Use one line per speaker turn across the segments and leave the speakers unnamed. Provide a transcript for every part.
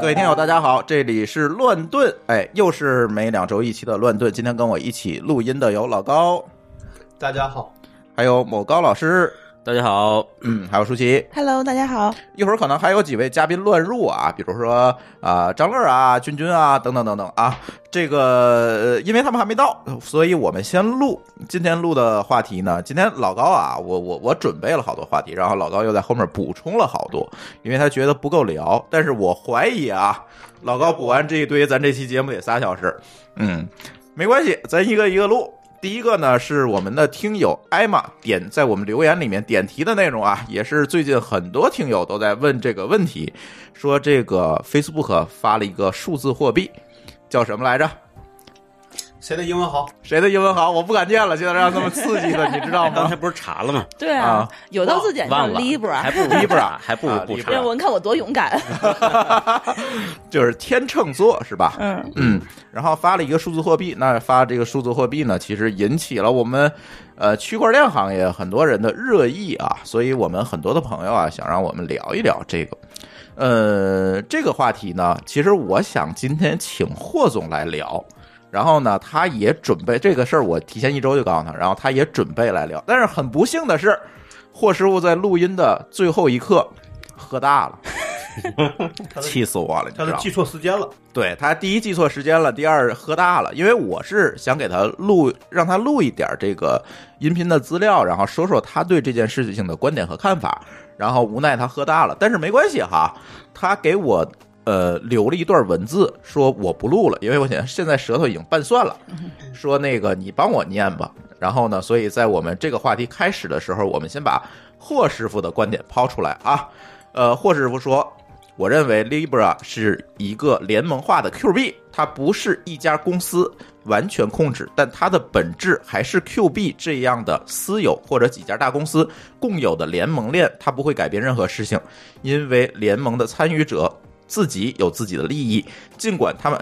各位听友，大家好，这里是乱炖，哎，又是每两周一期的乱炖。今天跟我一起录音的有老高，
大家好，
还有某高老师，
大家好，
嗯，还有舒淇。
Hello，大家好。
一会儿可能还有几位嘉宾乱入啊，比如说啊、张乐啊、君君啊等等等等啊。这个呃因为他们还没到，所以我们先录。今天录的话题呢，今天老高啊，我我我准备了好多话题，然后老高又在后面补充了好多，因为他觉得不够聊。但是我怀疑啊，老高补完这一堆，咱这期节目得仨小时。嗯，没关系，咱一个一个录。第一个呢是我们的听友艾玛点在我们留言里面点题的内容啊，也是最近很多听友都在问这个问题，说这个 Facebook 发了一个数字货币，叫什么来着？
谁的英文好？
谁的英文好？我不敢念了，现在让这么刺激的，你知 道
刚
吗
才？不是查了吗？
对
啊
啊，有道字典叫
忘了，还
Libra。
不如不查，还不如不
啊
查
哎
对，。我看我多勇敢。
就是天秤座是吧？
嗯，
嗯，然后发了一个数字货币，那发这个数字货币呢，其实引起了我们呃区块链行业很多人的热议啊，所以我们很多的朋友啊，想让我们聊一聊这个。呃，这个话题呢，其实我想今天请霍总来聊，然后呢，他也准备这个事儿，我提前一周就告诉他，然后他也准备来聊，但是很不幸的是，霍师傅在录音的最后一刻喝大了，
他的
气死我了，你
他
知
是
道吗？
记错时间了，
对他第一记错时间了，第二喝大了，因为我是想给他录，让他录一点这个音频的资料，然后说说他对这件事情的观点和看法。然后无奈他喝大了，但是没关系哈，他给我呃留了一段文字，说我不录了，因为我现现在舌头已经拌蒜了，说那个你帮我念吧。然后呢，所以在我们这个话题开始的时候，我们先把霍师傅的观点抛出来啊。呃，霍师傅说，我认为 Libra 是一个联盟化的 Q 币，它不是一家公司完全控制，但它的本质还是 Q 币这样的私有或者几家大公司共有的联盟链，它不会改变任何事情，因为联盟的参与者自己有自己的利益，尽管他们。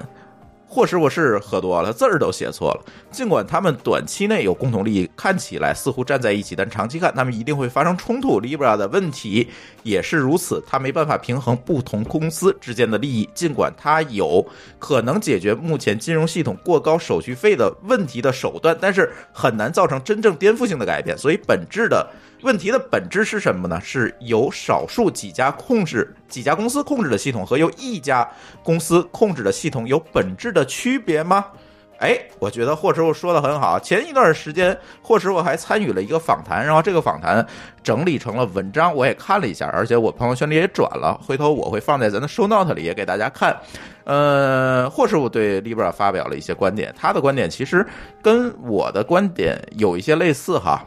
霍师傅是喝多了，字儿都写错了。尽管他们短期内有共同利益，看起来似乎站在一起，但长期看他们一定会发生冲突。Libra 的问题也是如此，它没办法平衡不同公司之间的利益。尽管它有可能解决目前金融系统过高手续费的问题的手段，但是很难造成真正颠覆性的改变。所以，本质的问题的本质是什么呢？是由少数几家控制、几家公司控制的系统和由一家公司控制的系统有本质的区别吗？哎，我觉得霍师傅说的很好。前一段时间，霍师傅还参与了一个访谈，然后这个访谈整理成了文章，我也看了一下，而且我朋友圈里也转了，回头我会放在咱的 show note 里也给大家看。呃，霍师傅对 Libra 发表了一些观点，他的观点其实跟我的观点有一些类似哈。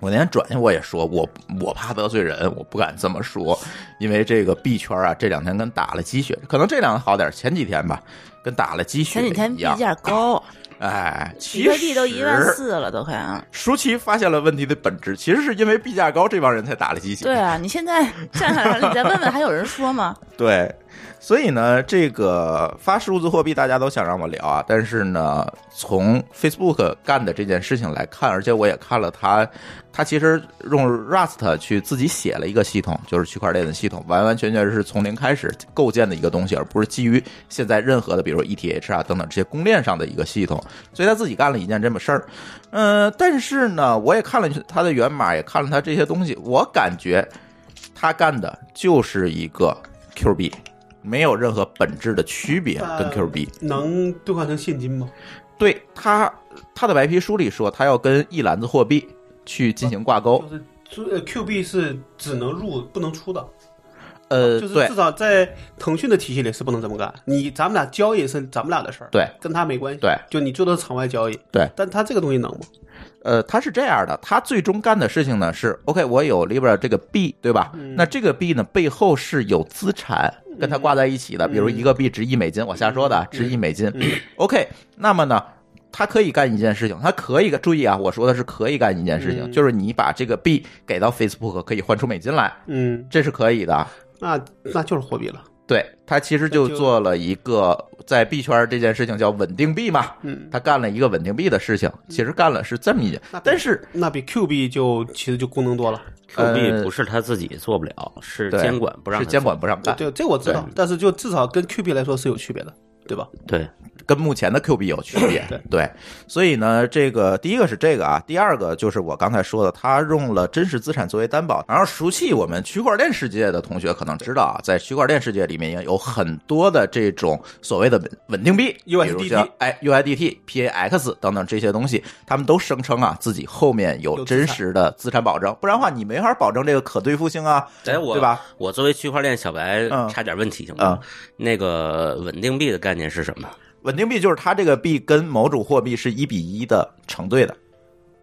我那天转去我也说，我我怕得罪人，我不敢这么说，因为这个币圈啊，这两天跟打了鸡血，可能这两天好点儿，前几天吧，跟打了鸡血
前几天
一
币
样。
价高，
哎，其
比
实
特币都一万。四了，都快啊！
舒淇发现了问题的本质，其实是因为币价高，这帮人才打了鸡血。
对啊，你现在站上来了，你再问问还有人说吗？
对，所以呢，这个发数字货币，大家都想让我聊啊，但是呢，从 Facebook 干的这件事情来看，而且我也看了他，他其实用 Rust 去自己写了一个系统，就是区块链的系统，完完全全是从零开始构建的一个东西，而不是基于现在任何的，比如说 ETH 啊等等这些公链上的一个系统，所以他自己干了一件这么事儿。嗯，但是呢，我也看了他的源码，也看了他这些东西，我感觉他干的就是一个 Q 币，没有任何本质的区别跟 Q 币。
啊能兑换成现金吗？
对他，他的白皮书里说，他要跟一篮子货币去进行挂
哦
钩
就。是出呃 Q 币是只能入不能出的，
呃，
就是
对
至少在腾讯的体系里是不能这么干。你咱们俩交易是咱们俩的事儿，
对
跟他没关系。
对，
就你做的是场外交易，
对，
但他这个东西能吗？
呃，他是这样的，他最终干的事情呢是，OK，我有 Libra 这个币，对吧？
嗯
那这个币呢背后是有资产跟它挂在一起的，比
嗯
如一个币值一美金，我瞎说的，值一美金。OK，那么呢，他可以干一件事情，他可以干注意啊，我说的是可以干一件事情，
嗯
就是你把这个币给到 Facebook 可以换出美金来，
嗯，
这是可以的。
那那就是货币了。
对他其实就
那就
做了一个在币圈这件事情叫稳定币嘛，
嗯，
他干了一个稳定币的事情，其实干了是这么一件
那，比
但是
那比 Q 币就其实就功能多了。
Q 币
呃
不是他自己做不了，是
对
监管不让
是
他
监
做
管不让干，
对，这我知道，但是就至少跟 Q 币来说是有区别的，对吧？
对，
跟目前的 Q 币有区别
对。
对，所以呢，这个第一个是这个啊，第二个就是我刚才说的，它用了真实资产作为担保。然后，熟悉我们区块链世界的同学可能知道啊，在区块链世界里面也有很多的这种所谓的稳稳定币，比
USDT
如像哎 UIDT、PAX 等等这些东西，他们都声称啊自己后面有
有资
真
产
实的资产保证，不然的话你没法保证这个可兑付性啊，
哎，我
对吧？？
我作为区块链小白
嗯，
差点问题行吗？那个稳定币的概念是什么？
稳定币就是它这个币跟某种货币是一比一的成对的。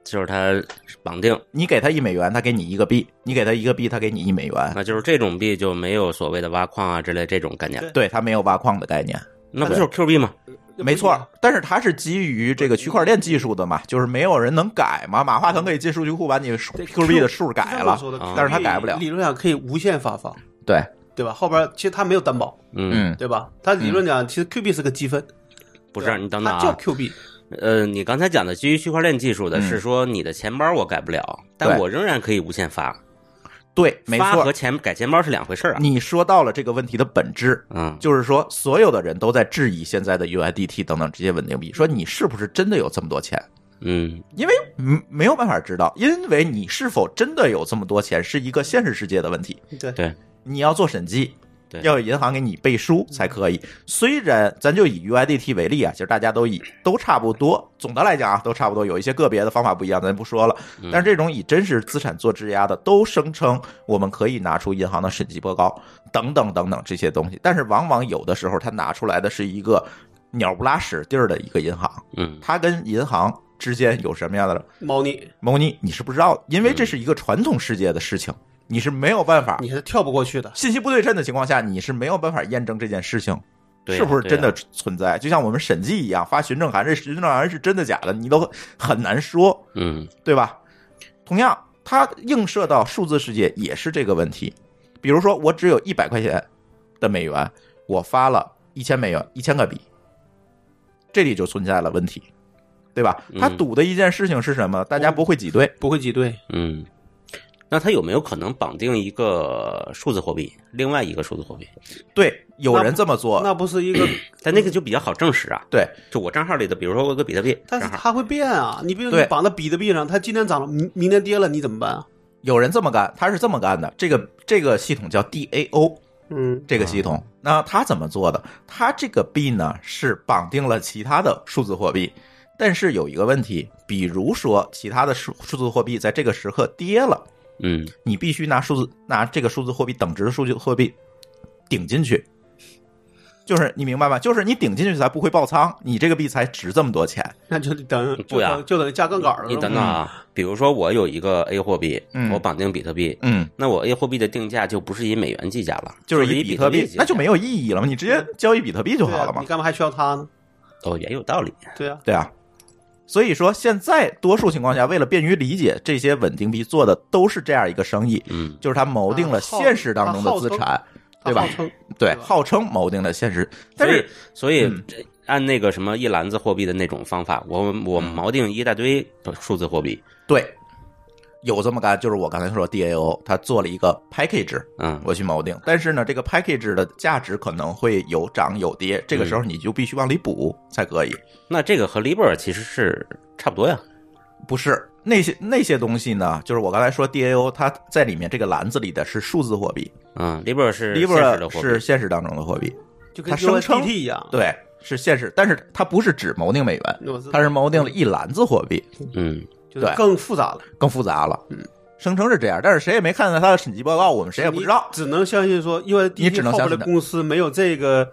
就是它绑定，
你给他一美元，他给你一个币；你给他一个币，他给你一美元。
那就是这种币就没有所谓的挖矿啊之类这种概念了，
对
对，他没有挖矿的概念，
那不就是 Q 币吗？
没错。但是它是基于这个区块链技术的嘛，就是没有人能改嘛。马化腾可以进数据库把你数
对
Q 币的数改了，嗯
啊
但是他改不了
理论上可以无限发放，
对，
对吧？后边其实他没有担保，
嗯，
嗯，
对吧？他理论讲，其实 Q 币是个积分，
不是，你等等
它叫
啊，
Q 币，
呃，你刚才讲的基于区块链技术的
嗯
是说你的钱包我改不了，但
对
我仍然可以无限发，
对，没
发和
错。
钱改钱包是两回事儿啊。
你说到了这个问题的本质，
嗯，
就是说，所有的人都在质疑现在的 UIDT 等等这些稳定币，说你是不是真的有这么多钱？
嗯，
因为嗯没有办法知道，因为你是否真的有这么多钱是一个现实世界的问题。
对
对，
你要做审计
对，
要有银行给你背书才可以。虽然咱就以 UIDT 为例啊，其实大家都以都差不多，总的来讲啊都差不多，有一些个别的方法不一样，咱不说了。
嗯
但是这种以真实资产做质押的，都声称我们可以拿出银行的审计报告等等等等这些东西，但是往往有的时候他拿出来的是一个鸟不拉屎地儿的一个银行，
嗯，
它跟银行之间有什么样的
猫腻，
猫腻，你是不知道的，因为这是一个传统世界的事情，你是没有办法
你是跳不过去的。
信息不对称的情况下，你是没有办法验证这件事情
对啊
是不是真
对
的
啊
存在。就像我们审计一样，发询证函，这询证函是真的假的，你都很难说，
嗯，
对吧？同样，它映射到数字世界也是这个问题。比如说，我只有一百块钱的美元，我发了一千美元，一千个币，这里就存在了问题，对吧？他
嗯
赌的一件事情是什么？
哦
大家不会挤兑，
不会挤兑，
嗯，那它有没有可能绑定一个数字货币，另外一个数字货币？
对，有人这么做，
那不是一个，
嗯
但那个就比较好证实啊。
对，
就我账号里的，比如说我有个比特币
但是
账号，
它会变啊。你比如你
对
绑到比特币上，它今天涨了，明明天跌了，你怎么办啊？
有人这么干，他是这么干的。这个这个系统叫 DAO
嗯，
这个系统，那他怎么做的？他这个币呢是绑定了其他的数字货币，但是有一个问题，比如说其他的数数字货币在这个时刻跌了，
嗯，
你必须拿数字拿这个数字货币等值的数字货币顶进去。就是你明白吗？就是你顶进去才不会爆仓，你这个币才值这么多钱。
那就等就
对啊
等就等加杠杆了。
你等
是
等
吧
啊，比如说我有一个 A 货币，
嗯
我绑定比特币，
嗯，
那我 A 货币的定价就不是以美元计价了，
就是
以
以
比
特
币
币
计，价，
那就没有意义了嘛？你直接交易比特币就
对
好
啊
了嘛
你？干嘛还需要它呢？
哦，也有道理。
对啊，
对啊，所以说现在多数情况下，为了便于理解，这些稳定币做的都是这样一个生意，
嗯，
就是它谋定了现实当中
啊
的资产，
它
对吧
号？称
对，
对吧
号称谋定了现实，但
所
是嗯
以所以这按那个什么一篮子货币的那种方法，我我
嗯
锚定一大堆数字货币，
对。有这么干，就是我刚才说 DAO，它做了一个 package，
嗯，
我去锚定。但是呢，这个 package 的价值可能会有涨有跌，这个时候
嗯
你就必须往里补才可以。
那这个和 Libra 其实是差不多呀。
不是那些那些东西呢，就是我刚才说 DAO，它在里面这个篮子里的是数字货币
嗯，Libra 是现实的
，Libra
货
是
币，
现实当中的货币。
就跟
它声称
USDT 一样。
对，是现实，但是它不是只锚定美元，
我知道
它是锚定了一篮子货币，
嗯，
就是
对
更复杂了，
更复杂了。嗯，声称是这样，但是谁也没看到它的审计报告，我们谁也不知道
你。只能相信说，因为
你只能
后
相
边
信
的
它
公司没有这个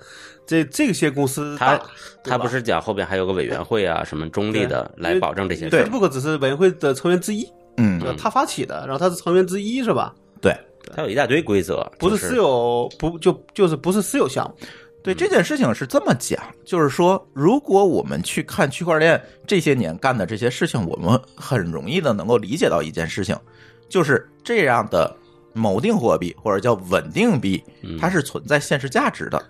这这些公司
他
大
他
对吧
不是讲后边还有个委员会啊，什么中立的
对
来保证这些事儿。
，Facebook 只是委员会的成员之一，
嗯
对吧他发起的，然后他是成员之一是吧？
对
它有一大堆规则，
不
就是
私有，不就就是不是私有项目，
对，这件事情是这么讲，就是说，如果我们去看区块链这些年干的这些事情，我们很容易的能够理解到一件事情，就是这样的锚定货币或者叫稳定币，它是存在现实价值的，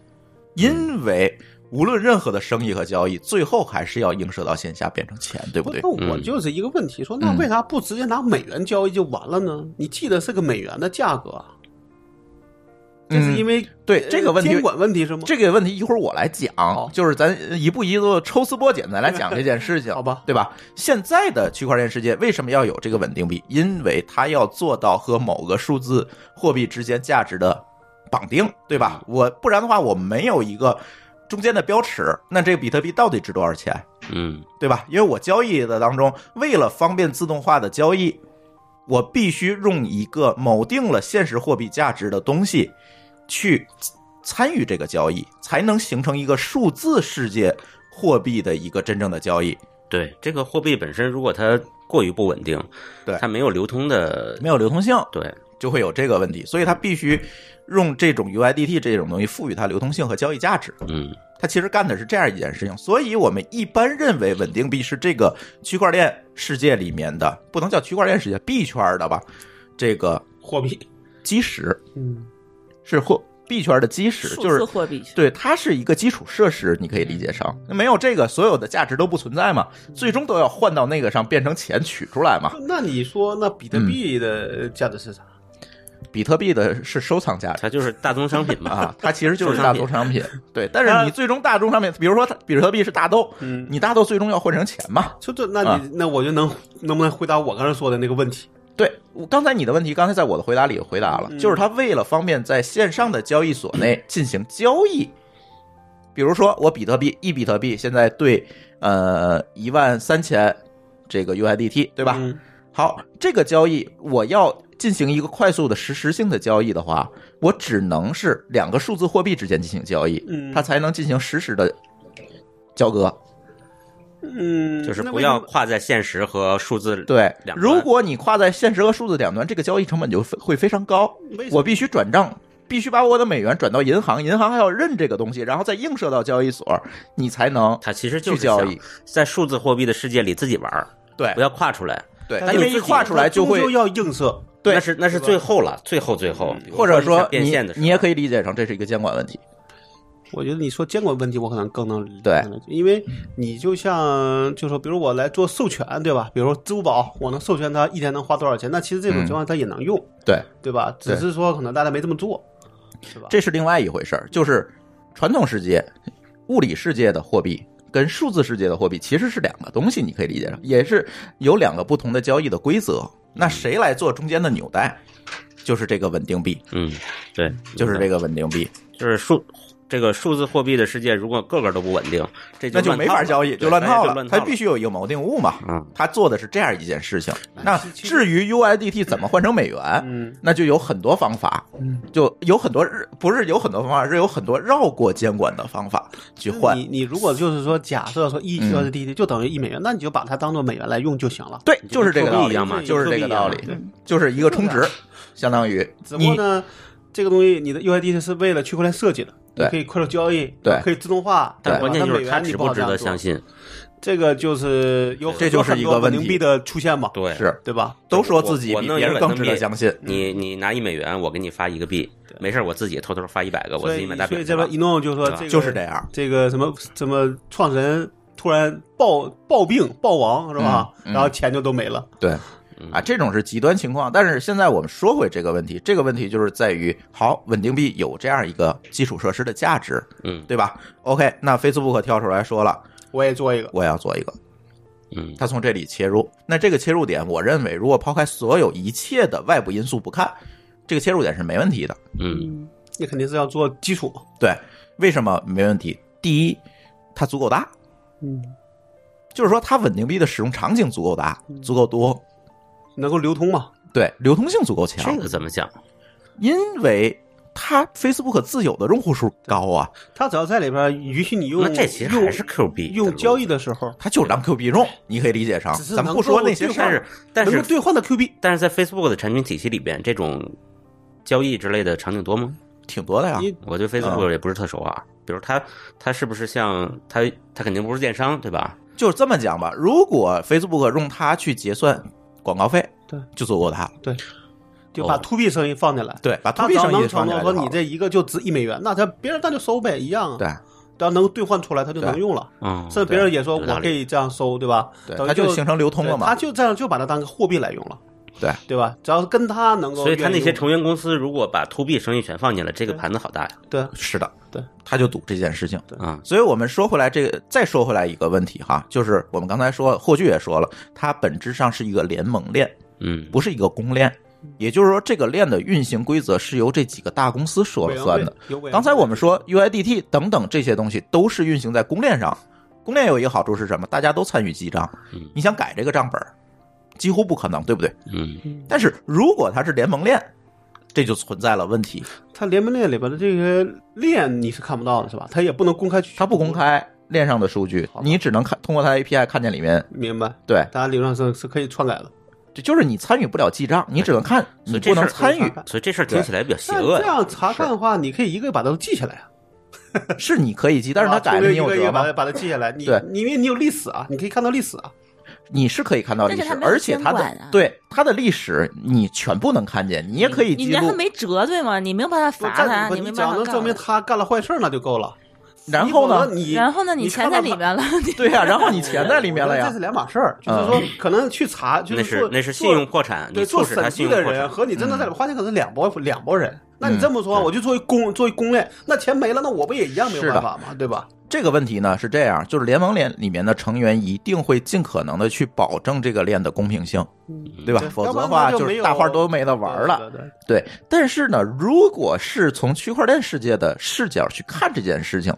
因为无论任何的生意和交易，最后还是要映射到线下变成钱，对不对
那？我
嗯
就是一个问题，说那
嗯
为啥不直接拿美元交易就完了呢？你记得是个美元的价格啊，这是因
为
为
嗯对
呃
这个问题
监管问题是吗？
这个问题一会儿我来讲
好，
就是咱一步一步抽丝剥茧，咱来讲这件事情，
好吧
对吧？现在的区块链世界为什么要有这个稳定币？因为它要做到和某个数字货币之间价值的绑定，对吧？我不然的话，我没有一个中间的标尺，那这个比特币到底值多少钱？
嗯
对吧？因为我交易的当中，为了方便自动化的交易，我必须用一个某定了现实货币价值的东西去参与这个交易，才能形成一个数字世界货币的一个真正的交易。
对，这个货币本身如果它过于不稳定，
对
它没有流通的，
没有流通性，
对，
就会有这个问题，所以它必须用这种 UIDT 这种东西赋予它流通性和交易价值。
嗯
它其实干的是这样一件事情，所以我们一般认为稳定币是这个区块链世界里面的，不能叫区块链世界币圈的吧，这个
货币，
基石
嗯，
是货币圈的基石，
数
就
字
是
货币，
对它是一个基础设施，你可以理解成那没有这个，所有的价值都不存在嘛，最终都要换到那个上变成钱取出来嘛。
那你说那比特币的价值是啥？
比特币的是收藏价值。
它就是大宗商品嘛。
啊，它其实就是大宗商品，对。但是你最终大宗商品，比如说它比特币是大豆，
嗯
你大豆最终要换成钱嘛，
就这，
啊
那你那我就能能不能回答我刚才说的那个问题？
对我刚才你的问题，刚才在我的回答里回答了，
嗯
就是他为了方便在线上的交易所内进行交易，比如说我比特币一比特币现在兑呃一万三千这个 UIDT 对吧？
嗯
好，这个交易我要进行一个快速的实时性的交易的话，我只能是两个数字货币之间进行交易，
嗯
它才能进行实时的交割。
嗯，
就是
那
不
为什
要
么
跨在现实和数字
对，
两端
如果你跨在现实和数字两端，这个交易成本就非会非常高
为。什么
我必须转账，必须把我的美元转到银行，银行还要认这个东西，然后再映射到交易所，你才能
它其实就是
去交
想
易哎
在数字货币的世界里自己玩儿，
对
不要跨出来。
对。
但
因为
你
一
自己
跨出来就
它
会
终究，要映射，
对
那是那是最后了，最后最后，
或者说
变
你
现的时候
你也可以理解成这是一个监管问题。
我觉得你说监管问题，我可能更能理
对
解，因为你就像就说，比如我来做授权，对吧？比如支付宝，我能授权它一天能花多少钱？那其实这种情况它也能用，
对，
对吧？
对
只是说可能大家没这么做，是吧？
这是另外一回事儿，就是传统世界、物理世界的货币。跟数字世界的货币其实是两个东西，你可以理解成也是有两个不同的交易的规则。那谁来做中间的纽带？就是这个稳定币。
嗯，对，
就是这个稳定币，
就是数这个数字货币的世界，如果个个都不稳定，这
那就
就
没法交易，就乱套了。它
它
必须有一个锚定物嘛
嗯，
它做的是这样一件事情。那
其
至于 UIDT 怎么换成美元，
嗯
那就有很多方法，
嗯，
就有很多日不是有很多方法，是有很多绕过监管的方法去换
你。你如果就是说假设说一
嗯
USDT 就等于一美元，那你就把它当做美元来用就行了。
对，
你
就
就是
这个道
跟货币
理
一样嘛
就是这个
啊
道
就
理
货
跟
币一，
就是一个充值，相当于
只不过
你
呢，这个东西你的 UIDT 是为了区块链设计的，
对
你可以快速交易，
对
可以自动化。
但
对吧
关键就
那
是
美元
它
你
值
好
不值
这样
得
做
相？信？
这个就是有
这就是一个
很多
问
稳
题
定币的出现嘛，
对，
是
对吧？
都说自己
我
比
弄一
别人
个
更
稳
值
定
得
币
相信。
你你拿一美元，我给你发一个币，没事儿我自己偷偷发一百个，我
所
自己
以
买大饼
所以
去
这
吧
边一弄就说
对吧
这个
就是这
嗯
样，
这个什么什么创始人突然暴暴病暴亡是吧？
嗯嗯
然后钱就都没了。
对
嗯，
啊，这种是极端情况。但是现在我们说回这个问题，这个问题就是在于，好，稳定币有这样一个基础设施的价值，
嗯
对吧？OK，那 Facebook 跳出来说了，
我也做一个，
我要做一个，
嗯，
它从这里切入。那这个切入点，我认为如果抛开所有一切的外部因素不看，这个切入点是没问题的。
嗯，
你肯定是要做基础嘛。
对，为什么没问题？第一，它足够大，
嗯，
就是说它稳定币的使用场景足够大，
嗯
足够多，
能够流通嘛？
对，流通性足够强
这。个怎么讲？
因为它 Facebook 自有的用户数高啊，
它只要在里边允许你用，
那这其实还是 Q 币
用用交易的时候，
它就是当 Q 币用，你可以理解成
只。是
啊咱们不说那些
能
事
够兑
但
儿，
是但
能
是
够兑换的 Q 币，
但是在 Facebook 的产品体系里边，这种交易之类的场景多吗？
挺多的呀。
你
我对 Facebook 也不是特熟啊。比如他，他是不是像他，他肯定不是电商，对吧？
就是这么讲吧，如果 Facebook 用它去结算广告费，
对，
就足够它了。
就把
哦
To B 生意放进来。
对，把
他
To
只
B
要
生意
能
放
承
进
诺
来
说
就
你
好了。
这一个就值一美元，那他别人那就收呗，一样啊。
对，
只要能兑换出来，他就能
对
用了。
嗯，
甚至别人也说
有道
我
理
可以这样收，对吧？
对，
等于
它
就
形成流通了
对他
嘛。
就这样就把它当个货币来用了，
对
对吧？只要跟他能够
所以
愿意用，
他那些成员公司如果把 to B 生意全放进来，这个盘子好大呀。
对
是的，
对，
他就赌这件事情。
嗯，
所以我们说回来，这个再说回来一个问题哈，就是我们刚才说，霍炬也说了，它本质上是一个联盟链，
嗯，
不是一个公链。也就是说，这个链的运行规则是由这几个大公司说
委
了
员
算的
会。，有委员
刚才
会
我们说 UIDT 等等这些东西都是运行在公链上，公链有一个好处是什么？大家都参与记账
嗯，
你想改这个账本儿，几乎不可能，对不对？
嗯，
但是如果它是联盟链，这就存在了问题，
它联盟链里边的这些链你是看不到的，是吧？它也不能公开去，
它不公，开链上的数据
好，吧
你只能看通过它的 API 看见里面。
明白？
对，
大家理论上是是可以篡改的，
这就是你参与不了记账，你只能看，
所以
你
这
不
事儿
能参与，
所以这事儿听起来比较邪
但
恶
这
呀。
样查看的话，你可以一个把它都记下来啊。
是你可以记，但是它
吧
改
除
了
非
你有
啊一个一
辙
个把
吗
它？把它记下来，你
对
你因为你有历史啊，你可以看到历史啊。
你是可以看到历史
但是它，没有
而且它
监管
的
啊
对它的历史你全部能看见，你也可以
你
记
连
录
他。没辙对吗？你没有办法罚他，
不
没
你只
办
要
法
能证明
告
他干了坏事儿，那就够了。
然后呢
你否则？你
他。然后呢，
你看
钱在
到
里
他
面了，你
对呀、然后你钱在里面了
我觉
呀嗯
得这是。两码事儿，就是说可能去查，就
那是
做
那是信用
做
破产，你
对
促
做
使他
审
信
计的
用破产
人。和你真的在里面花钱可能是两拨两拨人。那你
嗯
这么说，
对
我就作为公作为公链，那钱没了，那我不也一样没有
是的
办法吗？对吧？
这个问题呢是这样，就是联盟链里面的成员一定会尽可能的去保证这个链的公平性，对吧？
对
否则的
要不然
话
它就没
是
有
大伙儿都没得玩儿了。
对，对对
对，但是呢，如果是从区块链世界的视角去看这件事情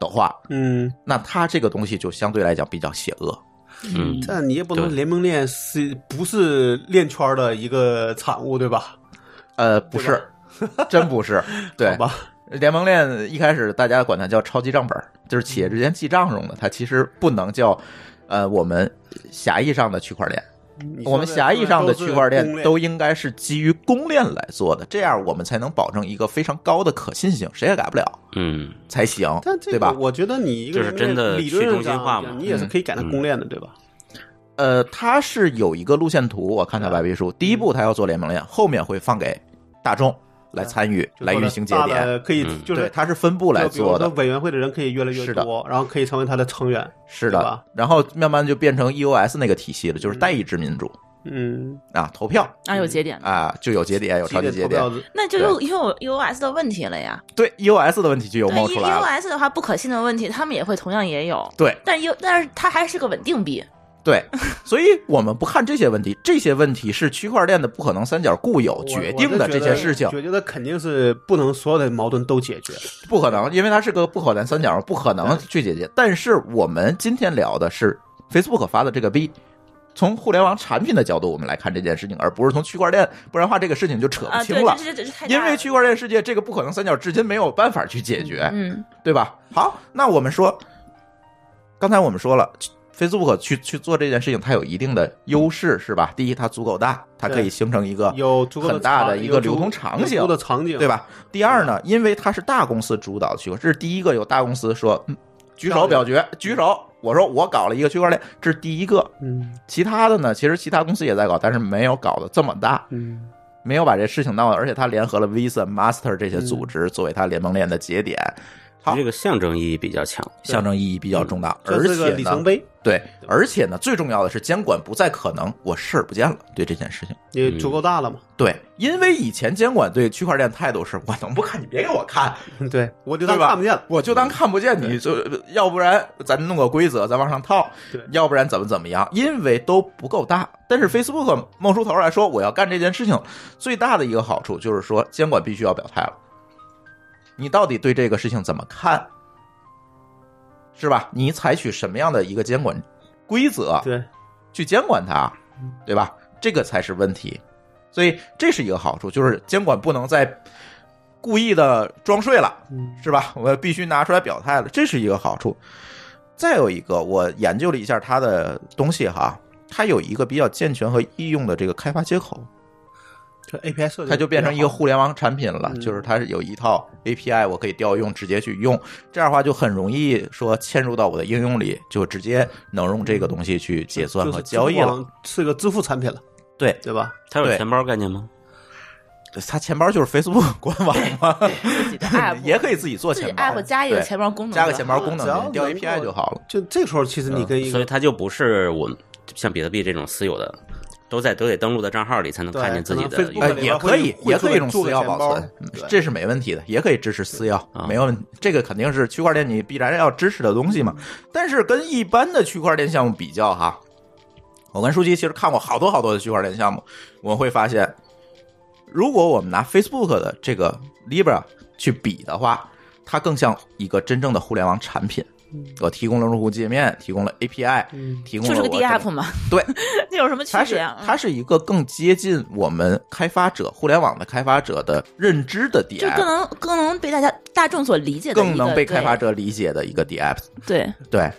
的话，
嗯，
那它这个东西就相对来讲比较邪恶。
嗯，
但你也不能
对
联盟链是不是链圈的一个产物，对吧？
呃，不是，真不 是。对
好，吧，
联盟链一开始大家管它叫超级账本儿，就是
嗯
企业之间记账用的，它其实不能叫呃我们狭义上的区块链。
你说
我们狭义上的区块
都是公
链
链
都应该是基于公链来做的，这样我们才能保证一个非常高的可信性，谁也改不了
嗯，
才行，
但这
对
个
吧？嗯
我觉得你一个
就是
人
真的
理论上
去中心化嘛嗯
讲你也是可以改成公链的，对吧？
呃，它是有一个路线图，我看它白皮书，第一
嗯
步它要做联盟链，后面会放给大众来参与、
嗯就
来
或者
运行节
大
点。
的可以
嗯
就是
对，它是分步来
就比如
做的
说，委员会的人可以越来越
是的
多，然后可以成为他的成员。
是
对
的
吧。
然后慢慢就变成 EOS 那个体系了，就是代议制民主
嗯，
啊，投票
啊，有节点了，
啊，就有节点，有超级节
投
点
票。子
那就又又有 US 的问题了呀。
对 EOS 的问题就又
对
冒出来了。
，US 的话不可信的问题，他们也会同样也有，
对
但 U 但是它还是个稳定币，
对，所以我们不看这些问题，这些问题是区块链的不可能三角固有
我
哦决
我
定
是
的
觉
这
得
些事情，
我觉得肯定是不能所有的矛盾都解决。
不可能，因为它是个不可能三角，不可能去解决。但是我们今天聊的是 Facebook 发的这个币。从互联网产品的角度，我们来看这件事情，而不是从区块链，不然的话这个事情就扯
啊，
不
对
清，了。
这这这这太大
因为
了
区块链世界这个不可能三角至今没有办法去解决。
嗯
对吧？好，那我们说，刚才我们说了，Facebook 去去做这件事情，它有一定的优势，是吧？第一，它足够大，它可以
对
形成一个
有足够
很大
的
的
场
一
有
个
足
流通场景
有足够的场景，
对？吧？第二呢，因为它是大公司主导区块，这是第一个有大公司说、嗯、举手表决，举手，我说我搞了一个区块链，这是第一个。
嗯
其他的呢，其实其他公司也在搞，但是没有搞得这么大，
嗯，
没有把这事情闹，而且它联合了 Visa、Master 这些
嗯
组织作为它联盟链的节点，好
这个象征意义比较强。
象征意义比较重大，
这
而
是个
且
里
呢
程。碑，
对，而且呢，最重要的是监管不再可能，我视而不见了。对这件事情，
也
嗯
足够大了嘛？
对，因为以前监管对区块链态度是，我能不看你别给我看，
对，我就
对
当
吧？
看不见了。
我就当看不见你，就要不然咱弄个规则，咱往上套
对，嗯
要不然怎么怎么样？因为都不够大。但是 Facebook 冒出头来说，我要干这件事情，最大的一个好处就是说，监管必须要表态了。你到底对这个事情怎么看？是吧？你采取什么样的一个监管规则？
对，嗯
去监管它，对吧？这个才是问题。所以这是一个好处，就是监管不能再故意的装睡了，
嗯
是吧？我必须拿出来表态了，这是一个好处。再有一个，我研究了一下它的东西哈，它有一个比较健全和易用的这个开发接口，
就 API 设计，
它就变成一个互联网产品了，
嗯
就是它是有一套 API 我可以调用，直接去用。这样的话就很容易说嵌入到我的应用里，就直接能用这个东西去
嗯
结算和交易了。，
是个支付产品了，
对，
对吧？
它有
对
钱包概念吗？
他钱包就是 Facebook 官网嘛，
自己的 app
也可以自己做
自己
钱包，
app 加一个
对
钱包功能，
加个钱包功
只
能，
要能
你
够
调 API 就好了。
就这时候，其实
嗯
你跟一
所以
个
它就不是我像比特币这种私有的，都在都得登录的账号里才能
对
看见自己
可
的哎
呃
能
一
Facebook 里，
个
边
也可以，
会
也可以用
做
私
个
钥
钱包
保存
对，
这是没问题的，也可以支持私钥，
啊
没有问，这个肯定是区块链你必然要支持的东西嘛。但是跟一般的区块链项目比较哈，我跟舒淇其实看过好多好多的区块链项目，我们会发现，如果我们拿 Facebook 的这个 Libra 去比的话，它更像一个真正的互联网产品。我提供了用户界面，提供了 API，
嗯
提供
就
了
是个
我
D
整
app 嘛，
对，
那有什么区
它
别
是
啊？
它是一个更接近我们开发者、互联网的开发者的认知的 D
就
app，
更能更能被大家大众所理解的一个，
更能被开发
对
者理解的一个 D app。
对
对，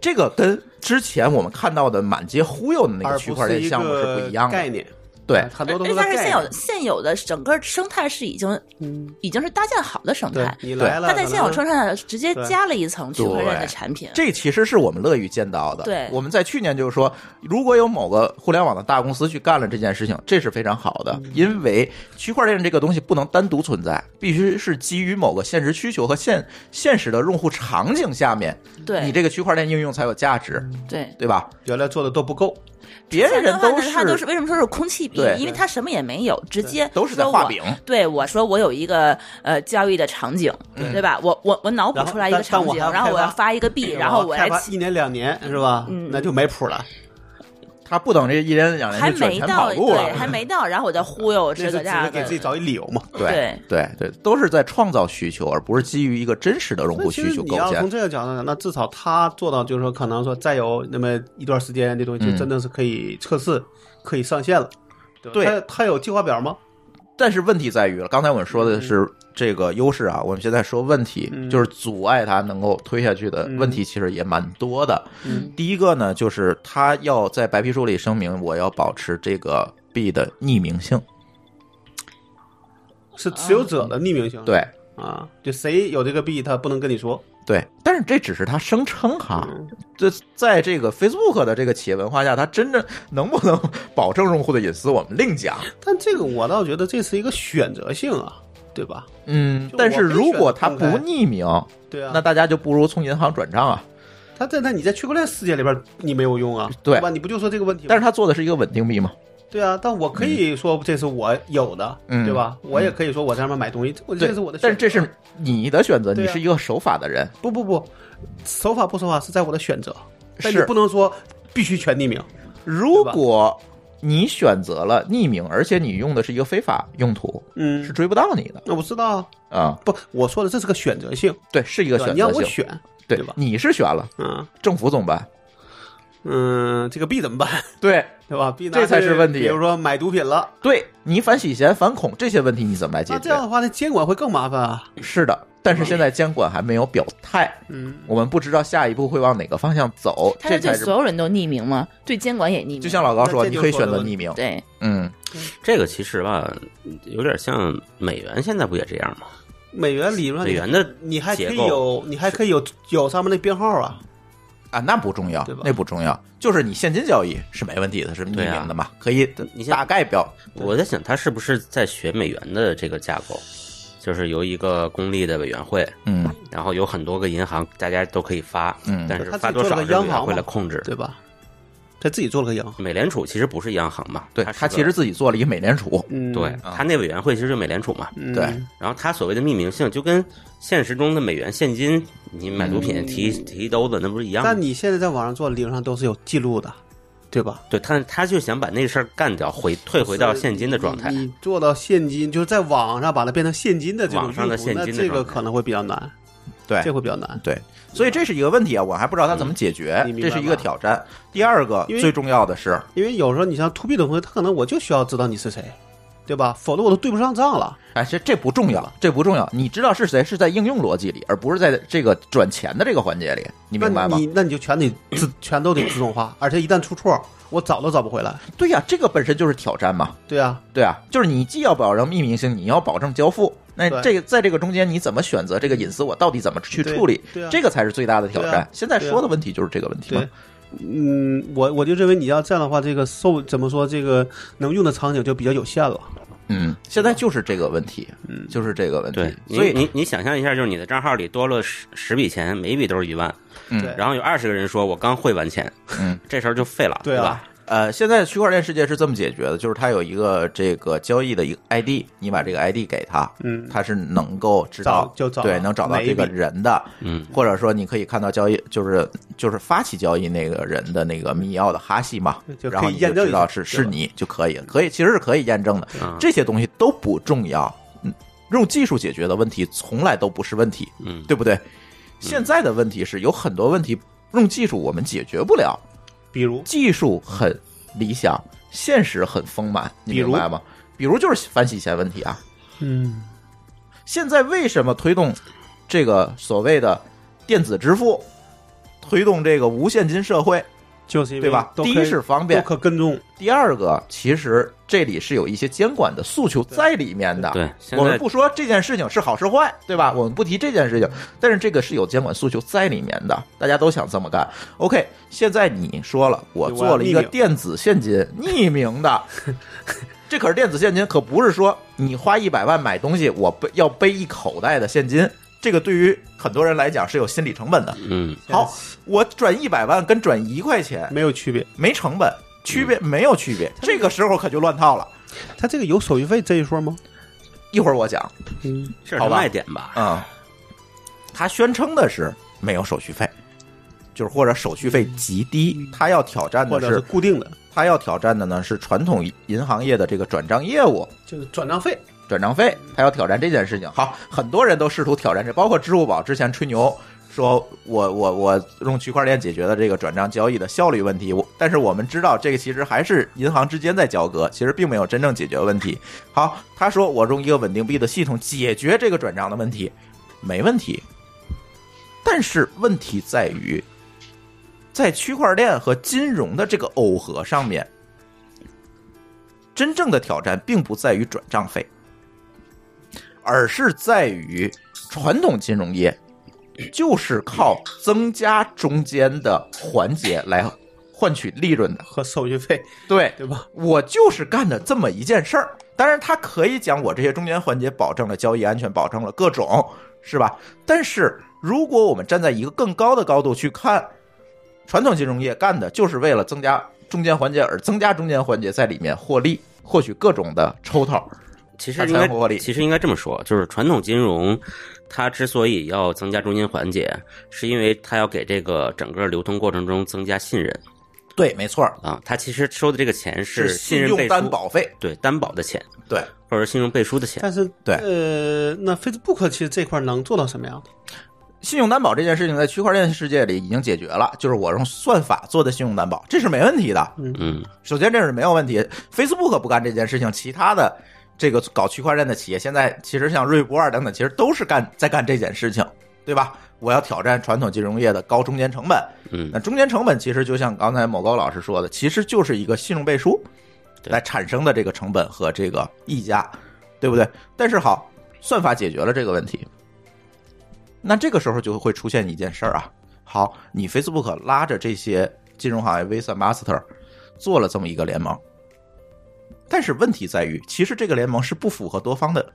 这个跟之前我们看到的满街忽悠的那
而
个
不
区块链
一
项目是不
个
一样
概
的。
念，
对，
很多都
而且
是在
哎它是
概
现有
念
的。现有的整个生态是已经
嗯，
已经是搭建好的生
对
态，
你来了，
它在现有
可
生
能
态上直接
对
加了一层区块链的产品，
这其实是我们乐于见到的。
对
我们在去年就是说，如果有某个互联网的大公司去干了这件事情，这是非常好的，
嗯
因为区块链这个东西不能单独存在，必须是基于某个现实需求和现现实的用户场景下面，你
对嗯
这个区块链应用才有价值，
对。
对吧？
原来做的都不够，
别
像
人
刚
都
才
是
他都是为什么说是空气币
对？
因为他什么也没有，直接
都是在
说
画
我
饼。
对，我说我有一个呃交易的场景，对吧？我我我脑补
然后
出来一个
但
场景，
但我还要哎
然后我要
开发
发一个币，然后我来
开发一年两年是吧？
嗯
那就没谱了，
他不等这一年两
还
年就卷
没
钱
到
跑路
对，
了，
还没到，然后我再 忽悠
那
这
就
个
只
那
是
个
给自己
的，
找一理由嘛。
对对对，都是在创造需求，而不是基于一个真实的用
那
户
其
需
实
求
你
构
要从
建。
这个角度讲，那至少他做到就是说，可能说再有那么一段时间，这东西就
嗯
真的是可以测试、可以上线了。吧
对
他他有计划表吗？
但是问题在于了，刚才我们说的是这个优势啊，我们现在说问题，
嗯
就是阻碍它能够推下去的问题，其实也蛮多的。
嗯
第一个呢，就是他要在白皮书里声明，我要保持这个币的匿名性。
是持有者的匿名性。
对
啊，就谁有这个币，他不能跟你说。
对，但是这只是他声称哈，
嗯
这在这个 Facebook 的这个企业文化下，它真正能不能保证用户的隐私，我们另讲。嗯
但这个我倒觉得这是一个选择性啊，对吧？
嗯
就，
但是
我可以
如果
选择
它
公
不
开
匿名，
对啊，
那大家就不如从银行转账啊。
他在那你在区块链世界里边你没有用啊，
对
吧？你不就说这个问题吗？
但是它做的是一个稳定币嘛，
对啊，但我可以说这是我有的，
嗯
对吧？我也可以说我在上面买东西，我这
对
是我的选择。
但是这是你的选择，
对啊
你是一个守法的人，
不不不，守法不守法是在我的选择，但你
是
不能说必须全匿名。
如果你选择了匿名，而且你用的是一个非法用途，是
嗯，
追不到你的
那我知道啊，
啊、
不，我说的这是个选择性，
对，是一个
对吧？
选
你让
择
我
性，
选，
对
对吧
你是选了，
嗯
政府怎么办？
嗯，这个币怎么办，
对，
对吧？币拿
这才是
去
问题
比如说买毒品了，
对你反洗钱、反恐这些问题你怎么来解
那啊这
决
样？的话，那监管会更麻烦
嗯
啊。
是的，但是现在监管还没有表态，
嗯，
我们不知道下一步会往哪个方向走，
他
这
是
才
对
是
所有人都匿名吗？对监管也匿名？
就像老高说，
那这
你
就
可以
说
选
的
择
问
匿名。
对，
嗯，
这个其实吧，有点像美元现在不也这样吗？
美元理论上
美元的
你还可
结
以
构
有，你还可以有有上面的编号啊。
啊，那不重要
对吧，
那不重要，就是你现金交易是没问题的，是匿
对啊
名的嘛，可以
你先
大
啊
概表
我在想，他是不是在学美元的这个架构，就是由一个公立的委员会，
嗯
然后有很多个银行，大家都可以发，
嗯
但是
他自己
发多
做
少
了
是
个央
委员
行
会
嘛
来控制。
对吧？他自己做了个银行，
美联储其实不是央行嘛，
对
它
他
是
其
个
实自己做了一个美联储，
嗯，
对，他那委员会其实就是美联储嘛。
嗯
对
然后他所谓的匿名性，就跟现实中的美元现金，你买毒品提提一兜子，那不是一样吗
嗯但？你现在在网上做，理论上都是有记录的，对吧？
对他，他就想把那事儿干掉，回退回到现金的状态。
你做到现金，就是在网上把它变成现金的这种
网上的
用途
现金的
那这个
状态
可能会比较难，
对
这会比较难。
对，所以这是一个问题啊，我还不知道他怎么解决
嗯你，明白
这
吗
是一个挑战。第二个
因为
最重要的是，
因为有时候你像 to B 的同学，他可能我就需要知道你是谁，对吧？否则我都对不上账了。
哎，这这不重
嗯
要，这不重要，你知道是谁是在应用逻辑里，而不是在这个转钱的这个环节里，你明白
那
吗
你？那你就全得自全都得自动化，而且一旦出错，我找都找不回来。
对呀，这个本身就是挑战嘛。
对啊，
对啊，就是你既要保证匿名性，你要保证交付。那
对
这个在这个中间，你怎么选择这个隐私？我到底怎么去处理？
对对啊
这个才是最大的挑
对
战
啊。
现在说的问题就是这个问题嘛
对。嗯，我我就认为你要这样的话，这个受怎么说，这个能用的场景就比较有限了。
嗯，现在就是这个问题，嗯，就是这个问
对
题，，
你
所以
你你想象一下，就是你的账号里多了十十笔钱，每一笔都是一万，
嗯
对
然后有二十个人说我刚汇完钱，
嗯，
这事儿就废了，
对啊
吧？
呃，现在区块链世界是这么解决的，就是它有一个这个交易的一个 ID，你把这个 ID 给他，
嗯
他是能够知道
找就找
对，能找到
哪一
这个
笔
人的，
嗯，
或者说你可以看到交易就是就是发起交易那个人的那个密钥的哈希嘛
对，就可以
然后你
验证一
知道
下
是
对
是
吧嗯
你就可以了，可以其实是可以验证的，
啊
这些东西都不重要，嗯，用技术解决的问题从来都不是问题，
嗯
对不对？现
嗯
在的问题是有很多问题用技术我们解决不了，
比如
技术很理想，现实很丰满，你
比如
明白吗？比如就是反洗钱问题啊，
嗯
现在为什么推动这个所谓的电子支付，推动这个无现金社会，
就是因为
对吧？
都
第
可
一
以
是方
都
便，
可跟踪，
第二个其实这里是有一些监管的诉求在里面的。
对，
啊
现
我们
在
不说这件事情是好是坏，对吧？我们不提这件事情，但是这个是有监管诉求在里面的，大家都想这么干。OK，现在你说了，我做了一个
我要匿名
电子现金，匿名的，这可是电子现金，可不是说你花一百万买东西，我背要背一口袋的现金。这个对于很多人来讲是有心理成本的。
嗯
好，我转一百万跟转一块钱
没有区别。
没成本，区别没有区别。这个时候可就乱套了。
他这个有手续费这一说吗？
一会儿我讲，
嗯，
这
好
是
吧
卖点吧？
嗯，他宣称的是没有手续费，就是或者手续费极低。他要挑战
嗯或
的
者是
是，
固定的，
他要挑战的呢是传统银行业的这个转账业务。
就是转账费。
转账费，他要挑战这件事情。好，很多人都试图挑战这，包括支付宝之前吹牛说我我我用区块链解决了这个转账交易的效率问题。我但是我们知道，这个其实还是银行之间在交割，其实并没有真正解决问题。好，他说我用一个稳定币的系统解决这个转账的问题，没问题。但是问题在于，在区块链和金融的这个耦合上面，真正的挑战并不在于转账费。而是在于传统金融业就是靠增加中间的环节来换取利润的。
和手续费，
对，
对吧？
我就是干的这么一件事儿。当然，他可以讲我这些中间环节保证了交易安全，保证了各种，是吧？但是如果我们站在一个更高的高度去看，传统金融业干的就是为了增加中间环节而增加中间环节在里面获利，获取各种的抽头。
其实
它
应
才获
该
利
其实应该这么说，就是传统金融它之所以要增加中间环节，是因为它要给这个整个流通过程中增加信任
对，没错儿，
啊。它其实收的这个钱
是
信
信
任
用
背
担
书，
保费。
对担保的钱，
对，
或者信用背书的钱。
但是
对
呃，那 Facebook 其实这块能做到什么样？
信用担保这件事情在区块链世界里已经解决了，就是我用算法做的信用担保，这是没问题的。
嗯，
首先，这是没有问题。Facebook 不干这件事情，其他的这个搞区块链的企业，现在其实像瑞波尔等等，其实都是干在干这件事情，对吧？我要挑战传统金融业的高中间成本。
嗯
那中间成本其实就像刚才某高老师说的，其实就是一个信用背书
对
来产生的这个成本和这个溢价，对不对？但是好，算法解决了这个问题，那这个时候就会出现一件事儿啊。好，你 Facebook 拉着这些金融行业 Visa、Master 做了这么一个联盟，但是问题在于，其实这个联盟是不符合多方的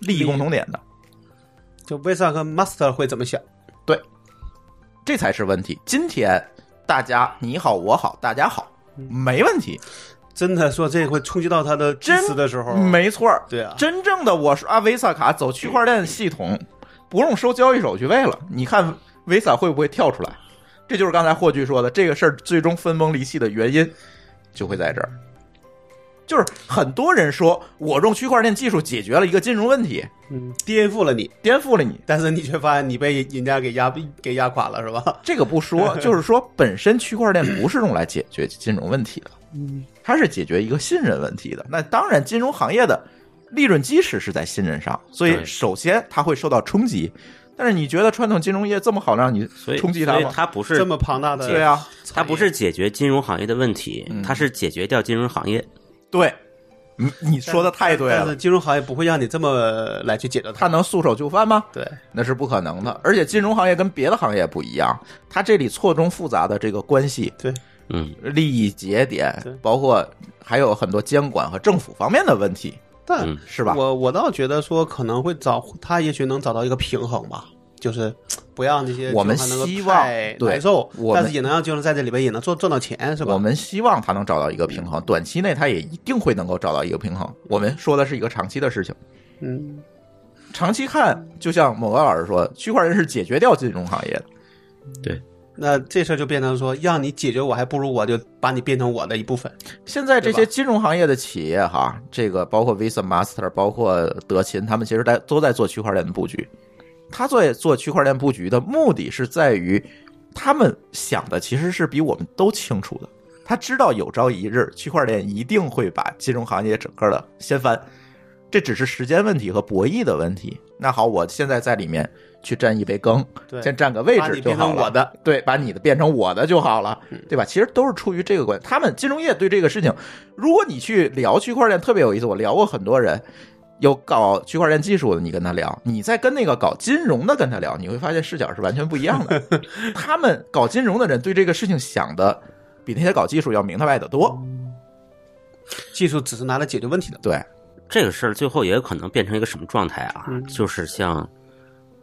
利益共同点的。
就 Visa 和 Master 会怎么想？
这才是问题。今天大家你好我好大家好，没问题，
真的说这会冲击到他的基
真
石的时候，
没错儿。
哦对啊
真正的我刷 Visa 卡走区块链系统，不用收交易手续费了，你看 Visa 会不会跳出来？这就是刚才霍炬说的，这个事儿最终分崩离析的原因就会在这儿。就是很多人说我用区块链技术解决了一个金融问题，
嗯，颠覆了你，
颠覆了你，
但是你却发现你被人家给压给压垮了，是吧？
这个不 说，就是说本身区块链不是用来解决金融问题的，
嗯
它是解决一个信任问题的。那当然，金融行业的利润基石是在信任上，所以
对
首先它会受到冲击。但是你觉得传统金融业这么好让你
所以
冲击它
所以
吗？
它不是
这么庞大的，
对，啊，
它不是解决金融行业的问题，
嗯
它是解决掉金融行业。
对，你你说的太对
但是
了。
金融行业不会让你这么来去解决它。
它能束手就范吗？
对，
那是不可能的。而且金融行业跟别的行业不一样，它这里错综复杂的这个关系，
对，
嗯，
利益节点
对，
包括还有很多监管和政府方面的问题，
但
嗯
是吧？
我我倒觉得说可能会找他，也许能找到一个平衡吧，就是不让这些
我们
纠缠能够
希望
太
对
难受
我，们
但是也能让金融在这里边也能赚赚到钱，是吧？嗯
我们希望他能找到一个平衡，短期内他也一定会能够找到一个平衡。我们说的是一个长期的事情，
嗯，
长期看，就像某个老师说，区块链是解决掉金融行业的。
那这事儿就变成说，让你解决我，还不如我就把你变成我的一部分。
现在这
对
些金融行业的企业哈，这个包括 Visa、Master，包括德勤，他们其实在都在做区块链的布局。他在做区块链布局的目的是在于，他们想的其实是比我们都清楚的。他知道有朝一日区块链一定会把金融行业整个的掀翻，这只是时间问题和博弈的问题。那好，我现在在里面去占一杯羹，
对
先占个位
把
置
你
就
变
好
成
了。
我的，
对，把你的变成我的就好了，对吧？其实都是出于这个观，他们金融业对这个事情，如果你去聊区块链，特别有意思。我聊过很多人，有搞区块链技术的，你跟他聊，你再跟那个搞金融的跟他聊，你会发现视角是完全不一样的。他们搞金融的人对这个事情想的比那些搞技术要明白的多。
技术只是拿来解决问题的。
对，
这个事儿最后也有可能变成一个什么状态啊？
嗯
就是像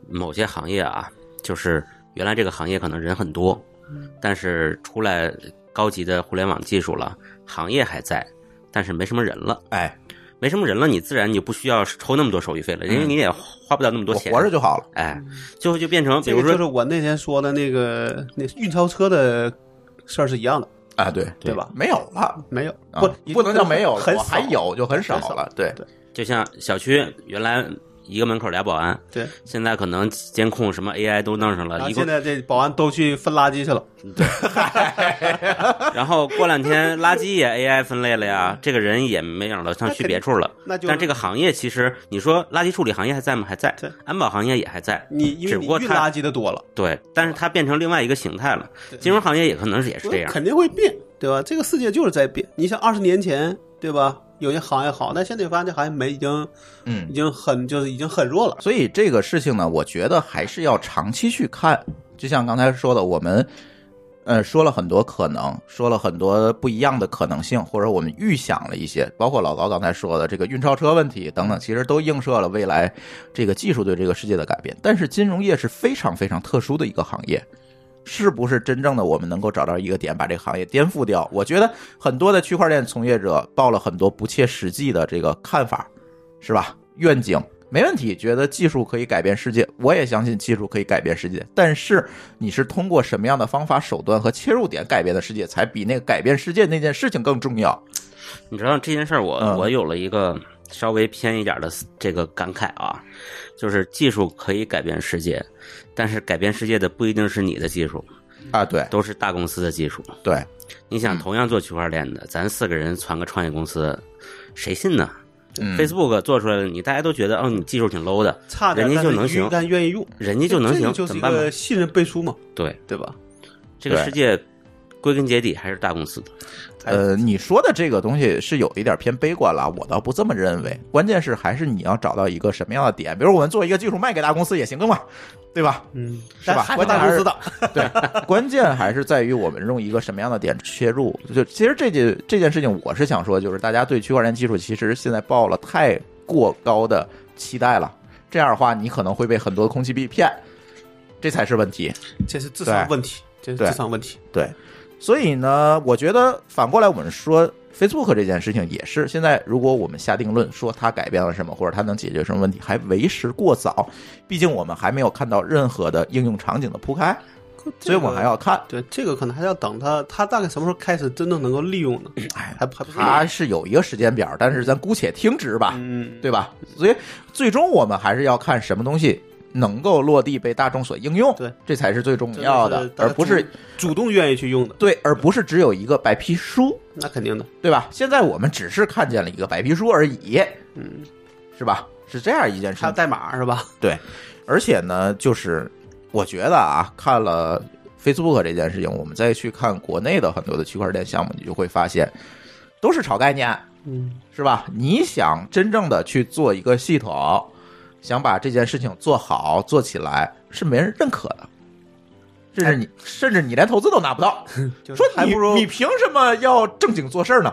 某些行业啊，就是原来这个行业可能人很多，
嗯
但是出来高级的互联网技术了，行业还在，但是没什么人了，
哎，
没什么人了，你自然你不需要抽那么多手续费了，因为你也花不了那
嗯
么
我
多钱。
活着就嗯好了。
哎，最后就变成比
这
如
个就
说
是我那天说的那个那运钞车的事儿是一样的，
啊，对，
对吧？
没有了，
没有，
啊
不
不能叫没有了，
很
我还
少
有就很少
很少
了。对，
就像小区原来一个门口俩保安，
对。
现在可能监控什么 AI 都弄上
然
了，
后
啊一共
啊现在这保安都去分垃圾去了，
然后过两天垃圾也 AI 分类了呀，这个人也没有了，上去别处了。
嗯那就
但这个行业其实，你说垃圾处理行业还在吗？还在
对。
安保行业也还在。
你因
只
为
不
你
过
运
它
垃圾的多了，
对，但是它变成另外一个形态了。金融行业也可能是也是这样。
肯定会变，对吧？这个世界就是在变。你像二十年前，对吧？有些行业好，但现在发现这行业没已经
嗯
已。经很就是已经很弱了。
所以这个事情呢，我觉得还是要长期去看。就像刚才说的，我们呃说了很多可能，说了很多不一样的可能性，或者我们预想了一些，包括老高刚才说的这个运钞车问题等等，其实都映射了未来这个技术对这个世界的改变。但是金融业是非常非常特殊的一个行业。是不是真正的我们能够找到一个点，把这个行业颠覆掉？我觉得很多的区块链从业者抱了很多不切实际的这个看法，是吧？愿景没问题，觉得技术可以改变世界，我也相信技术可以改变世界。但是你是通过什么样的方法、手段和切入点改变的世界，才比那个改变世界那件事情更重要。
你知道这件事儿，我
嗯
我有了一个稍微偏一点的这个感慨啊，就是技术可以改变世界，但是改变世界的不一定是你的技术，
啊，对
都是大公司的技术。
对，
你
嗯
想，同样做区块链的，咱四个人传个创业公司，谁信呢？
嗯
Facebook 做出来了，你大家都觉得哦，你技术挺 low 的，
差点，
人家就能
但是
行
鱼竿愿意用，
人家就能
这
行，
个就是
怎
一
么办吧
个？信任背书嘛，
对，
对吧？
这个
对
世界归根结底还是大公司的。
呃，你说的这个东西是有一点偏悲观了，我倒不这么认为。关键是还是你要找到一个什么样的点，比如我们做一个技术卖给大公司也行的嘛，对吧？
嗯，
是
但
吧
还
关
是
键
大
还是
公司的，
对， 关键还是在于我们用一个什么样的点切入。就其实这件这件事情，我是想说，就是大家对区块链技术其实现在抱了太过高的期待了。这样的话，你可能会被很多空气币骗，这才是问题。
这是智商
对
问题，这是
对
智商问题。
对，所以呢，我觉得反过来我们说 Facebook 这件事情也是，现在如果我们下定论说它改变了什么，或者它能解决什么问题，还为时过早。毕竟我们还没有看到任何的应用场景的铺开，所以我们还要看。
对这个可能还要等它，它大概什么时候开始真正能够利用呢？
哎
还还不是
它是有一个时间表，但是咱姑且听之吧，
嗯，
对吧？所以最终我们还是要看什么东西能够落地被大众所应用，
对，
这才是最重
真的
要的
是，大
而
家
不是
主主动愿意去用的，
对，而不是只有一个白皮书，
那肯定的。
对吧？现在我们只是看见了一个白皮书而已，
嗯，
是吧？是这样一件事
还有
情。
代码是吧？
对，而且呢，就是我觉得啊，看了 Facebook 这件事情，我们再去看国内的很多的区块链项目，你就会发现都是炒概念，
嗯，
是吧？你想真正的去做一个系统，想把这件事情做好做起来，是没人认可的，甚至你甚至你连投资都拿不到。
就是
说
哎还
你
不如
你凭什么要正经做事儿呢？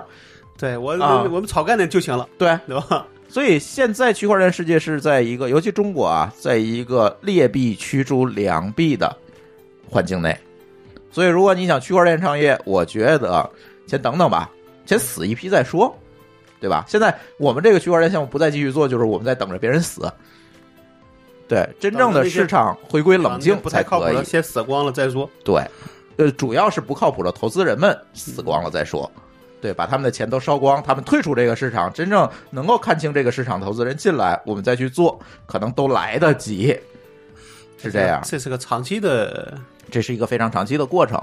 对我
啊
我我们炒概念就行了，
对，
对吧？
所以现在区块链世界是在一个，尤其中国啊，在一个劣币驱逐良币的环境内。所以，如果你想区块链创业，我觉得啊先等等吧，先死一批再说，对吧？现在我们这个区块链项目不再继续做，就是我们在等着别人死。对，真正的市场回归冷静
不
才
太靠谱
可以
的，。先死光了再说。
对，呃，主要是不靠谱的投资人们死光了再说，对，把他们的钱都烧光，他们退出这个市场，真正能够看清这个市场投资人进来，我们再去做，可能都来得及，是这样，
这是个长期的，
这是一个非常长期的过程，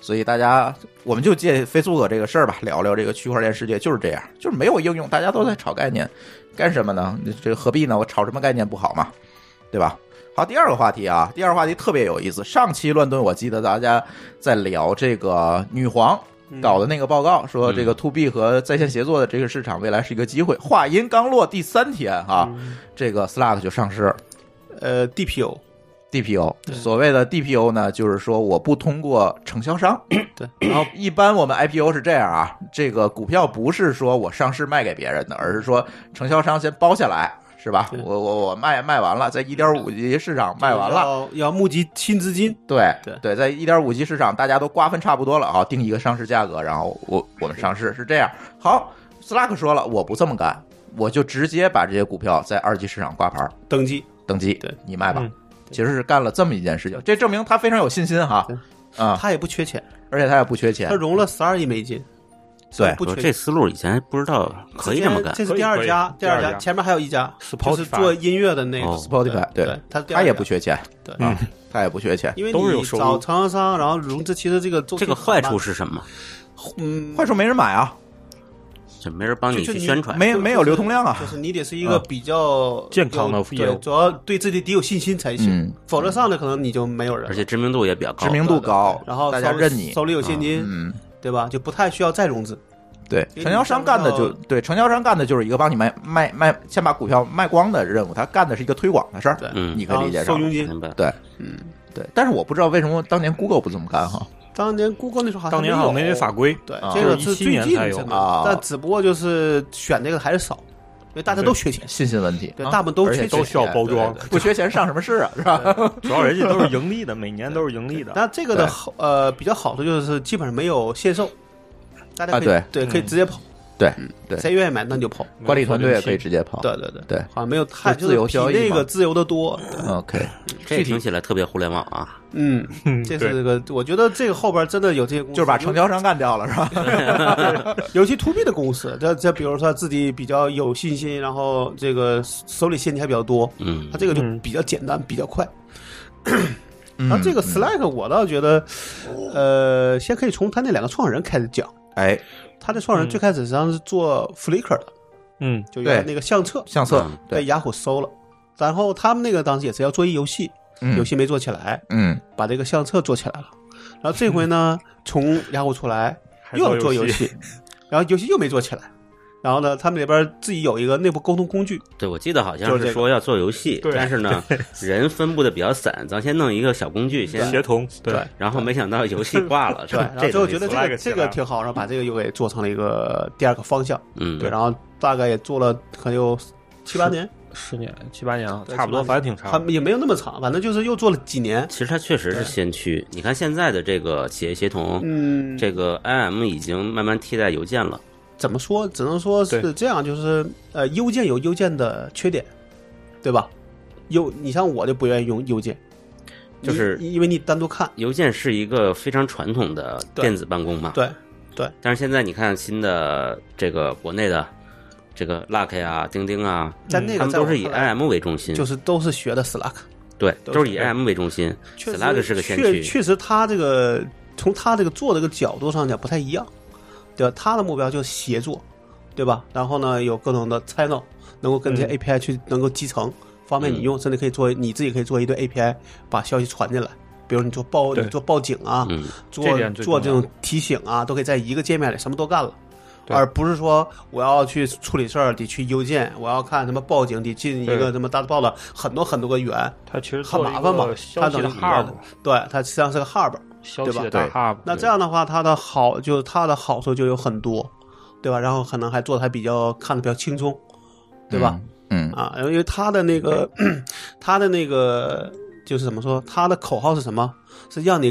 所以大家我们就借 Facebook 这个事儿吧，聊聊这个区块链世界就是这样，就是没有应用，大家都在炒概念，干什么呢？你这何必呢？我炒什么概念不好嘛，对吧？好，第二个话题啊，第二个话题特别有意思。上期乱炖，我记得大家在聊这个女皇
嗯
搞的那个报告，说这个 to B 和在线协作的这个市场未来是一个机会。话音刚落第三天啊，这个 Slack 就上市了。
嗯呃，DPO，
DPO，所谓的 DPO 呢，就是说我不通过承销商，
对，
然后一般我们 IPO 是这样啊，这个股票不是说我上市卖给别人的，而是说承销商先包下来，是吧？
对
我我我卖卖完了，在一点五级市场卖完了，
要要募集新资金，
对
对
在一点五级市场，大家都瓜分差不多了啊，定一个上市价格，然后我我们上市是这样。好，Slack 说了，我不这么干，我就直接把这些股票在二级市场挂牌儿
登记
登记，
对
你卖吧
嗯。
其实是干了这么一件事情，这证明他非常有信心哈
对，
啊，
他也不缺钱，
而且他也不缺钱
他，融了十二亿美金，
对，
不
我
缺
这思路以前不知道可以这么干
这，是第二家，
可以可以
第二
第二
家，
家
前面还有一家，
Spotify
就是做音乐的那个
哦
Spotify，
对
对，
他他
他也不，缺钱，
对
啊，他也不缺钱。
因为
都是有
你
收入
找承销商，然后融资，其实这个周期
这个
很
坏
慢
处，是什么？
嗯，
坏处没人买啊，
就没人帮你
就就
去
你
宣传，
没没有流通量啊
就，是你得是一个
嗯
比较
健康的
有
业务
对，主要对自己得有信心才
嗯
行，否则上来可能你就没有人了，
而且知名度也比较高。
知名度高，
然后
大家
手
认你，
手里有现金，
嗯，
对吧？就不太需要再融资，
对，
因为
承销商干的
你
就
知道
对，承销商干的就是一个帮你卖卖卖，先把股票卖光的任务，他干的是一个推广的事儿，
对
嗯
你可
然
以
后
理解
收
成
佣金。
明白？
对
嗯，
对。但是我不知道为什么当年 Google 不这么干哈，
当年 Google 那时候好像
当年好像没这法规，
对
啊，
这个
就是是17
最
年
近
才
这
有
个
啊
但只不过就是选这个还是少，因为大家都缺钱，
信心问题，
对，
啊
大部分都
而且
缺
都
钱。
需要包装
对对对不缺钱上什么市啊，是吧？
主要人家都是盈利的，每年都是盈利的。
那这个的
对
好呃比较好处就是基本上没有限售，大家可以
啊
对可以
嗯
直接跑，
对对，
谁愿意买那就跑。
管理团队也可以直接跑，
对对对
对
好像没有太
就自由
就是
交易
比那
嘛
个自由的多。
，OK，
这听起来特别互联网啊！
嗯，
嗯，
这
对
是个我觉得这个后边真的有这些公司
就是把承销商干掉了，是吧？
尤其 to B 的公司，这这比如说自己比较有信心，然后这个手里现金还比较多，
嗯
它，这个就
嗯
比较简单，比较快。
嗯
然啊后这个 Slack 我倒觉得，呃，先可以从他那两个创始人开始讲。
哎，
他的创始人
嗯
最开始实际上是做 Flickr 的，
嗯，
就原来
对
那个相册
相册
嗯，
被
对，
雅虎收了，然后他们那个当时也是要做一游戏，
嗯
游戏没做起来，
嗯，
把这个相册做起来了。然后这回呢，从雅虎出来，
还
又要做
游
游， 戏，然后游戏又没做起来。然后呢，他们里边自己有一个内部沟通工具，
对，我记得好
就
像
是这
是
个
说要做游戏，
对
但是呢，人分布的比较散，咱先弄一个小工具先，
协同对
对
然后没想到游戏挂 了，是
对。
吧
然？后最后觉得这
这
个
个
这个挺好，然后把这个又给做成了一个第二个方向，
嗯，
对。然后大概也做了可能有七八年，
十年七八年了，
对
差不多，
七八
反正挺
他
长
们。也没有那么长，反正就是又做了几年。
其实它确实是先驱。你看现在的这个企业协同，
嗯，
这个 IM 已经慢慢替代邮件了。
怎么说？只能说是
对
这样，就是呃，邮件有邮件的缺点，对吧？邮，你像我就不愿意用邮件，
就是
你因为你单独看，
邮件是一个非常传统的
对
电子办公嘛，
对，
但是现在你看新的这个国内的这个 Luck 啊、钉钉啊，
但那个
他们
在我
都是以
看来
IM 为中心，
就是都是学的 Slack，
对，
都
都是
是
以
这样
IM 为中心。
确
Slack
实
是个先
确
驱，
确实他这个从他这个做这个角度上讲不太一样，对吧？他的目标就是协作，对吧？然后呢，有各种的 channel 能够跟
嗯
这些 API 去能够集成，方便你用，甚至可以做你自己可以做一堆 API 把消息传进来。比如你做报
对
你做报警啊，
嗯，
做
这点最重
做
要
这种提醒啊，都可以在一个界面里什么都干了，
对
而不是说我要去处理事儿得去邮件，我要看什么报警得进一个
对
什么大报的很多很多个源，
他其实
很
做了
麻
一
烦嘛它
个。消息
等于
的
很麻
hub，
烦对，它实际上是个 hub。
消
对
息
吧
的大 hub。
那
对
这样的话，它的好就是它的好处就有很多，对吧？然后可能还做的还比较看的比较轻松，对吧？？
嗯，
啊，然后因为他的那个 他的那个就是怎么说，他的口号是什么？是让你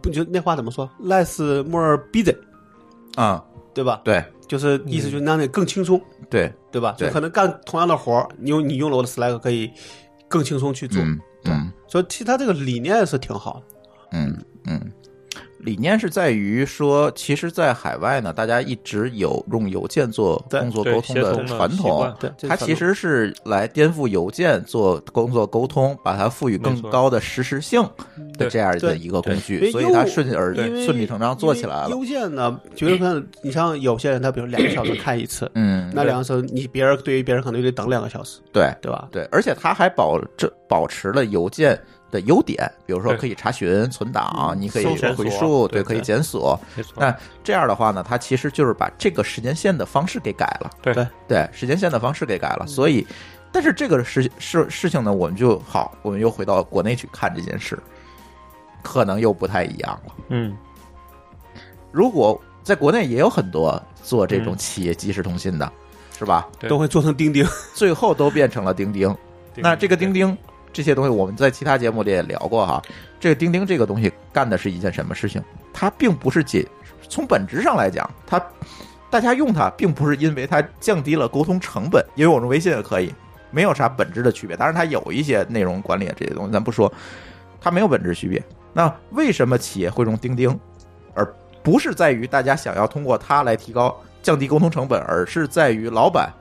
不就那话怎么说？less more busy，
啊，
对吧？
对
就是意
嗯
思就是让你更轻松，
对，
对吧？就
对
可能干同样的活儿，你用你用了我的 Slack 可以更轻松去做。
嗯嗯
所以其实他这个理念是挺好的，
嗯嗯，理念是在于说，其实，在海外呢，大家一直有用邮件做
对
工作
对
沟通
协同的
传
习
统
惯，
啊对，这
它
是
其实是来颠覆邮件做工作沟通，把它赋予更
没错
高的实时性的
对
这样的
对
一个工具，
对
所以它
因为
顺而
因为
顺理成章做起来
因
了。，
为邮件呢，比如说你像有些人，他比如两个小时看一次
嗯，
那两个小时你别人对于别人可能就得等两个小时，
对
对吧？
对，而且它还保这保持了邮件的优点，比如说
对
可以查询、存档，你可以
嗯搜索
回溯，对，
对
可以
对
检索。
没错，
那这样的话呢，它其实就是把这个时间线的方式给改了，
对嗯
对
对，时间线的方式给改了。所以，但是这个事事事情呢，我们就好，我们又回到国内去看这件事，可能又不太一样了。
嗯，
如果在国内也有很多做这种
嗯
企业即时通信的，是吧？
对
都会做成 钉钉。
最后都变成了钉钉。嗯那这个钉
钉
钉这些东西，我们在其他节目里也聊过哈。这个钉钉这个东西干的是一件什么事情？它并不是解，从本质上来讲，它大家用它并不是因为它降低了沟通成本，因为我们微信也可以，没有啥本质的区别。当然，它有一些内容管理这些东西，咱不说，它没有本质区别。那为什么企业会用钉钉，而不是在于大家想要通过它来提高降低沟通成本，而是在于老板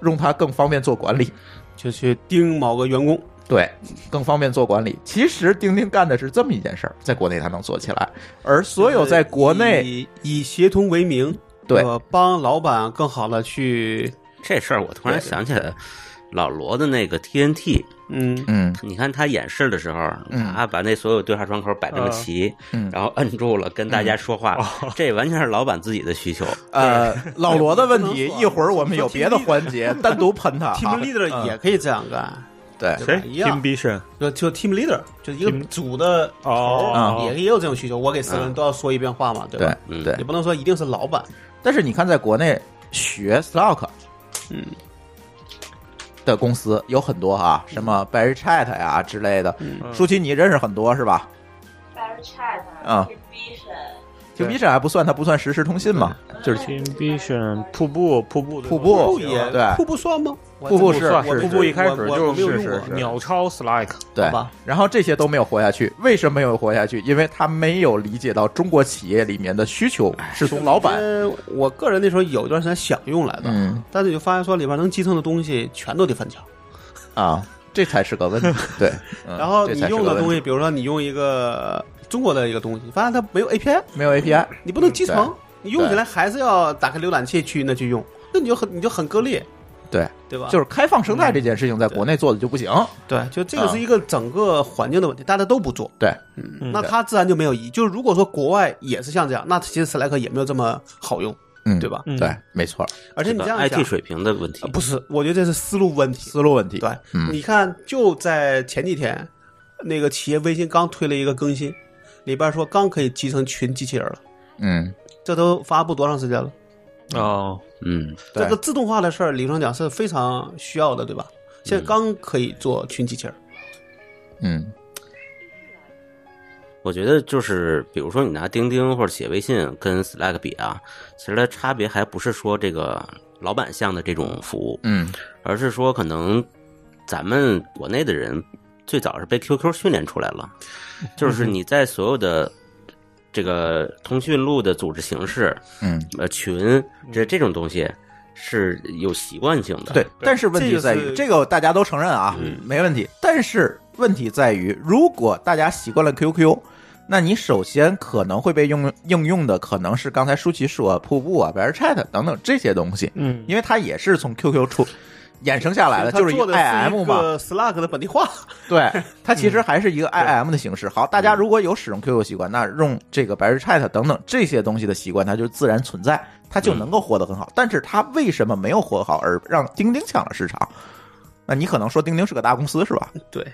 用它更方便做管理？
就去盯某个员工。
对，更方便做管理。其实钉钉干的是这么一件事儿，在国内它能做起来，而所有在国内
以以协同为名，
对
呃帮老板更好的去，
这事儿我突然想起来，老罗的那个 TNT，
嗯，
嗯
你看他演示的时候，
嗯
他把那所有对话窗口摆这么齐，
嗯
然后摁住了跟大
嗯
家说话，
哦
这完全是老板自己的需求。
呃，老罗的问题
不能说啊
一会儿我们有别的环节单独喷 他啊。
team leader
嗯
也可以这样干，
对
对
谁
吧一样
？Team Vision
就就 team leader 就一个
Team-
组的头
哦
儿
啊
也也有这种需求，我给四个人都要说一遍话嘛，对吧？
对
嗯
嗯对
你，不能说一定是老板，
但是你看，在国内学 Slack，
嗯，
的公司有很多啊，什么 Berry Chat 呀、之类的。
嗯
舒淇，你认识很多是吧
Fair Chat
啊
Vision，
？Team
对
Vision 还不算，它不算实时通
嗯
信嘛？就是
Team Vision 瀑布瀑布
瀑布
瀑布
啊
也
对
瀑布算吗？我
瀑布
真
是
不
是
我
是
瀑布一开
我
始
我我
就
没有
是
用过
是鸟超 Slack，
对
好吧，
然后这些都没有活下去，为什么没有活下去？因为他没有理解到中国企业里面的需求是从老板，
呃我个人那时候有一段时间想用来的，
嗯
但是你就发现说里边能集成的东西全都得翻墙。
啊，这才是个问题。 对，嗯
然后
这
你
才是个
用的
问
东
题
西，比如说你用一个中国的一个东西，发现它没有 API，
没有 API，
你不能集
嗯
成，你用起来还是要打开浏览器去那去用，那你就很你就很割裂，
对，
对吧？嗯
就是是开放生态这件事情在国内做的就不行。
对，就这个
啊
是一个整个环境的问题，大家都不做，
对，
嗯
那它自然就没有意义。就是如果说国外也是像这样，那其实 Slack 也没有这么好用，
嗯，
对？吧？
嗯
对，没错，
而且你这样想
IT 水平的问题
呃，不是，我觉得这是思路问题。
思路问题。
对，
嗯
你看，就在前几天，那个企业微信刚推了一个更新，里边说刚可以集成群机器人了。
嗯，
这都发布多长时间了？
哦，
嗯，
对
这个自动化的事儿，理论上讲是非常需要的，对吧？现在刚可以做群机器人，
嗯
我觉得就是比如说你拿钉钉或者写微信跟 Slack 比啊，其实它差别还不是说这个老板向的这种服务，
嗯，
而是说可能咱们国内的人最早是被 QQ 训练出来了，就是
嗯
你在所有的这个通讯录的组织形式，
嗯，
呃，群这这种东西是有习惯性的。
对，，但是问
这
题
个
在于，
是
这个大家都承认啊，没问题。但是问题在于，如果大家习惯了 QQ，那你首先可能会被用应用的可能是刚才舒淇说瀑布啊、Bear Chat 等等这些东西，
嗯，
因为它也是从 QQ 出衍生下来的，
它
就是一
做
个
的是
IM
一
嘛。
个 Slack 的本地化，
对，它其实还是一个 IM 的形式。好，大家如果有使用 QQ 习惯，那用这个 b e r Chat 等等这些东西的习惯，它就自然存在，它就能够活得很
嗯
好。但是它为什么没有活好，而让钉钉抢了市场？那你可能说钉钉是个大公司是吧？
对，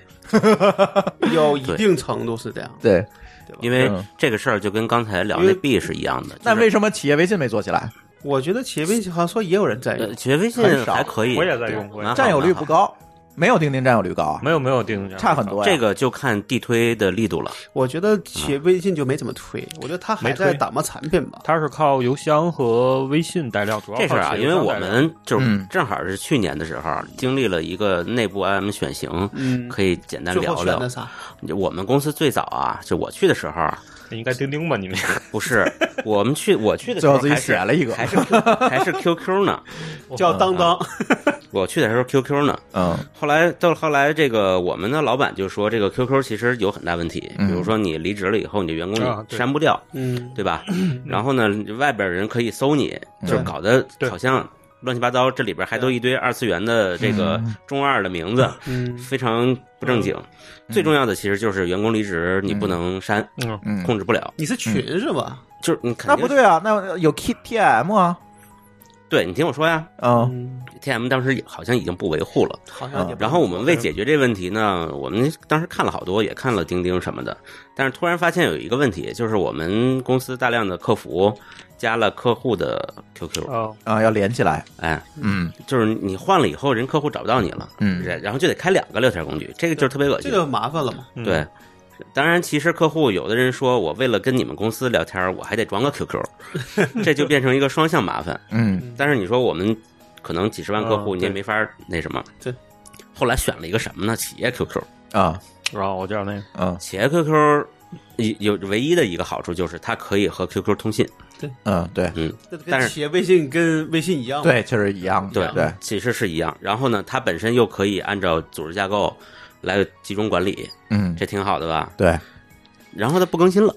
有一定程度是这样。
对，
因为
嗯
这个事儿就跟刚才聊
因
那
为
B 是一样的。
那
就是
为什么企业微信没做起来？
我觉得企业微信好像说也有人在
呃，
用，
企业微信
很少
还可以，
我也在用
对
我也
蛮好
占有率不。
啊蛮好
高，没有钉钉占有率高啊，
没有没有定价，
差很多呀。
这个就看地推的力度了。
我觉得企业
嗯
微信就没怎么推，我觉得他还
没推
在打磨产品吧。
它是靠邮箱和微信带料，主要
这事儿
靠
啊，
企
因为
业微信
我
带料
们就是
嗯
正好是去年的时候经历了一个内部 IM 选型，
嗯
可以简单
最
聊
后选
聊
的。啥？
我们公司最早啊，就我去的时候啊，
应该钉钉吧？你们
不是我们去我去的时
最
候
后
还是
自己写了一个，
还是 Q- 还是 QQ 呢。
叫当当，
我去的时候 QQ 呢，
嗯
后来到后来，这个我们的老板就说，这个 QQ 其实有很大问题，比
嗯
如说你离职了以后，你的员工
啊
你
对
删不掉，
嗯，
对吧？然后呢，外边人可以搜你，就
对
搞得
对
好像乱七八糟，这里边还都一堆二次元的这个
嗯
中二的名字，
嗯
非常不正经。最重要的其实就是员工离职，你不能删，
嗯，
嗯，
控制不了，
你是群是吧？
就是你肯
那
定
不，对啊，那有 K T M 啊，
对你听我说呀
嗯
嗯，
，TM 当时也好像已经不维护了。
好像也不。
嗯然后我们为解决这问题呢，我们当时看了好多，也看了钉钉什么的，但是突然发现有一个问题，就是我们公司大量的客服加了客户的 QQ，
哦，
啊，要连起来，
哎，
嗯
就是你换了以后，人客户找不到你了，
嗯
然然后就得开两个聊天工具，这个就是特别恶
这
心。
个麻烦了嘛？
嗯
对，当然，其实客户有的人说我为了跟你们公司聊天，我还得装个 QQ，这就变成一个双向麻烦。
嗯
但是你说我们可能几十万客户，
嗯
你也
对
没法那什么。
对。
后来选了一个什么呢？企业 QQ，
啊
然后我知道那个
嗯
企业 QQ 有有唯一的一个好处就是它可以和 QQ 通信，
嗯，对
这跟
但是
企业微信跟微信一样，，
对，其实一样
对
的，对，
其实是一样。然后呢，它本身又可以按照组织架构来集中管理，
嗯
这挺好的吧？
对，
然后它不更新了，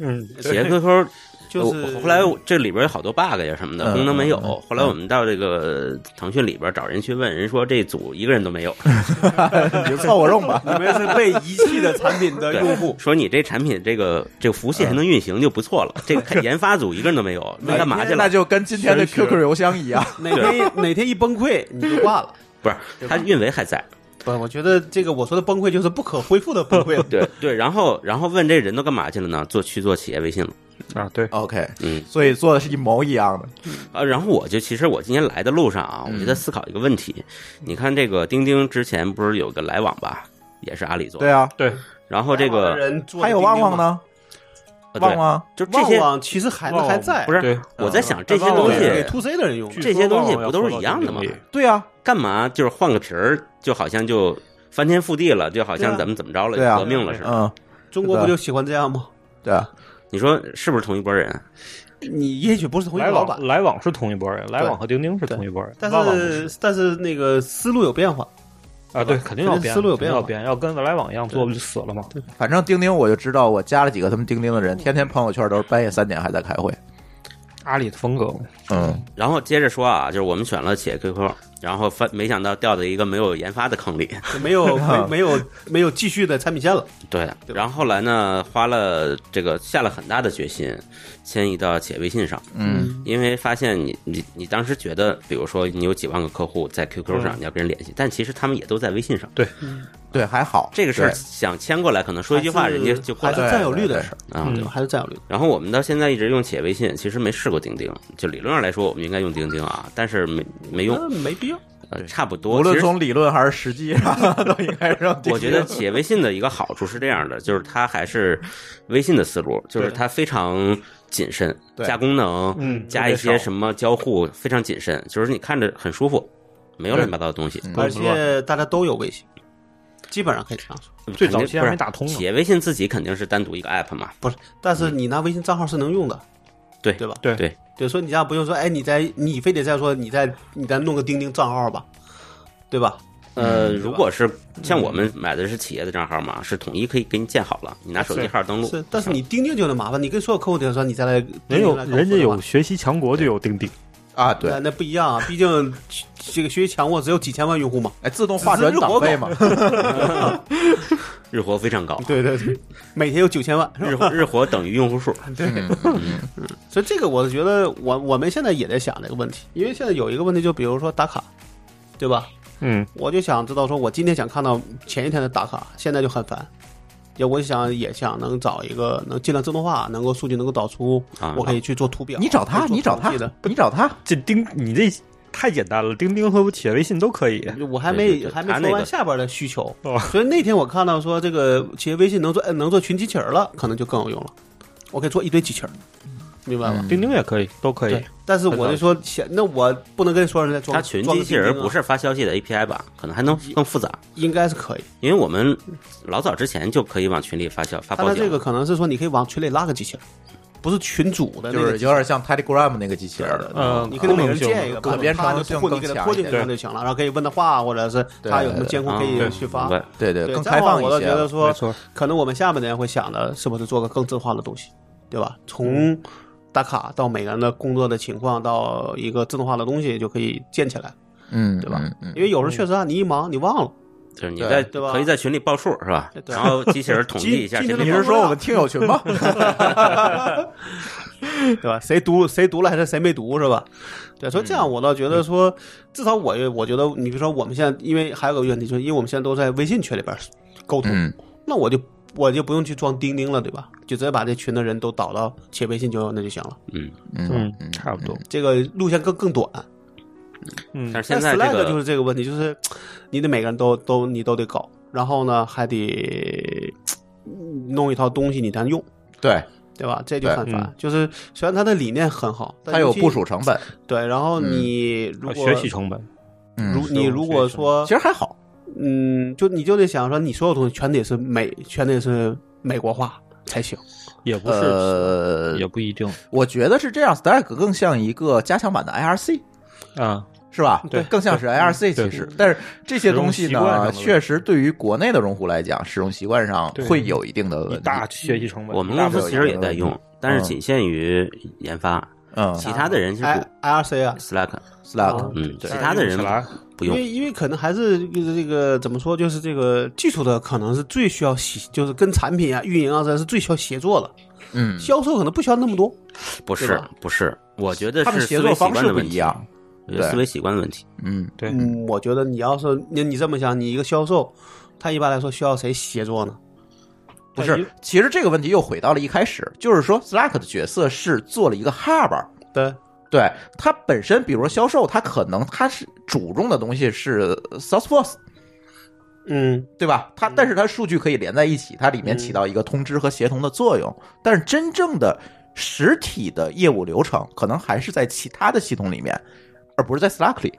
嗯
企业 QQ
就是
我后来我这里边有好多 bug 呀什么
嗯
的，功能没有。
嗯嗯
后来我们到这个腾讯里边找人去问，人说这组一个人都 没有，，
你就凑合用 吧，
你们是被遗弃的产品
呃
的用户
说你这产品这个这个服务器还能运行就不错了，这个 研发组一个人都没有，那干嘛去
哎那
了？
就跟今天的 QQ 邮箱一样，
哪天哪天一崩溃你就挂了。
不是，它运维还在。
不，我觉得这个我说的崩溃就是不可恢复的崩溃 了。
对对，然后然后问这人都干嘛去了呢？做去做企业微信了。
啊，对，
OK，
嗯
所以做的是一模一样的，
啊，然后我就其实我今天来的路上啊，我就在思考一个问题。你看这个钉钉之前不是有个来往吧，也是阿里做的。
对啊，
对，
然后这
网的
个
人做
还有
钉钉
旺旺
嘛，
呢，
呃对
旺啊旺，
就这
旺
些
旺其实还
旺旺
还在，
不是
对
我在想这些
但旺
东
旺
西
也
给 to C 的人用。
据
这些
说
东西
旺旺
不都是
要
一样的
做到
吗
这个地步
对啊，
干嘛就是换个皮儿，就好像就翻天覆地了，就好
对啊
像怎么怎么着了，
对啊
革命了似的。
嗯，
中国不就喜欢这样吗？
对啊，
你说是不是同一拨人？
你也许不是同一
来
个老板
往，来往是同一拨人，来往和钉钉是
对
同一拨人，
但
旺旺不是
是但是那个思路有变化。
啊，对，肯定要
肯定
变，
思路有
肯定
变
要
化
变，要跟来往一样做不就死了吗？
反正钉钉我就知道，我加了几个他们钉钉的人，天天朋友圈都是半夜三点还在开会，
阿里的风格，
嗯
然后接着说啊，就是我们选了企业 QQ，然后翻没想到掉到一个没有研发的坑里。
没有没没有没有继续的产品线了。
对，
对吧
然后后来呢，花了这个下了很大的决心，迁移到企业微信上，
嗯
因为发现你你你当时觉得，比如说你有几万个客户在 QQ 上，你要跟人联系，但其实他们也都在微信上。
对，还好
这个事儿
对
想迁过来，可能说一句话，
还是
人家就过
还
来
是
了
对
占有率的
对
事儿，
啊。
嗯
对吧还是占有率。
然后我们到现在一直用企业微信，其实没试过钉钉。就理论上来说，我们应该用钉钉啊，但是没没用，
那没必要。
呃差不多。
无论
其实
从理论还是实际上 都应该让钉钉
我觉得企业微信的一个好处是这样的，就是它还是微信的思路，就是它非常谨慎，
对
加功能，
嗯
加一些什么交互，非常谨慎，就是你看着很舒服，没有乱七八糟的东西。
嗯
而且大家都有微信，基本上可以这样说。
最早
肯定
期还没
不是
打通呢
企业微信自己肯定是单独一个 app 嘛，
不是，但是你拿微信账号是能用的，
对
对吧？
对
对
对，所以你家不用说，哎，你再你非得再说，你再你再弄个钉钉账号吧，对吧？
呃，
嗯
如果是像我们买的是企业的账号嘛，是统一可以给你建好了，你拿手机号登录。
是，但是你钉钉就很麻烦，你跟所有客户都说你再来，
人
钉
有
钉来搞
人家
活
有
动吧。
学习强国就有钉钉，
啊，对
那，那不一样啊，毕竟这个学习强国只有几千万用户嘛。
哎，自动化转档位嘛，
日活非常高，
对对对， 每天有九千万，是吧
日活日活等于用户数。
嗯
所以这个我觉得我我们现在也在想这个问题，因为现在有一个问题，就比如说打卡，对吧？
嗯，
我就想知道说，我今天想看到前一天的打卡，现在就很烦，也我想也想能找一个能尽量自动化，能够数据能够导出，
啊
我可以去做图表。
你找他，
做
你找他
统计的，
你找他，
这钉你这太简单了，钉钉和企业微信都可
嗯
以。
我还
对对
没
对
还没
他
说
那
完
个
下边的需求
哦，
所以那天我看到说这个企业微信能做呃能做群机器人儿了，可能就更有用了。我可以做一堆机器人儿，明白吗？
嗯
钉钉也可以，都可以
对。，但是我就说，显那我不能跟所有人在装。
它群
装
机
个
器人
钉钉啊
不是发消息的 API 吧？可能还能更复杂，
应该是可以。
因为我们老早之前就可以往群里发消发
他
报
的
警
这
了。
个可能是说，你可以往群里拉个机器人，不是群主的那
就是
个
有点像 Telegram 那个机器人儿的，
嗯，
你可以每
功
人
能性
建一个，
可
别
编
他
程
就
性
拖你
更
给他
强
拖
一
进去
点
就行了，然后可以问他话，或者是
对嗯
他有什么监控可
啊
以去发
明。白
对对，
对
更
这样
开
的话
放一
我倒
些啊
觉得
了。
没
说，
错，
可能我们下半年会想的是不是做个更自动化的东西，对吧？从打卡到每个人的工作的情况，到一个自动化的东西就可以建起来，
嗯，
对吧
嗯？嗯
因为有时候确实啊，你一忙你忘了，
就是你
对
在
对吧
可以在群里报数是吧
对？
然后机器人统计一下
今今
谁
你
天
没
的
是说我们听友群 吗？
对吧？谁读谁读了还是谁没读是吧？对，所以这样
嗯
我倒觉得说，至少我也我觉得，你比如说我们现在，因为还有个问题，就是因为我们现在都在微信群里边沟通，
嗯，
那我就我就不用去装钉钉了，对吧？就直接把这群的人都导到且微信就那就行了，
嗯，
嗯
嗯，差不多。
这个路线更更短。
嗯，
但是现在
但
这
哎 Slack 就
个
是这个问题，就是你得每个人都都你都得搞，然后呢还得弄一套东西你才能用，
对，
对吧？这就
对
很烦
嗯。
就是虽然它的理念很好，但
它有
尤其
部署成本，
对，然后
嗯
你如
啊
果
学习成本，
嗯
如
是
你
我
如
学
果
习成
说
其实还好，
嗯，就你就得想说，你所有东西全得是美，全得是美国化才行。
也不是，
呃
也，不一定
我觉得是这样，Stack 更像一个加强版的 IRC。
啊。
是吧？
对
更像是 IRC 其
对
实，但是这些东西
使用习惯上的
呢，
问题
确实对于国内的用户来讲，使用习惯上
对
会有一定的
一
问题。
大学习成本，
我们
大
公
不了
司其实也在
嗯
用，但是仅限于研发，
嗯
其他的人是
I I R C 啊，
Slack，
，Slack，
嗯，其
但是
他的
用
人
起来
不
因
用
为。因为可能还是这个怎么说，就是这个技术的可能是最需要协，就是跟产品啊、运营啊这是最需要协作的。
嗯，
销售可能不需要那么多，
不
对
是
吧
不是，我觉得
他们
是
协
思维
作
习
方
惯
式
的
不
问
一
题，
样。
我觉得
对
思维习惯的问题。
嗯，
对，
嗯，我觉得你要是你你这么想，你一个销售，他一般来说需要谁协作呢？
不是，其实这个问题又回到了一开始，就是说 Slack 的角色是做了一个 hub，儿
对，
对它本身，比如说销售，它可能它是主重的东西是 Salesforce，
嗯，
对吧？它但是它数据可以连在一起，它里面起到一个通知和协同的作用。但是真正的实体的业务流程，可能还是在其他的系统里面，而不是在 Slack 里。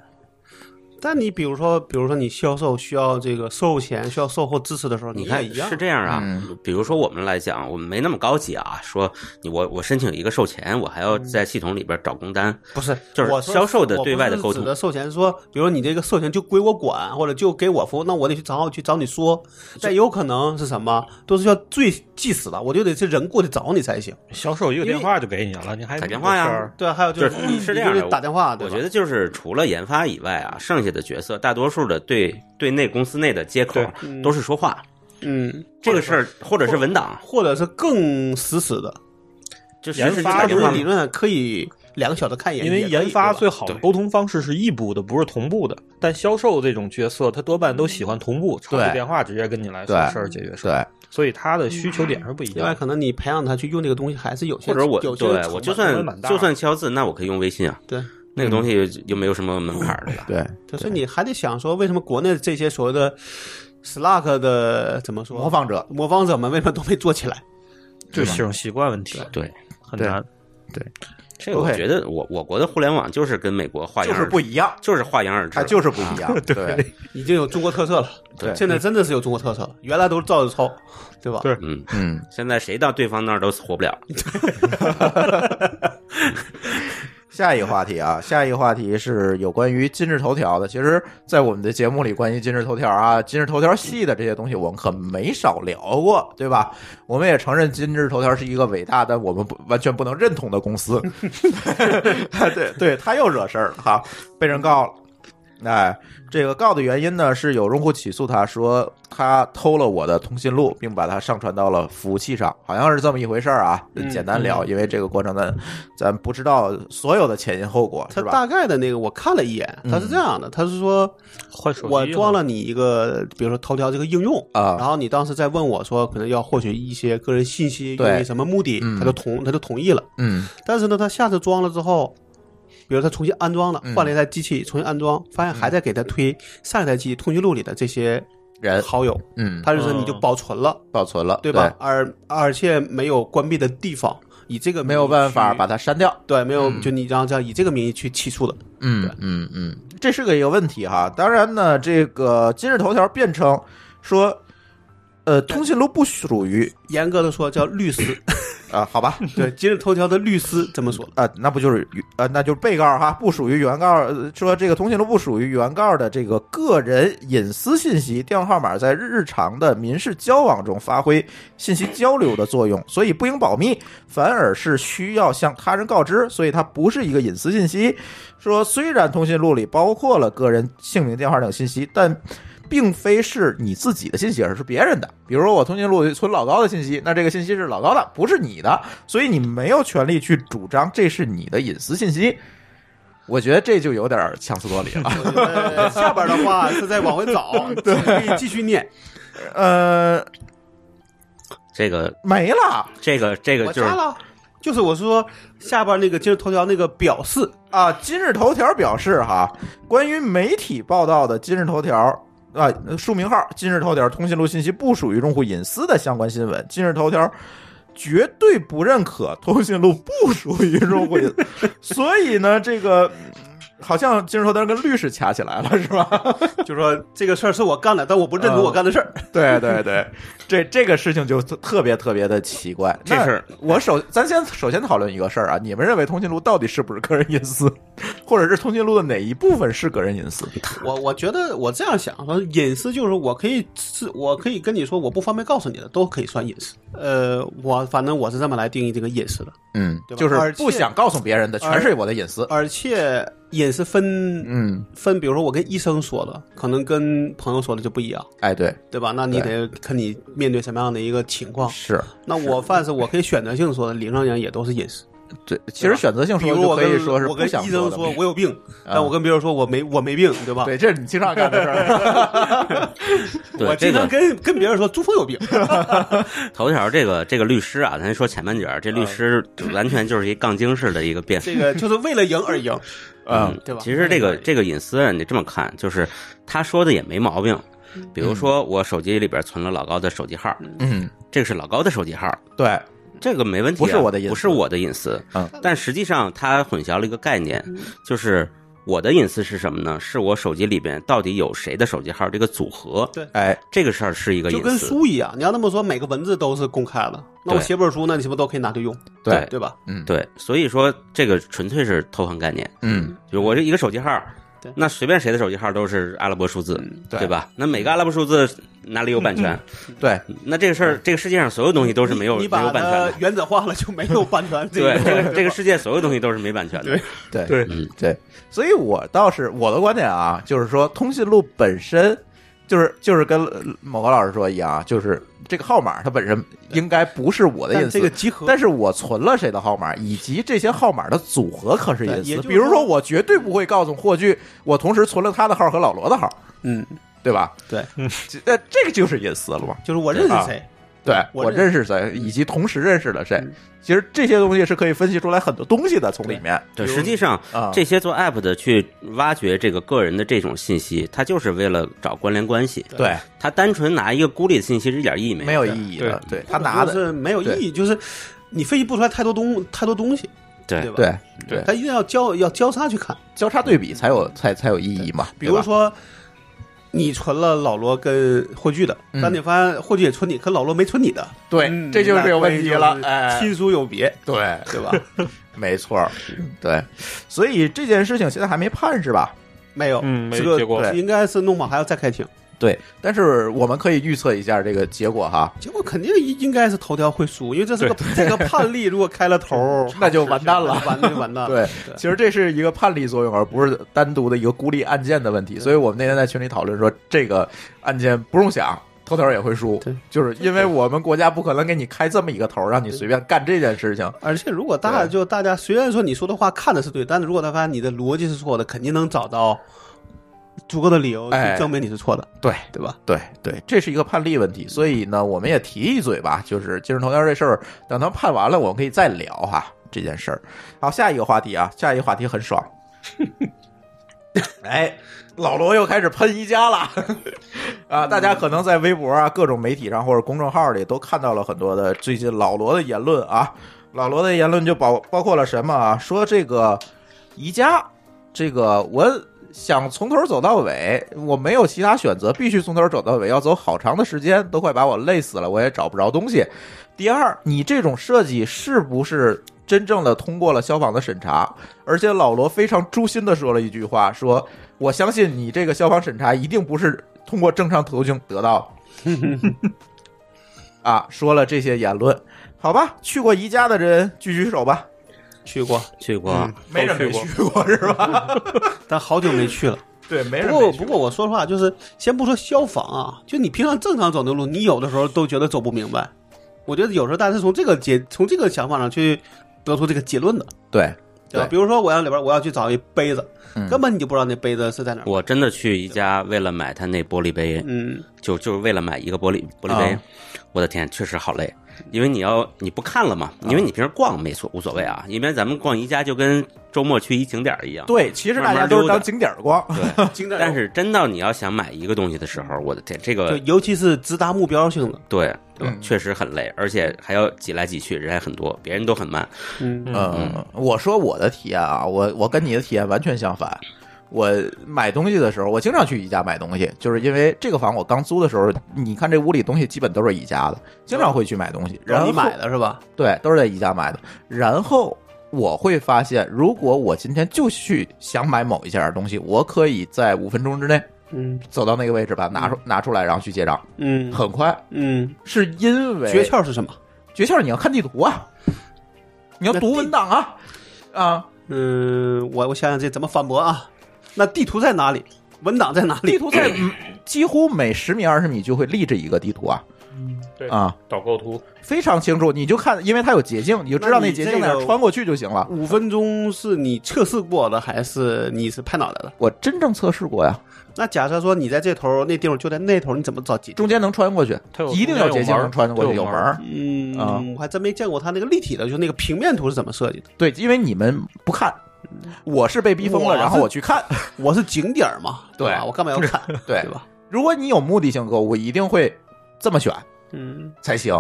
但你比如说，比如说你销售需要这个售前需要售后支持的时候，
你
也
看
一样
是这样啊，比如说我们来讲，我们没那么高级啊，说你我我申请一个售前，我还要在系统里边找工单，
嗯不是，
就是
我说
销售的
我
对
不
外的
是
沟
指
通
的售前说，比如你这个售前就归我管，或者就给我服务，那我得去找去找你说。但有可能是什么，都是要最即死的，我就得是人过去找你才行。
销售一个
因为
电话就给你了，你还
打电话呀
有事儿
对啊，还有
就是是
你
是
你就
这样
得
的。
打电话，对
我
吧
觉得就是除了研发以外啊，剩下的角色大多数的对对内公司内的接口啊
对
嗯
都是说话，
嗯，
这个事儿或者是文档，
或者是更死死的，
就实
研
时
发
打
他
电
不
就是
话
理论上可以两个小时看一眼，
因为
也可以
研发
对吧
最好的
对
沟通方式是异步的，不是同步的。但销售这种角色，他多半都喜欢同步，抄
对
起电话直接跟你来说
对
事儿解决事儿，
对，
所以他的需求点是不一
另外，
样。
可能你培养他去用这个东西，还是有些
或者我
有些
对
成
我
本
就
成本
算
蛮大
就算敲字，那我可以用微信啊，
对。嗯
那个东西又没有什么门槛儿的吧？
对，
可是你还得想说，为什么国内这些所谓的 Slack 的怎么说
模仿者，
模仿者们为什么都没做起来？
就是这种习惯问题
对，
很难。
这个我
OK
觉得我我国的互联网就是跟美国画
啊就
样
是
儿，
不一样，
就是画样儿制
它
啊
了，
就是不一样。对，
已经有中国特色了，
对
现在真的是有中国特色了，原来都是照着抄，对吧？
对
嗯，
嗯，
现在谁到对方那儿都活不了。
下一个话题啊，下一个话题是有关于今日头条的。其实，在我们的节目里，关于今日头条啊、今日头条系的这些东西，我们可没少聊过，对吧？我们也承认今日头条是一个伟大但我们不完全不能认 同的公司。对，对，他又惹事儿了哈，被人告了。哎，这个告的原因呢，是有用户起诉他说他偷了我的通讯录，并把它上传到了服务器上，好像是这么一回事儿啊。
嗯
简单聊，因为这个过程咱咱不知道所有的前因后果，
他
是吧？嗯
大概的那个我看了一眼，他是这样的，他是说
换手机
我装
了
了你一个，比如说头条这个应用
啊
然后你当时在问我说可能要获取一些个人信息，
对
用于什么目的，
嗯
他就同他就同意了。
嗯
但是呢，他下次装了之后，比如他重新安装了
嗯，
换了一台机器重新安装，发现还在给他推上一台机器通讯录里的这些
人
好友，
嗯，哦
他就说你就保存了，
保存了，
对吧？而而且没有关闭的地方，以这个
没有办法
名义去
把它删掉。
对没有、
嗯
就你这样这样以这个名义去起诉的，
嗯
对
嗯嗯，这是个一个问题哈。当然呢，这个今日头条辩称说，呃，通讯录不属于
严格的说叫律师。
啊、好吧，
对，今日头条的律师这么说。
啊、那不就是呃，那就是被告哈，不属于原告。呃说这个通讯录不属于原告的这个个人隐私信息、电话号码，在日常的民事交往中发挥信息交流的作用，所以不应保密，反而是需要向他人告知，所以它不是一个隐私信息。说虽然通讯录里包括了个人姓名、电话等信息，但并非是你自己的信息，而是别人的。比如说，我通讯录里存老高的信息，那这个信息是老高的，不是你的，所以你没有权利去主张这是你的隐私信息。我觉得这就有点儿强词夺理了。
我觉得下边的话是在往回找，对，可以继续念。
呃，
这个
没了
这个这个
我
就是
加了，就是我说下边那个今日头条那个表示，
啊！今日头条表示哈，关于媒体报道的今日头条。啊，署名号“今日头条”通讯录信息不属于用户隐私的相关新闻。今日头条绝对不认可通讯录不属于用户隐私，所以呢，这个好像今日头条跟律师掐起来了，是吧？
就说这个事儿是我干的，但我不认
嗯
同我干的事儿。
对对对，这这个事情就特特别特别的奇怪。
这
那
事儿
我首咱先首先讨论一个事儿啊，你们认为通讯录到底是不是个人隐私，或者是通讯录的哪一部分是个人隐私？
我我觉得我这样想，说隐私就是我可以是，我可以跟你说我不方便告诉你的，都可以算隐私。呃，我反正我是这么来定义这个隐私的，
嗯
对吧
就是
而且
不想告诉别人的全是我的隐私。
而且隐私分
嗯，
分，比如说我跟医生说的，可能跟朋友说的就不一样。
哎，对，
对吧？那你得看你面对什么样的一个情况。
是
那我凡是我可以选择性说的，理论上讲也都是隐私。
对。其实选择性
比
说
如
就
我
可
跟
以说是
我
不
跟
想
医生
的嗯
说我有病，但我跟别人说我没我没病，对吧？
对，这是你经常干的事儿。
我
对
经
这个
常跟跟别人说朱峰有病，
头条这个这个律师啊，咱说前半截儿，这律师完全就是一杠精式的一个辩护。嗯
这个就是为了赢而赢。啊
嗯，
对吧哎
其实这
那
个
个
这个隐私啊，你这么看，就是他说的也没毛病。
嗯
比如说，我手机里边存了老高的手机号，
嗯，
这个是老高的手机号，
对，
这个没问题、啊，
不是我的隐私
不是我的隐私。
嗯
但实际上他混淆了一个概念，就是我的隐私是什么呢？是我手机里边到底有谁的手机号这个组合，
对
哎，
这个事儿是一个
就
隐
跟
私。
书一样，你要那么说，每个文字都是公开的。那我
对
写本书呢，你是不是都可以拿去用？
对，
对吧？
嗯，，
对，所以说这个纯粹是偷换概念。
嗯，
就是我这一个手机号
对，
那随便谁的手机号都是阿拉伯数字，
嗯对
对吧？那每个阿拉伯数字哪里有版权？
对，
那这个事儿，这个世界上所有东西都是没有
你
没
你把
有版权
它
的。
原子化了就没有版权。
对，这
个
个这个世界所有东西都是没版权的。
对，
对
嗯
对，所以我倒是我的观点啊，就是说通讯录本身就是就是跟呃某个老师说一样啊，就是这个号码它本身应该不是我的
但
隐私。
这个集合
但是我存了谁的号码，以及这些号码的组合可是
对
隐
也
私。
就是
比如说，
说
我绝对不会告诉霍炬，我同时存了他的号和老罗的号，
嗯，
对吧？
对
这，那这个就是隐私了嘛？
就是我认识
啊
谁，
对
我
我
认
认识谁，以及同时认识了
嗯
谁，其实这些东西是可以分析出来很多东西的，从里面
对，实际上
啊，
这些做 app 的去挖掘这个个人的这种信息，他就是为了找关联关系。
对
他单纯拿一个孤立的信息是一点意义
没
有。
有意义的，对他
或者
拿
说
的
是没有意义，就是你分析不出来太多东太多东西，
对
吧？
对
对
它一定要交要交叉去看。
交叉对比才有才才有意义嘛。
比
对
如
吧，
说，你存了老罗跟霍炬的，
嗯
但你发现霍炬也存你，可老罗没存你的，
对
嗯
这就是有问题了
那
哎
亲疏有别，
对，
对 吧？
没错儿，对，所以这件事情现在还没判是吧？
没有，
嗯没
这个
结果
应该是弄不好还要再开庭，
对，但是我们可以预测一下这个结果哈，
结果肯定应应该是头条会输，因为这是个这个 判例，如果开了头，
那就完蛋了。
完那就完蛋了。
对，其实这是一个判例作用，而不是单独的一个孤立案件的问题。所以我们那天在群里讨论说，这个案件不用想，头条也会输
对，
就是因为我们国家不可能给你开这么一个头，让你随便干这件事情。
而且如果大家
对
就大家虽然说你说的话看的是对，但是如果他发现你的逻辑是错的，肯定能找到足够的理由
哎
去证明你是错的，
对，
对吧？
对对，这是一个判例问题，所以呢，我们也提一嘴吧，就是今日头条这事儿，等他判完了，我们可以再聊哈这件事儿。好，下一个话题啊，下一个话题很爽。哎，老罗又开始喷一加了啊！大家可能在微博啊、各种媒体上或者公众号里都看到了很多的最近老罗的言论啊。老罗的言论就包包括了什么啊？说这个宜家，这个我想从头走到尾，我没有其他选择，必须从头走到尾，要走好长的时间，都快把我累死了，我也找不着东西。第二，你这种设计是不是真正的通过了消防的审查？而且老罗非常诛心的说了一句话，说我相信你这个消防审查一定不是通过正常途径得到的。啊，说了这些言论，好吧，去过宜家的人举举手吧，
去过，
去过、
没人没去过是吧？
但好久没去了。
对，没
不
人
过
没去
不
过。
过我说实话，就是先不说消防啊，就你平常正常走的路，你有的时候都觉得走不明白。我觉得有时候大家是从这个结从这个想法上去得出这个结论的，
对，
对吧？
对
比如说我要里边我要去找一杯子，
嗯
根本你就不知道那杯子是在哪儿。
我真的去宜家，为了买他那玻璃杯，
嗯，
就就是为了买一个玻璃玻璃杯。
啊
我的天，确实好累，因为你要你不看了嘛，因为你平时逛没所无所谓啊，因为咱们逛宜家就跟周末去一景点儿一样。
对，其实大家都是当景点儿逛，
对，
经典
但是真到你要想买一个东西的时候，我的天，这
就
个
尤其是直达目标性的，
对对、
嗯
确实很累，而且还要挤来挤去，人还很多，别人都很慢。
嗯，
嗯，我说我的体验啊，我我跟你的体验完全相反。我买东西的时候，我经常去宜家买东西，就是因为这个房我刚租的时候，你看这屋里东西基本都是宜家的，经常会去买东西。然
然
后
后你买的是吧？
对，都是在宜家买的。然后我会发现，如果我今天就去想买某一件东西，我可以在五分钟之内
嗯
走到那个位置把它拿出拿出来，然后去结账，
嗯
很快。
嗯，
是因为
诀窍是什么？
诀窍，你要看地图啊，你要
那
读
地
文档啊，啊，
嗯，我我想想这怎么反驳啊？那地图在哪里？文档在哪
地
里？
图在嗯几乎每十米、二十米就会立着一个地图啊
对，
啊，
导购图
非常清楚。你就看，因为它有捷径，你就知道
那
那
你
捷
这
径在哪儿
个
穿过去就行了。
五分钟是你测试过的，还是你是拍脑袋的？
我真正测试过呀，
那假设说你在这头，那地方就在那头，你怎么找解决？
中间能穿过去
它，有
一定有捷径能穿过去，
中间有
门
门
儿
儿。
嗯，
啊
我还真没见过它那个立体的，就是那个平面图是怎么设计的。
对，因为你们不看，我是被逼疯
我
了，
是
然后我去看。
我是景点儿嘛，
对
吧？我干嘛 要看？
对
对吧？
如果你有目的性购物，一定会这么选。
嗯
才行。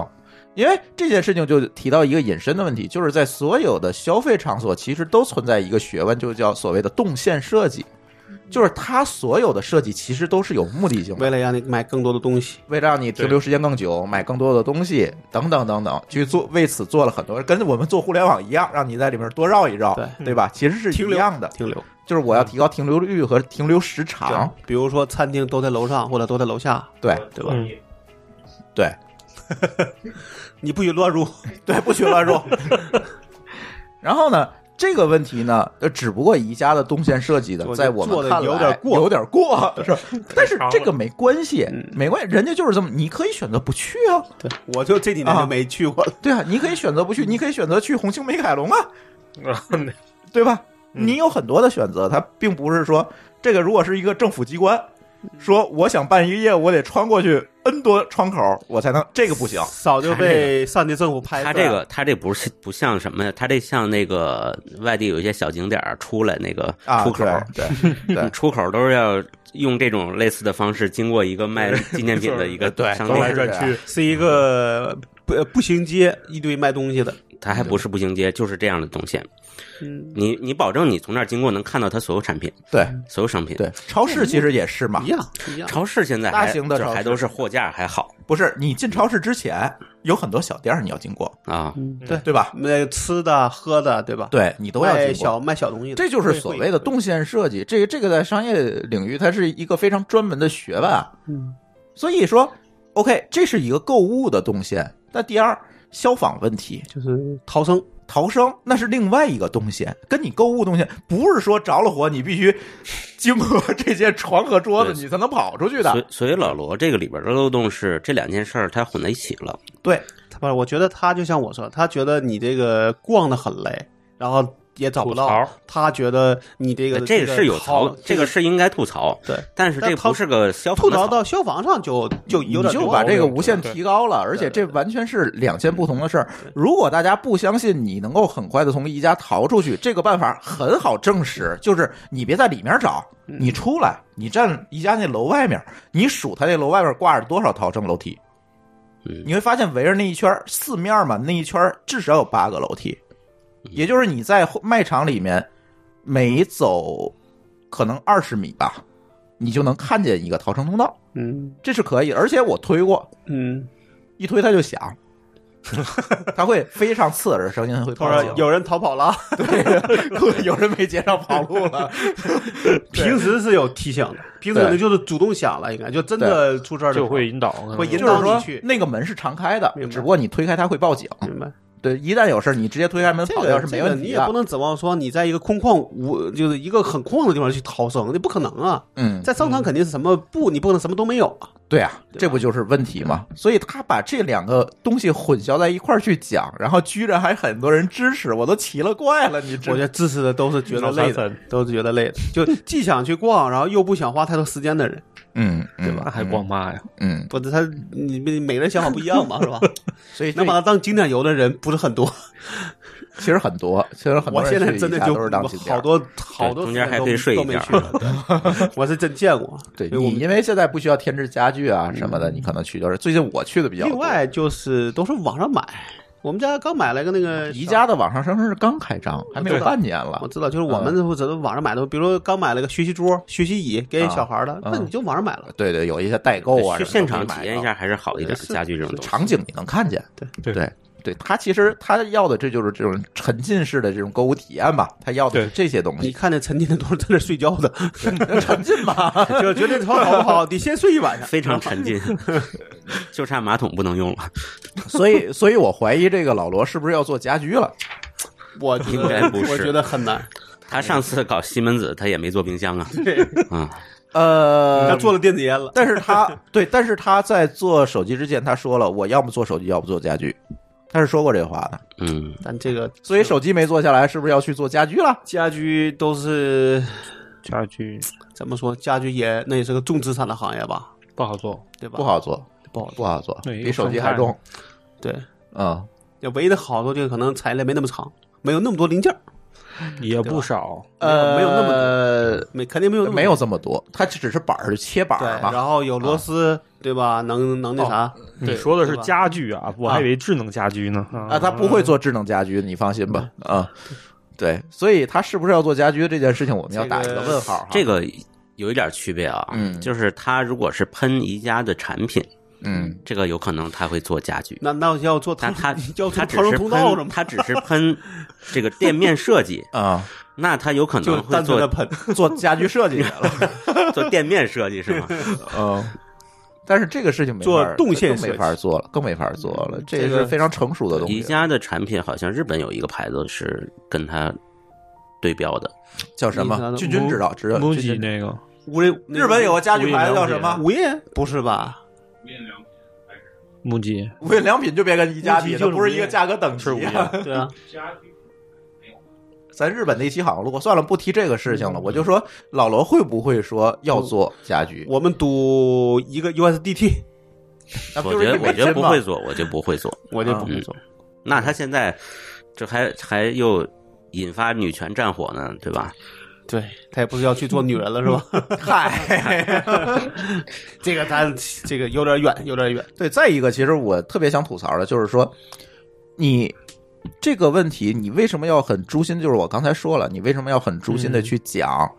因为这件事情就提到一个引申的问题，就是在所有的消费场所，其实都存在一个学问，就叫所谓的动线设计，就是它所有的设计其实都是有目的性的，
为了让你买更多的东西，
为了让你停留时间更久，买更多的东西，等等等等，去做为此做了很多，跟我们做互联网一样，让你在里面多绕一绕，
对
对吧？其实是
停
一
留嗯
样的，
停留。
就是我要提高停留率和停留时长，
对，比如说餐厅都在楼上或者都在楼下，
对
对吧？
嗯
对
你不许乱入。
对，不许 乱入。然后呢，这个问题呢，呃，只不过宜家的动线设计的
做，得
在我
做
们
得
看来
有点过
有点过，是吧。但是
长了
这个没关系
嗯，
没关系，人家就是这么，你可以选择不去啊，
对，我就这几年
啊
就没去过了。
对啊，你可以选择不去，你可以选择去红星美凯龙啊，对吧？
嗯
你有很多的选择，它并不是说这个如果是一个政府机关，说我想办一个业务，我得穿过去 N 多窗口，我才能这个不行。
早就被上级政府拍
它
死
这
了
个它这不是不像什么呀？它这像那个外地有一些小景点儿出来那个
啊，
出口，
对对对
你出口都是要用这种类似的方式经过一 个卖纪念品的一个
对
商
都
转来
是
店，
转去，
是一个不呃步行街，一堆卖东西的。
它还不是步行街，就是这样的动线。
嗯，
你你保证你从那儿经过能看到它所有产品、
对
所有商品。
对，超市其实也是嘛
一，样一样。
超市现在
大
还
型的
就是
超市
还都是货架还好，
不是你进超市之前，有很多小店儿你要经过，
啊，
对，
对吧？
那吃的喝的，对吧？，
对你都要
卖
经过。
小卖小东西的，
这就是所谓的动线设计，这个这个在商业领域它是一个非常专门的学问啊。
嗯，
所以说，OK，这是一个购物的动线。那第二，消防问题，
就是逃生，
逃生那是另外一个动线，跟你购物动线不是说着了火你必须经过这些床和桌子
对
你才能跑出去
所以
的。
所以老罗这个里边的漏洞是这两件事儿它混在一起了，
对，
他不是，我觉得他就像我说，他觉得你这个逛的很累，然后也找不
吐
到
槽，
他觉得你呃这个
这个是有
逃
槽，这个是应该吐槽，
对，
但是这
但
个
逃
不是个消
吐
防的
槽
槽
到消防上就就有
你
点
就把这个无限
对
提高了，而且这完全是两件不同的事儿。如果大家不相信你能够很快的从宜家逃出去，这个办法很好证实，就是你别在里面找，你出来，你站宜家那楼外面，你数他那楼外面挂着多少逃生楼梯
嗯，
你会发现围着那一圈儿四面嘛，那一圈儿至少有八个楼梯，也就是你在卖场里面每走可能二十米吧，你就能看见一个逃生通道。
嗯
这是可以的，而且我推过，
嗯，
一推它就 响，它会非常刺耳，声音会
他
报
说
警。
有人逃跑了，
对， 有人没接上跑路了，
平时是有提醒的，平时可能就是主动响了，应该就真的出事儿了
就会引导，啊可能
啊会引
就
导
是
你
说
去
那个门是常开的
明，白
只不过你推开它会报警。
明白。
对，一旦有事儿你直接推开门
这
跑掉
个
是
这
没
个
问
你
题啊
也不
的。
能指望说你在一个空旷无就是一个很旷的地方去逃生，那不可能啊。
嗯，
在商场肯定是什么不，你不可能什么都没有啊。
对啊，
对吧
这不就是问题吗？所以他把这两个东西混淆在一块儿去讲，然后居然还很多人支持，我都奇了怪了，你
我觉
这
得支持的都是觉得
脑残
累的
粉，
都是觉得累的，就既想去逛，然后又不想花太多时间的人，
嗯，对
那还逛？嘛呀？
嗯，
不是他，你你每个人想法不一样嘛，是吧？
所以这
能把它当景点游的人不是很多，
其实很多，其实很多
我
人
现在
去
真的
宜家
就
都是当景点
好多好多
中间还
都
可以睡一
都没
觉
去了，对我是真见过。
对
所以我
你，
们嗯
因为现在不需要添置家具啊什么的，你可能去就是最近我去的比较多。
另外就是都是网上买，我们家刚买了个那个
宜
小
家的网上商城是刚开张，还没有
对
半年
我
了。
知道，就是我
嗯
们或者网上买的，比如说刚买了个学习桌、学习椅
啊
给小孩的，
嗯
那你就网上买了。
对对，有一些代购啊，
去
什么的
现场
可以买
体验一
到
下还是好一
呃
点，
是
家具这种东西。
场景，你能看见。
对
对对，他其实他要的这就是这种沉浸式的这种购物体验吧，他要的是
对
这些东
啊你
西。
看那沉浸的都是在那睡觉的，
沉浸吧，
就觉得这床好不好？你先睡一晚上。
非常沉浸，就差马桶不能用了，
所以所以我怀疑这个老罗是不是要做家居了？
我觉
应该
得
不是
我觉得很难。
他上次搞西门子，他也没做冰 箱啊。啊，
嗯他
呃，
做了电子烟了，
但是他对，但是他在做手机之前，他说了，我要么做手机，要不做家居，他是说过这话的。
嗯，
但这个
所以手机没做下来，是不是要去做家居了？
家居都是
家具
怎么说？家居也那也是个重资产的行业吧，
不好做，
对吧？
不，好做，
不好做。
不好做，
对
比手机还重。
对，
嗯，
那唯一的好处就是可能产业链没那么长，没有那么多零件儿，
也不少。
呃没有那么多
么
没肯定没有那么多
嗯没有这么多，它只是板儿切板
对，
儿嘛。
然后有螺丝，对吧？能能那啥，
你说的是
嗯对吧
家具啊，我还以为智能家居呢。
啊，他不会做智能家居，你放心吧。啊，对，所以他是不是要做家居这件事情，我们要打一个问号哈。
这
个，
个有一点区别啊，
嗯
就是他如果是喷宜家的产品，
嗯，，
这个有可能他会做家 具，
那那要做
但他
要
他
做
只
逃生
是
通 道是
喷，
吗？
他只是喷这个店面设计
啊，
那他有可
就
能会
单纯的
做
喷，
做家 居设计去了。
做店面设计是吗？
嗯，但是这个事情没法
做动线
更
设计
没法做了，更没法做了。这
这
也
个
是非常成熟的东
宜
西，
家的产品好像日本有一个牌子是跟它对标的，
叫什
宜家
么？
的
君君知道，知道。
木
君
吉
君
那个
无人
日本有个家具牌子叫什么？
无印不是吧？
木吉，
无印良品就别跟宜家
无
比，
印
它
就是
不是一个价格等
是无
级
印。
对啊，
咱日本那期好像录过，算了，不提这个事情了。
嗯
我就说老罗会不会说要做家居？
我们赌一个 USDT，
那啊不
我
就是
觉得
一
我
美
觉得
金
不
吗
会做，我就不会做。
我
嗯
就不会做。
那他现在这还还又引发女权战火呢，对吧？
对他也不是要去做女人了 是吧？
嗨，
这个咱这个有点远，有点远。
对，再一个，其实我特别想吐槽的就是说，你这个问题，你为什么要很诛心？就是我刚才说了，你为什么要很诛心的去讲，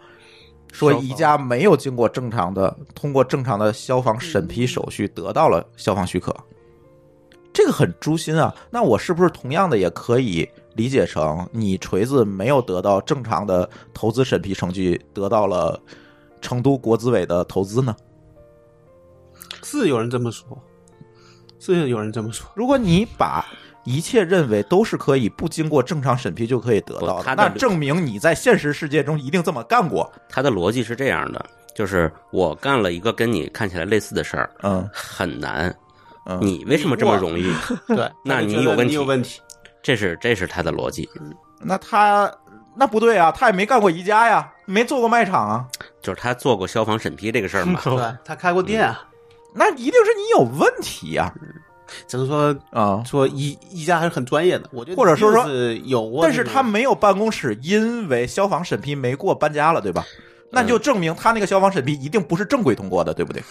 说
嗯消防。
宜家没有经过正常的，通过正常的消防审批手续得到了消防许可，这这个很诛心啊。那我是不是同样的也可以理解成，你锤子没有得到正常的投资审批程序，得到了成都国资委的投资呢？
是有人这么说，是有人这么说。
如果你把一切认为都是可以不经过正常审批就可以得到
不
的，
他的
那证明你在现实世界中一定这么干过。
他的逻辑是这样的，就是我干了一个跟你看起来类似的事儿，
嗯
很难，
嗯，
你为什么这么容易？
对，
那
他就
你
觉得
有问
你有
题
问题。
这是这是他的逻辑，
那他那不对啊，他也没干过宜家呀，没做过卖场啊，
就是他做过消防审批这个事儿嘛
哦
对他开过店啊，
那一定是你有问题啊呀嗯
只能说
啊、
说一一家还是很专业的，我觉得
或者说说
一定是有问题，
但是他没有办公室，因为消防审批没过，搬家了，对吧？
嗯
那就证明他那个消防审批一定不是正规通过的，对不对？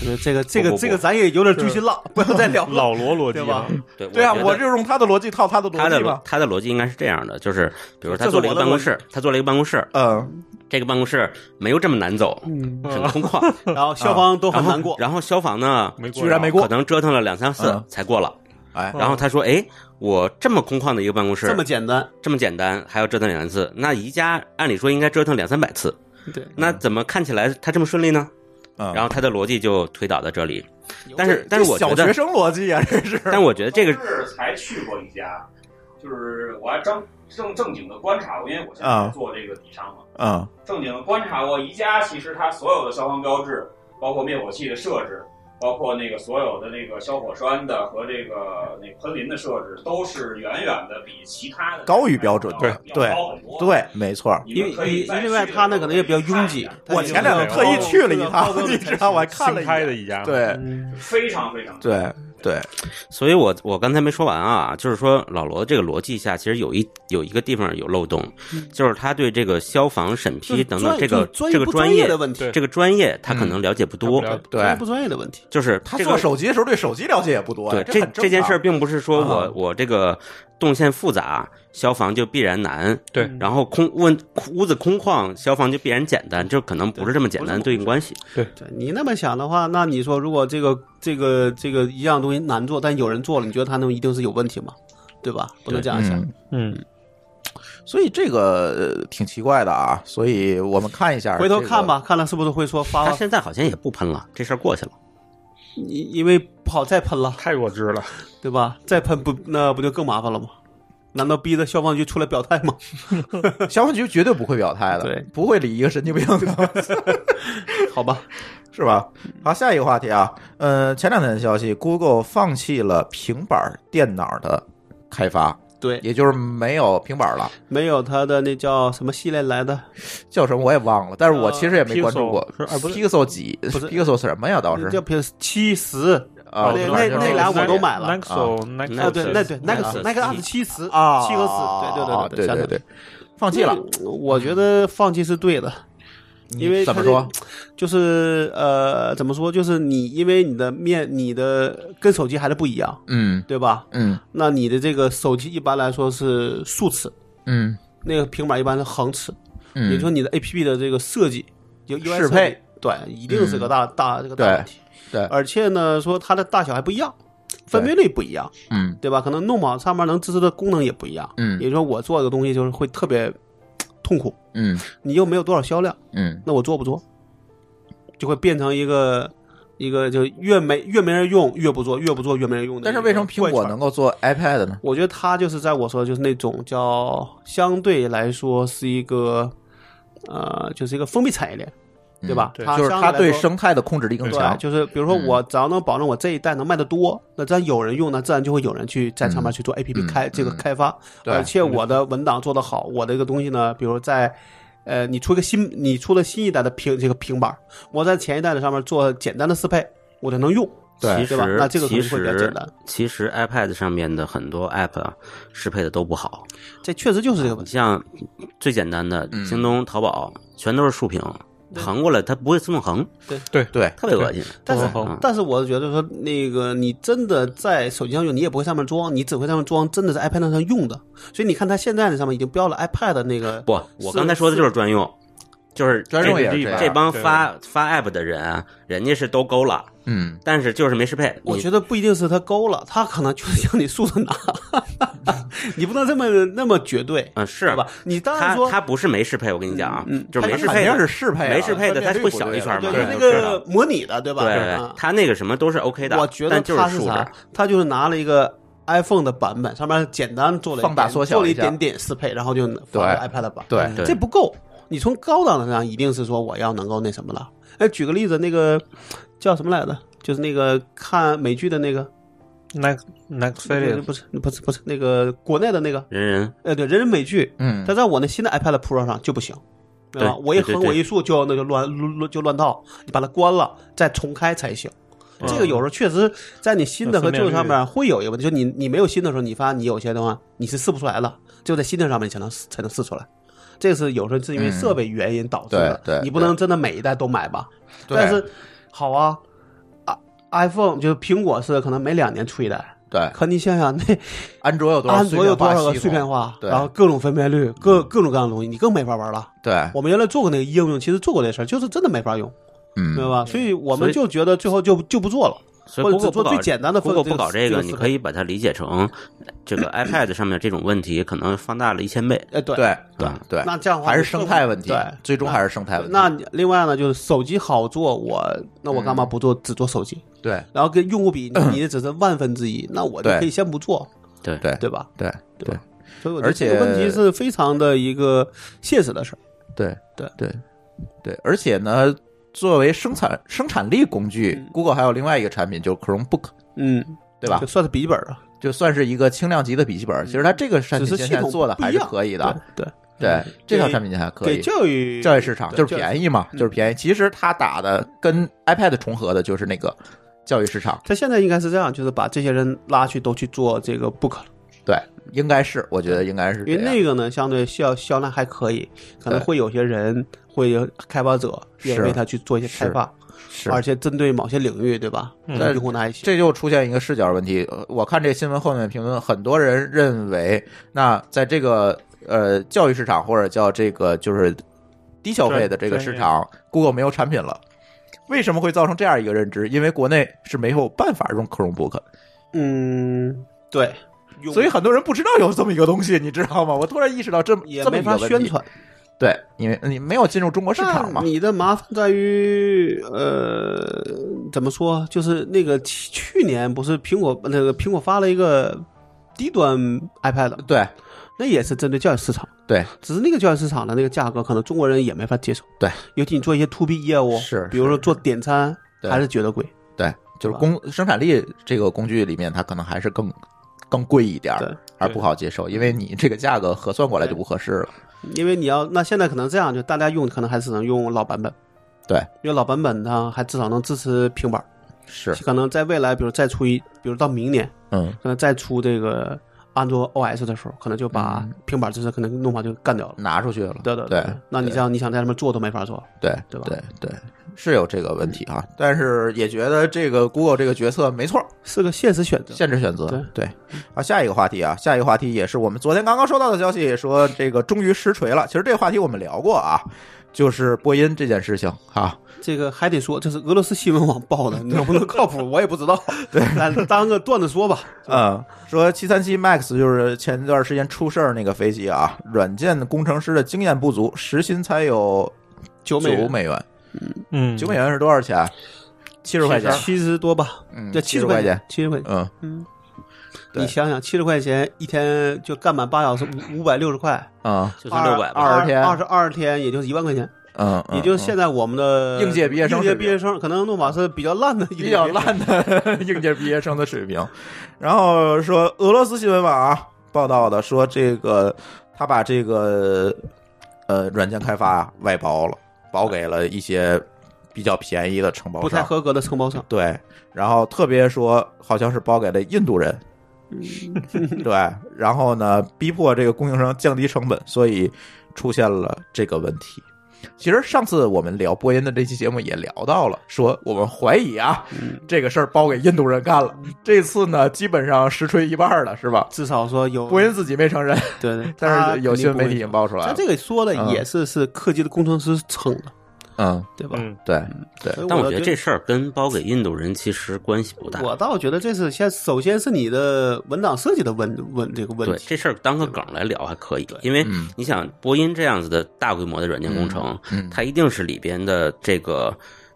我觉得这个这个
不不
这个咱也有点居心了，不要再聊了，
老罗逻辑
对吧？
对
对啊，
觉得
我就用他的逻辑套他的
他
逻
的
辑
逻
嘛。
他的逻辑应该是这样的，就是比如说
这
他
是
做了一
我
个
的
办公
逻辑
室，他做了一个办公室，
嗯，
这个办公室没有这么难走，
嗯
很空旷，
嗯
然后消防都
然
很
后
难过，
然后消防呢，
没过
居然没过
可能折腾了两三次
嗯
才过了。
哎，
然后他说：“哎，我这么空旷的一个办公室，
这么简单，
这么简单，还要折腾两三次？那宜家按理说应该折腾两三百次，
对，
那怎么看起来他这么顺利呢？”
嗯
然后他的逻辑就推导到这里。哎但是，但是我
这
觉
小学
得，
生逻辑啊，这是。
但我觉得这个
是才去过一家，就是我还正正正经的观察过，因为我现在
啊
做这个底商嘛，
嗯
正经的观察过宜家，其实它所有的消防标志，包括灭火器的设置，包括那个所有的那个消火栓的和这个那喷淋的设置，都是远远的比其他的
高于标准
要
对
要高很多。
对，没错。
你
因
们
为
可
因
以
因
再
为
去
另外他那可能也比较拥挤
看一，下
我前两天特意去了一趟， 你知道我还看了
新
一
开的
眼。
一家，，
对
嗯
非常非常
对对，
所以我我刚才没说完啊，就是说老罗这个逻辑下，其实有一有一个地方有漏洞，就是他对这个消防审批等等
专
这个
嗯就是专
这个
不专
业
的问题
对，
这个专业他可能了解不多，
嗯
对
专业不专业的问题，
就是
他
这
做
个
手机的时候对手机了解也不多呀。
对这
很正常
这件事儿，并不是说我、
啊
我这个动线复杂，消防就必然难，
对
嗯
然后空问屋子空旷，消防就必然简单，这可能不是这么简单的对应关系，
对你那么想的话，那你说如果这个这个这个一样东西难做，但有人做了，你觉得他那一定是有问题吗？对吧？不能这样想
嗯，
嗯，
所以这个呃挺奇怪的啊。所以我们看一下，
回头看。吧，看了是不是会说发
他，现在好像也不喷了，这事儿过去了，
因因为不好再喷了，
太弱智了，
对吧？再喷不那不就更麻烦了吗？难道逼着消防局出来表态吗？
消防局绝对不会表态的，
对，
不会理一个神经病的，
好吧，
是吧？好，下一个话题啊，呃，前两天的消息，Google 放弃了平板电脑的开发，
对，
也就是没有平板了，
没有他的那叫什么系列来的，
叫什么我也忘了，但是我其实也没关注过。
呃，Pixel 是啊不是
Pixel 几
不是
？Pixel 什么呀？倒
叫
是
平七十
啊，
那
反正
那
就是
俩我都买了
Nexo Nexo
啊，对，那对那
那
个
个
那个
四
X 七十
啊，
七和四，对
啊
对
对
对
对
对
对，放弃了，
我觉得放弃是对的，因为
嗯怎
它
么
这
说？
就是呃，怎么说？就是你因为你的面，你的跟手机还是不一样，
嗯
对吧？
嗯
那你的这个手机一般来说是竖尺，
嗯
那个平板一般是横尺，也就是
嗯，
说你的 A P P 的这个设计，有 UI
适
设计
配，嗯
对，一定是个大、大这个大
对
问题。
对
而且呢，说它的大小还不一样，分辨率不一样，
嗯
对吧？可能弄好上面能支持的功能也不一样，
嗯
也就是说我做这个东西就是会特别痛苦，
嗯
你又没有多少销量。
嗯
那我做不做，就会变成一个一个就越没越没人用，越不做，越不做越没人用的。
但是为什么苹果能？够做 iPad 呢？嗯
我觉得它就是在我说的就是那种叫相对来说是一个呃，就是一个封闭产业链，对吧？
对
它
就是
相来
它对
说
生态的控制力更
对，啊
强。
就是比如说
嗯
我只要能保证我这一代能卖的多，那自然有人用，那自然就会有人去在上面去做 A P
嗯
P 开、这个
嗯
开发，
对
而且我的文档做得好，我的一个东西呢，比如在。呃，你出一个新，你出了新一代的平这个平板儿，我在前一代的上面做简单的适配，我就能用。
对
其
对吧
实
那这个可
其
能会比较简
实
单
其实 iPad 上面的很多 App 啊适配的都不好，
这确实就是这个问
你
题。
像最简单的
嗯
京东、淘宝全都是竖屏，横过来它不会自动横，
对，
特别恶心。
但是
好，
哦
但是我觉得说，那个你真的在手机上用，你也不会上面装，你只会上面装，真的是 iPad 上用的。所以你看，它现在的上面已经标了 iPad 的那个
不，我刚才说的就是专用，就是
专用也是
这
样
这帮
对
发发 app 的人啊，人家是都勾了，
嗯，
但是就是没适配。
我
你
觉得不一定是他勾了，他可能就是向你竖着拿， 你不能这么那么绝对，
嗯是
对吧？你当然
他
说
他不是没适配，我跟你讲啊，
嗯嗯
就是没适
肯
配
定
的，
是适配啊，
没适配的
分辨
它
率
会
不
小
对
一圈嘛
对
对
那
就知道
个模拟的，对吧？
对
啊，
他那个什么都是 OK 的，
我觉得
但
他
就是竖
啥
着，？
他就是拿了一个 iPhone 的版本，上面简单做了一点
放大缩小
做了一
一下
点点适配，然后就放到 iPad 版。
对
对
嗯这不够。你从高档的上一定是说我要能够那什么了。哎，举个例子，那个叫什么来着？就是那个看美剧的那个，
Next Next
不是
Phase
不是不是不是那个国内的那个，
人人
呃，对，人人美剧，
嗯
但在我那新的 iPad Pro 上就不行，对吧？
对
我一
对对
横
对
我一竖就那就乱乱就乱套，你把它关了再重开才行。这个
嗯
有时候确实在你新的和旧的上面会有一个问题，就你你没有新的时候，你发现你有些东西你是试不出来了，只有在新的上面才能试才能试出来。这是有时候是因为
嗯
设备原因导致的，
对对
你不能真的每一代都买吧？
对
但是好啊啊，iPhone 就是苹果是可能每两年出一代，
对，
可你想想那
安卓有多少
安
碎
卓
片
有
化
多少个
系
碎片
统
化，
对
然后各种分辨率，各各种各样的东西，你更没法玩了。
对，
我们原来做过那个应用，其实做过这事儿，就是真的没法用，
嗯，
对吧？所以我
所
们
以
就觉得最后就就不做了，
所
或
以
者只
Google 不
做
搞
最简单的分。
Google 不搞这个，
四
你可以把它理解成这个 iPad 上面这种问题可能放大了一千倍，
呃对
对对
嗯
对，
那这样的话
还是
就
生
更
态问题，
对
最终还是生态问题。
那你另外呢，就是手机好做，我那我干
嗯
嘛不做只做手机？
对
然后跟用户比， 你的只是万分之一，那我就
对
可以先不做，
对
对
对吧？
对对
所以我觉得
而且
这个问题是非常的一个现实的事儿。
对
对
对对，而且呢，作为生产生产力工具
嗯
，Google 还有另外一个产品就是 Chromebook，
嗯，
对吧
就？算是笔记本了，
就算是一个轻量级的笔记本，其实它这个产品
只嗯是
线
系
现在
统
做的
不
还
一
是
样
可以的，。
对，嗯
对这套
给
产品线还可
对
以
给。教育
教育市场
对嗯
就是
教育
便宜嘛，就是便宜。其实它打的跟 iPad 重合的就是那个教育市场，
他现在应该是这样，就是把这些人拉去都去做这个 book 了，
对，应该是，我觉得应该是这
因为
样。
那个呢，相对销销量还可以，可能
对
会有些人会有开发者愿意
是
为他去做一些开发，
是
而且针对某些领域，对吧？
嗯
那用户呢还行。
这就出现一个视角问题。呃我看这新闻后面评论，很多人认为，那在这个呃教育市场或者叫这个就是低消费的这个市场，Google 没有产品了。为什么会造成这样一个认知？因为国内是没有办法用 Chromebook，的
嗯，对，用
所以很多人不知道有这么一个东西，你知道吗？我突然意识到这么
也
这么
没
一个
法
问题
宣，传
对，因为你没有进入中国市场嘛
但，你的麻烦在于，呃，怎么说？就是那个去去年不是苹果那个苹果发了一个低端 iPad，吗
对
那也是针对教育市场。
对
只是那个教育市场的那个价格，可能中国人也没法接受。
对，
尤其你做一些 to B 业务，
是
比如说做点餐，
对
还是觉得贵。
对，就是工生产力这个工具里面，它可能还是更更贵一点儿
对，
而不好接受，因为你这个价格核算过来就不合适了。
因为你要那现在可能这样，就大家用可能还是能用老版本，
对，
因为老版本它还至少能支持平板儿。
是，
可能在未来，比如再出一，比如到明年，
嗯，
可能再出这个安卓 OS 的时候，可能就把平板支持可能弄法就干掉了。
拿出去了。
对对
嗯对，
那你这样你想在上面做都没法做。
对
对吧嗯
对对，是有这个问题啊，但是也觉得这个 Google 这个决策没错儿，
是个现实选择。
限制选择。
对嗯
对，啊，下一个话题啊，下一个话题也是我们昨天刚刚收到的消息，说这个终于实锤了。其实这个话题我们聊过啊，就是播音这件事情啊，
这个还得说，这是俄罗斯新闻网报的，能不能靠谱我也不知 道。对，当个段子说吧。
嗯，说七三七 MAX 就是前段时间出事儿那个飞机啊，软件工程师的经验不足，时薪才有
九美
九
元
美元，
嗯，
九美元是多少钱？七十块钱，
七十多吧，
嗯，
对，
七
七
十
十
块钱
钱，，七十块钱。
嗯，
嗯，
对
你想想，七十块钱一天就干满八小时，五五百六十块，
啊，
就算六百吧。
20天
二十二天也就是一万块钱，
嗯，嗯
也就是现在我们的
应届毕业生
应
水
届
平
毕业生可能弄法是比较烂的，
比较。烂的应届毕业生的水平。 然后说俄罗斯新闻网啊报道的说，这个他把这个呃软件开发外包了，包给了一些比较便宜的承包商，
不太合格的承包商，
对，然后特别说好像是包给了印度人，对，然后呢，逼迫这个供应商降低成本，所以出现了这个问题。其实上次我们聊波音的这期节目也聊到了，说我们怀疑啊，这个事儿包给印度人干了。这次呢，基本上实锤一半儿了，是吧？
至少说有
波音自己没承认，
对对，
但是有新
些
闻媒体已经爆出来
他
了。
这个说的
嗯
也是是客机的工程师蹭的，
嗯，
对吧？
嗯，
对，对
所以
但我
我
觉得这事儿跟包给印度人其实关系不大。
我倒觉得这是先，首先是你的文档设计的问问这个问
对
题，
这事儿当个梗来聊还可以，因为
嗯
你想波音这样子的大规模的软件工程，
嗯
它一定是里边的这个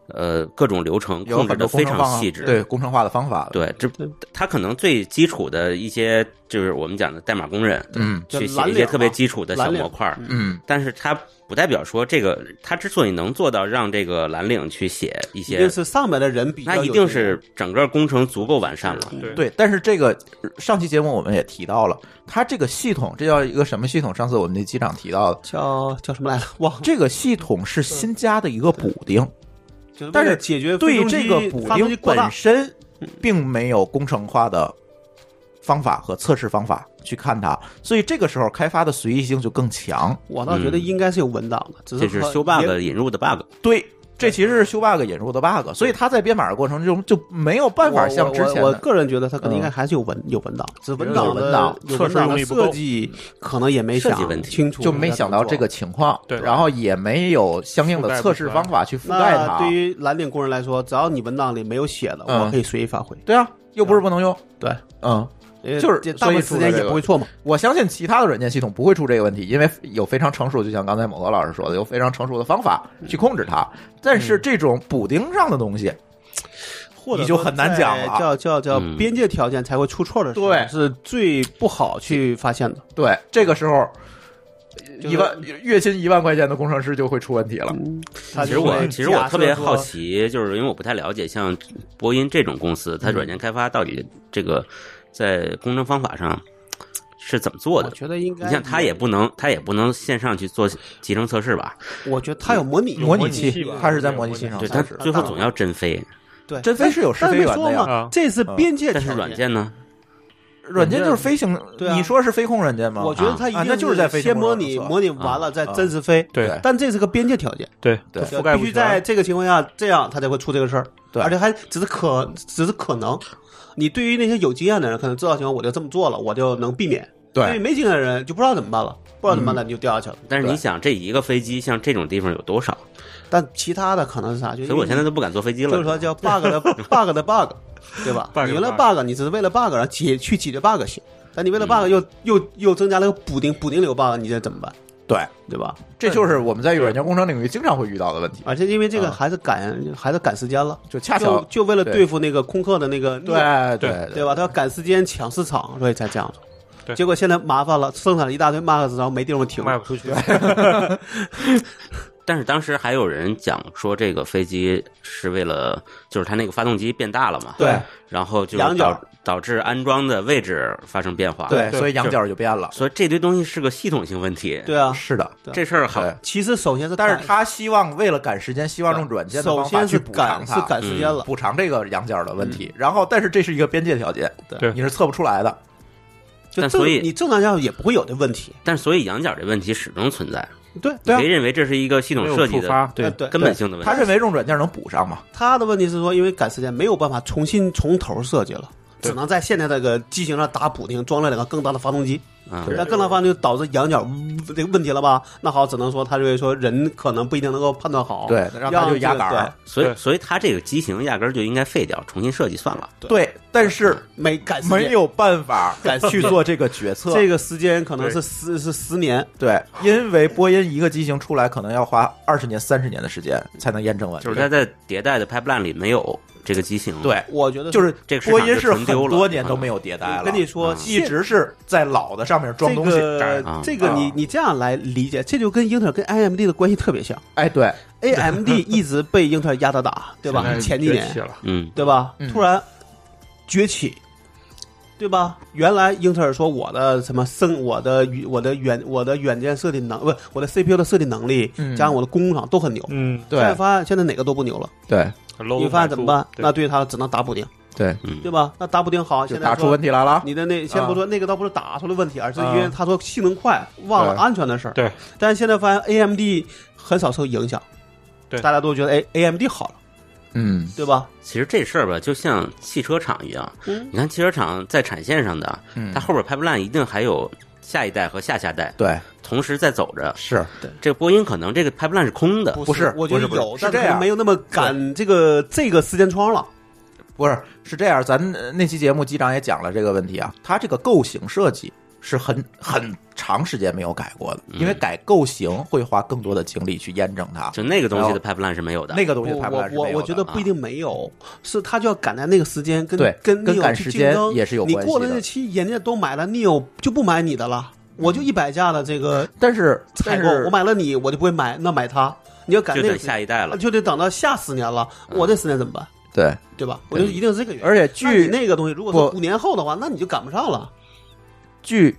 呃各种流程
有
控制
很多
的非
工程
常
化
细致。
对工程化的方法的。，
对，这它可能最基础的一些就是我们讲的代码工人，
嗯
去
就
写
蓝
一些
领
特别
啊
基础的
蓝
小
领
模块儿，
嗯，
但是它不代表说这个它之所以能做到让这个蓝领去写一
一
些
定，是上面的人比较
那
有
一定是整个工程足够完善了。
嗯
对
对，但是这个上期节目我们也提到了，它这个系统，这叫一个什么系统？上次我们那机长提到的，
叫叫什么来着？忘了，
这个系统是新加的一个补丁，
就
但
为
是
了解决
对
发动
这
机
个补
发动机
丁
过
本
大，
身并没有工程化的方法和测试方法去看它，所以这个时候开发的随意性就更强。
我倒觉得应该是有文档的，只
这
是
是
和
修 bug 引入的 bug，
对，这其实是修 bug 引入的 bug，所以它在编码的过程中就没有办法像之前
我我我
的
个人觉得它可能应该还是有文、有文档，只是文档
有文
的
档
有
测
文
试
档
能
的
力不
设
够
计可能也没
设计
想
问题
清楚，
就没想到这个。情况，
对
然后也没有相应的测试方法去覆盖
那
它。
对于蓝领工人来说，只要你文档里没有写的，
嗯
我可以随意发挥。
对啊，又不是不能用。
对，
嗯，
因为
就是
这大部分时间也不会错嘛。
我相信其他的软件系统不会出这个问题，因为有非常成熟，就像刚才某个老师说的，有非常成熟的方法去控制它。
嗯
但是这种补丁上的东西，
或者
你就很难讲了
在叫叫叫
嗯
边界条件才会出错的时候，
对
是最不好去发现的。
对这个时候，
就是嗯
一万月薪一万块钱的工程师就会出问题了。
它
其
就
实我
会
其实我
假设
特别好
说，
奇，就是因为我不太了解像波音这种公司，它
嗯
软件开发到底这个在工程方法上是怎么做
我
的？
觉得应该
你像它也，不能，它也不能线上去做集成测试吧？
我觉得它有模拟
有模
拟
拟器
器
吧，
它是在
有
模拟
模
器
哦
拟
上
对，
测
它
试。
最后总要真飞。
对，
真飞是有试
但
飞
没
源
说
的呀，嗯
啊
嘛，这是边界条件。
但嗯是软件呢？
软件就是飞行。
对啊
你说是飞控软件吗？
我觉得
啊
它一
啊
定
那就是在飞行
先
过
模
程中
拟，
测
模拟完了再
啊
真实飞。
对
但这是个边界条件，
对
对
它覆盖
必
不
须
全
在这个情况下这样，它才会出这个事儿。
对
而且还只是可，只是可能。你对于那些有经验的人，可能知道情况，我就这么做了，我就能避免。对于
对
没经验的人，就不知道怎么办了，不知道怎么办了，你就掉下去了。
但是
对
你想，这一个飞机像这种地方有多少？
但其他的可能是啥？就
所以我现在都不敢坐飞机了。
就是说叫 bug 的 bug 的 bug，对吧
bug？的
你原来
bug
bug，你只是为了 bug 然后解去解决 bug 行，但你为了 bug 又、又又增加了个补丁，补丁里有 bug，你这怎么办？
对，
对吧？
这就是我们在软件工程领域经常会遇到的问题，
而且因为这个
嗯
还是赶、还是赶时间了，
就恰
就
巧
就为了
对
对付那个空客的那个
对
虐
对
对吧？他要赶时间抢市场，所以才这样做。
对
结果现在麻烦了，生产了一大堆 Max，然后没地方停。
卖不出去。
但是当时还有人讲说，这个飞机是为了，就是它那个发动机变大了嘛，
对，
然后就
仰角
导导致安装的位置发生变化，
对，
对
所以仰角就变了。
所以这堆东西是个系统性问题。
对啊。
是的，
这事儿好
对，
其实首先是赶，
但是他希望为了赶时间，希望用软件的
首
方法
先
去
是
补偿
赶是
它，
赶时间了，
补偿这个仰角的问题。然后，但是这是一个边界条件，
对
你是测不出来的。
就
但
正
所以
你正常下也不会有这问题。
但所以仰角这问题始终存在，
对
你
对啊
可以，认为这是一个系统设计
没有触发
的
对
哎对
根本性的问
他
题。
认为用软件能补上嘛？
他的问题是说，因为赶时间没有办法重新从头设计了，
对
只能在现在这个机型上打补丁，装了两个更大的发动机。
啊，
那更大发动机导致仰角嗯这个问题了吧？那好，只能说他认为说人可能不一定能够判断好。
对，让他就压杆
哦让这个
儿。
所
对
以所以它这个机型压根儿就应该废掉，重新设计算了。
对，但是
对没赶时间
没有办法去做这个决策。
这个时间可能是
对
十是十年，
对，因为波音一个机型出来，可能要花二十年、三十年的时间才能验证完。
就是它在迭代的 pipeline 里没有这个机型。，
对，
我觉得
就是
这个市
波
场
音
就是
很
存丢了
多年都没有迭代了。啊
我跟你说，
嗯
一
现
直是在老的上面装
这
东西。
个
啊
这个你
啊
你这样来理解，这就跟英特尔跟 AMD 的关系特别像
哎，对，
，AMD 一直被英特尔压着打，对吧？前几年
崛起了，
嗯，
对吧
嗯？
突然崛起，对吧？原来英特尔说我的什么生我的与我的软我的软件设计能不我的 CPU 的设计能力，
嗯
加上我的工厂都很牛。
嗯，
现在
对，
发现现在哪个都不牛了，
对，
low
你发现怎么办？
对
那对它只能打补丁，
对，
嗯
对吧？那打补丁好，
就
现在
打出问
题。
题来了。
你的那先不说那个，倒不是打出了问题，而是因为
啊
他说性能快，忘了
对
安全的事儿。
对，
但是现在发现 AMD 很少受影响，
对
大家都觉得哎 AMD 好了，
嗯，
对吧？
其实这事儿吧，就像汽车厂一样，
嗯
你看汽车厂在产线上的，
嗯
它后边 pipeline 一定还有下一代和下下代
对，
同时在走着。
是
这个波音可能这个 pipeline 是空的，
不是
我觉得
不是
有
不，是
但
是这样
没有那么赶这个这个时间窗了。
不是是这样？咱呃那期节目机长也讲了这个问题啊，它这个构型设计是很很长时间没有改过的，因为改构型会花更多的精力去验证它。
就那个东西的 pipeline 是没有的。
那个东
我
西排不
我
来是
我
没有
我
的
觉得
啊
不一定没有，是他就要赶在那个时间，跟
对
跟
跟
Neo
赶
去
时
竞
间
争
也是有
你
关
过
系
了
的
那期，人家都买了 Neo 就不买你的了，我就一百架的这个
但是
采
嗯但
购，我
是
买了你，我就不会买，那买它，你要赶
就
那
等
个啊
下一代了。嗯
就得等到下十年了，我这十年怎么办？
对，
对吧？我觉得一定是这个原因。
而且
那你
据
那个东西，如果说
不
五年后的话，那你就赶不上了。
据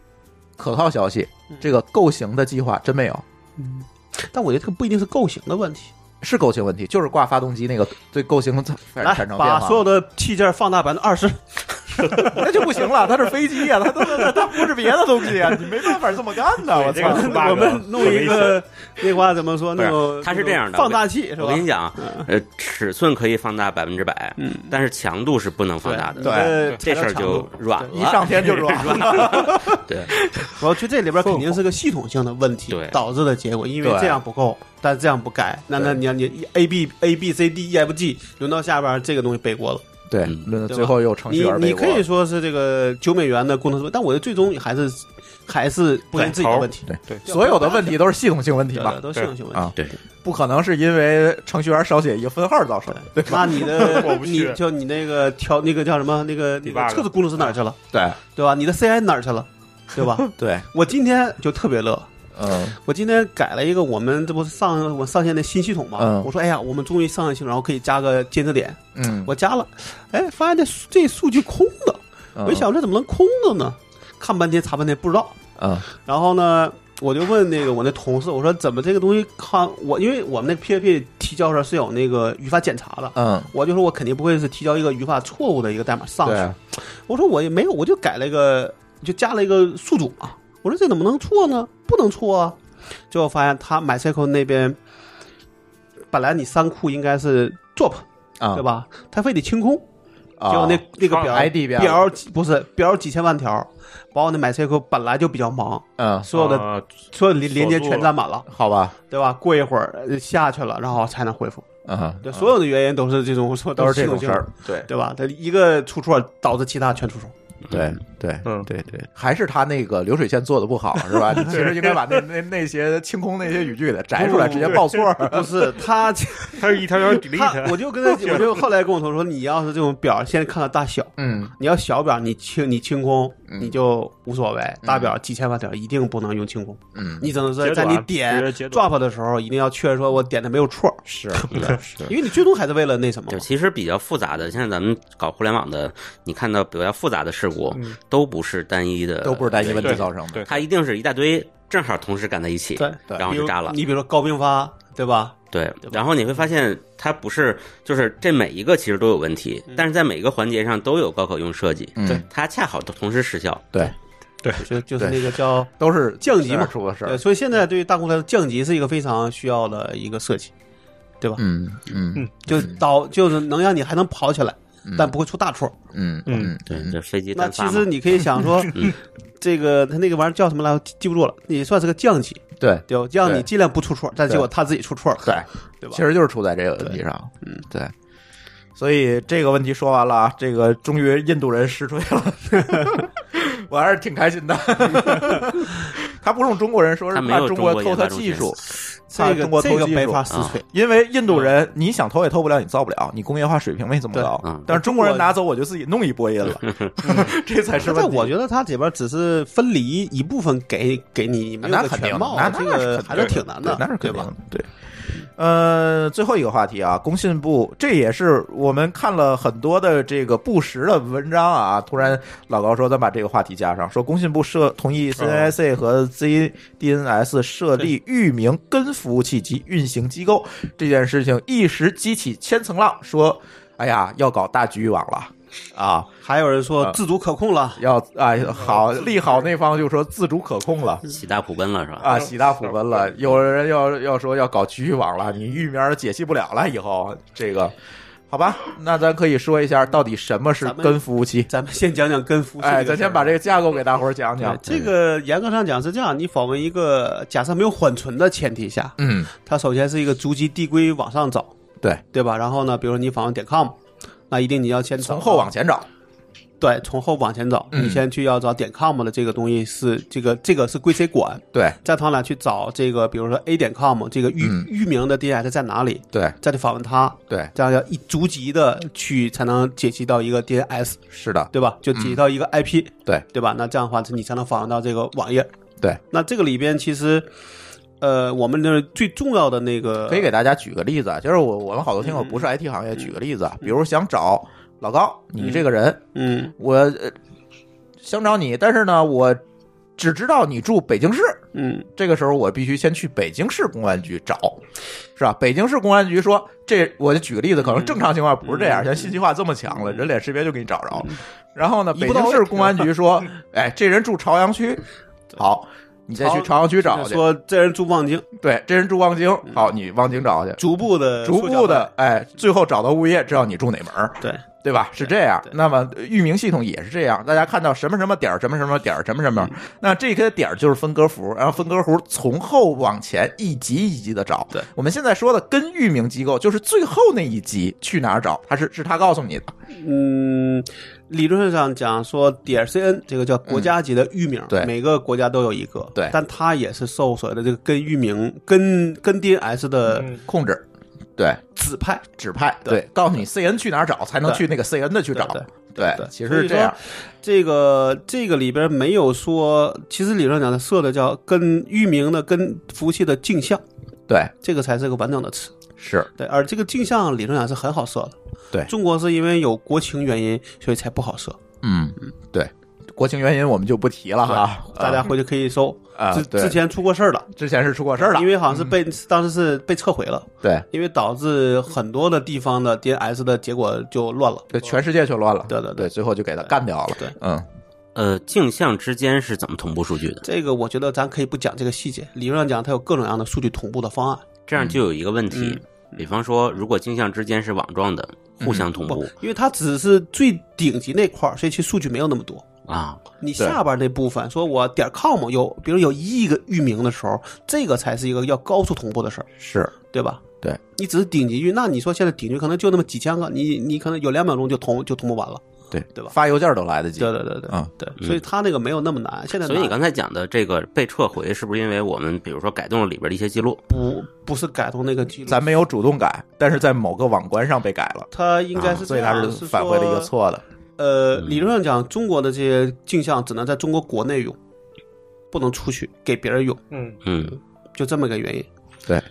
可靠消息，这个构型的计划真没有，
嗯但我觉得这个不一定是构型的问题，
是构型问题，就是挂发动机那个对构型
来
产生变化
把
了。
所有的器件放大百分之二十，
那就不行了，它是飞机呀、它它它它不是别的东西啊，你没办法这么干呐！我
对这个
操，
很 bug
我们弄一个 那话怎么说？那
不
种
是它是这样
那
的
种放大器是
我
吧
跟？你讲，呃，尺寸可以放大百分之百，但是强度是不能放大的。
对
这事儿就软了，
一上天就软了。
对，
我要去这里边肯定是个系统性的问题
对
导致的结果，因为
对
这样不够，但这样不改，那那
对
你你 A B A B C D E F G 轮到下边这个东西背锅了。
对，
嗯
轮到
对吧
最后又程序
你
员
你
背
可
锅。
以说是这个九美元的工程师，但我觉得最终还是还是不行自己的问题，
对
对
所有的问题都是系统性问题
对
吧
吧？？都是系统性问题。
啊，
对，
不可能是因为程序员少写一个分号造成的。对
那你的
过不去
你就你那个调那个叫什么那个那个
Debug
车子工程师哪儿去了，
对
对吧？你的 CI 哪儿去了，对吧？
对，
我今天就特别乐，
嗯
我今天改了一个，我们这不是上我上线的新系统嘛？
嗯
我说哎呀，我们终于上线系统，然后可以加个监测点，
嗯，
我加了，哎，发现这数这数据空的，我
嗯
一想这怎么能空的呢？看半天查半天不知道，
嗯
然后呢，我就问那个我那同事，我说怎么这个东西看我，因为我们那 PHP 提交上是有那个语法检查的，
嗯，
我就说我肯定不会是提交一个语法错误的一个代码上去，
对，
我说我也没有，我就改了一个，就加了一个宿主嘛。我说这怎么能错呢？不能错啊！最后发现他 MySQL 那边，本来你三库应该是 drop
啊
对？吧？他非得清空，
啊
结果那那个表
ID 表
表几不是表几千万条，把我那 MySQL 本来就比较忙，
嗯，
所有的
啊
所有的连连接全占满了，
好吧，
对吧？过一会儿呃下去了，然后才能恢复。
嗯，
对，所有的原因都是这种，说
都是
系
这
统
种
性
事儿，，对。
对吧？他一个出错导致其他全出错。
对对，
嗯
对 对，还是他那个流水线做的不好，是吧？你其实应该把那那那些清空那些语句给它摘出来，直接报 错儿。
不是他，
它是一条条
他
delete，
我就跟他，我就后来跟我同事说，你要是这种表，先看它大小，
嗯，
你要小表，你清你清空，
嗯
你就无所谓；大表几千万条，一定不能用清空。
嗯
你只能
截
是
图
在你
啊
点
直接截图
drop 的时候，一定要确认说我点的没有错，
是是 是，
因为你最终还是为了那什么
就。其实比较复杂的，现在咱们搞互联网的，你看到比较复杂的事故，都不是单一的，
都不是单一问题
对
造成的。
对
它一定是一大堆正好同时干在一起，
对
对
然后
比
就
如
炸了。
你比如说高并发，对吧？
对
对吧，
然后你会发现它不是，就是这每一个其实都有问题，但是在每个环节上都有高可用设计，
嗯
对
它恰好都同时失效。
对，
就就是
对
那个叫。
都是
降级嘛
出的事
对，
儿。
所以现在对于大公司来说，降级是一个非常需要的一个设计，
嗯嗯
就导就是能让你还能跑起来，但不会出大错。
嗯
嗯
对，这飞机
那
单
其
发
实
嘛，
你可以想说， 这个他那个玩意儿叫什么来着？记记不住了，也算是个降级，
对
对吧？让
对
你尽量不出错，但结果他自己出错了，
对
对吧
其？实就是出在这个问题上。嗯，对。所以这个问题说完了啊，这个终于印度人实锤了，我还是挺开心的。他不用中国人说，是
他没
怕
有
中
中
国
国
偷
研
他
发中
技
心
术，怕
这
中国
个这
偷
个
技
没
术啊
法。实锤，
因为印度人，你想偷也偷不了，你造不了，你工业化水平没这么高
对嗯。
但是中国人拿走，我就自己弄一波音了，这才是
现在
问题。
我觉得它这边只是分离一部分给给你，没有
那
个
肯定
全
的，
貌
那，
这
那是
个
肯
还
定
是挺难
对
的，
那是肯
啊对
定的
吧？，
对。呃，最后一个话题啊，工信部，这也是我们看了很多的这个不实的文章啊。突然，老高说咱把这个话题加上，说工信部设同意 CNIC 和 ZDNS 设立域名根服务器及运行机构这件事情，一时激起千层浪，说，哎呀，要搞大局域网了。啊，
还有人说
啊
自主可控了，
要啊好利好那方就说自主可控了。
喜大普奔了是 吧？
啊，喜大普奔了！有人要要说要搞局域网了，你域名解析不了了，以后这个，好吧？那咱可以说一下，到底什么是
咱们
根服务器？
咱们先讲讲跟服务器这个事儿。啊
哎，咱先把这个架构给大伙儿讲讲
对。这个严格上讲是这样，你访问一个假设没有缓存的前提下，
嗯，
它首先是一个逐级递归往上找，
对
对吧？然后呢，比如说你访问点 com，那一定你要先找
从后往前找。
对，从后往前找，
嗯
你先去要找点 com 的这个东西是这个这个是归谁管，
对
再往哪去找这个，比如说 a 点 com 这个域
嗯
域名的 DNS 在哪里，
对
再去访问它，
对，
这样要一逐级的去才能解析到一个 DNS，
是的，
对吧？就解析到一个 IP，、
嗯对
对吧？那这样的话，你才能访问到这个网页。
对，
那这个里边其实，呃，我们的最重要的那个
可以给大家举个例子啊，就是我我们好多听友
嗯
不是 IT 行业，举个例子啊，比如想找老高，你这个人，
嗯
我呃想找你，但是呢，我只知道你住北京市，
嗯
这个时候我必须先去北京市公安局找，是吧？北京市公安局说，这我就举个例子，可能正常情况不是这样，现在信息化这么强了，人脸识别就给你找着。然后呢，
一
北
步到
京
位
市公安局说，哎，这人住朝阳 区，好，你再去嗯朝阳区找去。
说这人住望京，
对，这人住望京，好，你望京找去。
逐步的
逐步的，哎，最后找到物业，知道你住哪门儿，
对
对吧？是这样
对。
那么呃域名系统也是这样，大家看到什么什么点儿，什么什么点儿，什么什么，
嗯
那这些点儿就是分割符，然后分割符从后往前一级一级的找。
对，
我们现在说的跟域名机构就是最后那一级去哪儿找，它是是他告诉你的。
嗯，理论上讲说点 cn 这个叫国家级的域名，
嗯对
每个国家都有一个，
对
但它也是受所谓的这个跟域名跟跟 DNS 的
嗯，
控制，对，
指派，
指派，
对
对，告诉你 CN 去哪儿找，才能
对
去那个 CN 的去找
对。
对
对
其
所
实
以
是这样。
这个这个里边没有说，其实理论上讲它设的叫跟域名的跟服务器的镜像，
对，
这个才是个完整的词。
是，
对，而这个镜像理论上是很好设的。
对
中国是因为有国情原因，所以才不好设。
嗯，对。国情原因我们就不提了哈，
大家回去可以搜，
啊
之
对
之前出过事儿了，
之前是出嗯过事儿了
因，为好像是被、当时是被撤回了，
对，
因为导致很多的地方的 DNS 的结果就乱了。
对，全世界全乱了，
对对对
对，最后就给他干掉了，
对，
嗯，
呃，镜像之间是怎么同步数据的？
这个我觉得咱可以不讲这个细节，理论上讲它有各种各样的数据同步的方案。
这样就有一个问题，比方说，如果镜像之间是网状的，互相同
不
步、，
因为它只是最顶级那块儿，所以其实数据没有那么多。
啊，
你下边那部分，说我点 com 有，比如有一亿个域名的时候，这个才是一个要高速同步的事儿，
是
对吧？
对，
你只是顶级域，那你说现在顶级域可能就那么几千个，你你可能有两秒钟就同就同步完了。
对
对吧
发邮件都来得及，
对对对对，
嗯
对，所以它那个没有那么难。现在
所以你
难
刚才讲的这个被撤回，是不是因为我们比如说改动了里边的一些记录？
不不是改动那个记录，
咱没有主动改，但是在某个网关上被改了，
它应该是
啊所
这
以
样、
它
是
返回了一个
说
错嗯的，
呃，理论上讲，中国的这些镜像只能在中国国内用，不能出去给别人用，
嗯，
嗯，
就这么个原因。
对，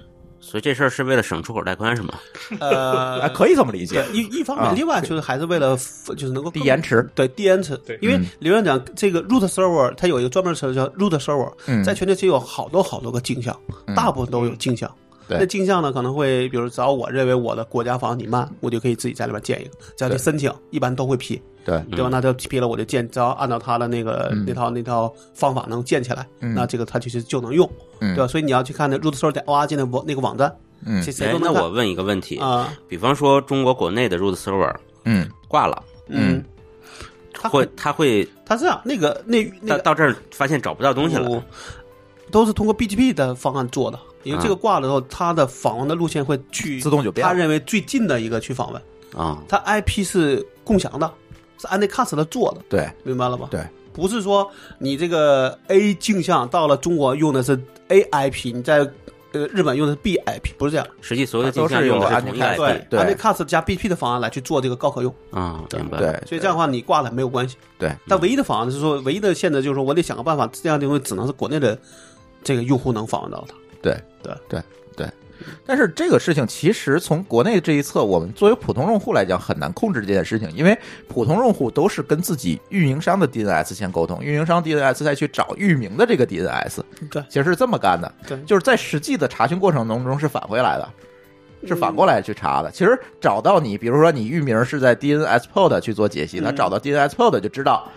所以这事儿是为了省出口带宽是吗？
哎，
呃，
可以这么理解
对，一一方
啊
面，另外就是还是为了就是能够
低
更
延迟，
对低延迟，
对
因为
嗯
理论上讲，这个 root server 它有一个专门的词叫 root server，、
嗯，
在全球其实有好多好多个镜像，
嗯
大部分都有镜像。
对
那镜像呢，可能会比如找我认为我的国家防你慢，我就可以自己在里边建一个，只要去
对
申请，一般都会批，
对，
嗯
对吧？那就批了，我就建，只要按照他的那个、
嗯
那套那套方法能建起来，
嗯
那这个它其实就能用，
嗯
对吧？所以你要去看那 root server 点 org 的网那个网站，
嗯
谁谁
哎
都，
那
能看
我问一个问题，
啊，
比方说中国国内的 root server
嗯，
挂了，
嗯，
它
会它会
它是这样，那个那那
到
个
到这儿发现找不到东西了
我，都是通过 BGP 的方案做的，因为这个挂了之后，它的访问的路线会去
啊自动就变
他
了，
认为最近的一个去访问，
啊，
它 IP 是共享的，是按那 cast 的做的，
对
明白了吧？
对，
不是说你这个 A 镜像到了中国用的是 AIP，你在呃日本用的是 BIP，不是这样。
实际所有的
它都
镜
是
像用
有
的
安
是同一
全
个
开
IP
哎对
按那 cast 加 BP 的方案来去做这个高可用，
啊，明白，
对，
所以这样的话你挂了没有关系。
对
但唯一的方案是说，唯一的限制就是说我得想个办法，这样的东西只能是国内的这个用户能访问到它。
对
对
对对。但是这个事情其实从国内这一侧，我们作为普通用户来讲很难控制这件事情，因为普通用户都是跟自己运营商的 DNS 先沟通，运营商 DNS 再去找域名的这个 DNS，
对
其实是这么干的，
对
就是在实际的查询过程当中是返回来的。是反过来去查的。其实找到你，比如说你域名是在 DNS Pod 去做解析，他
嗯
找到 DNS Pod 就知道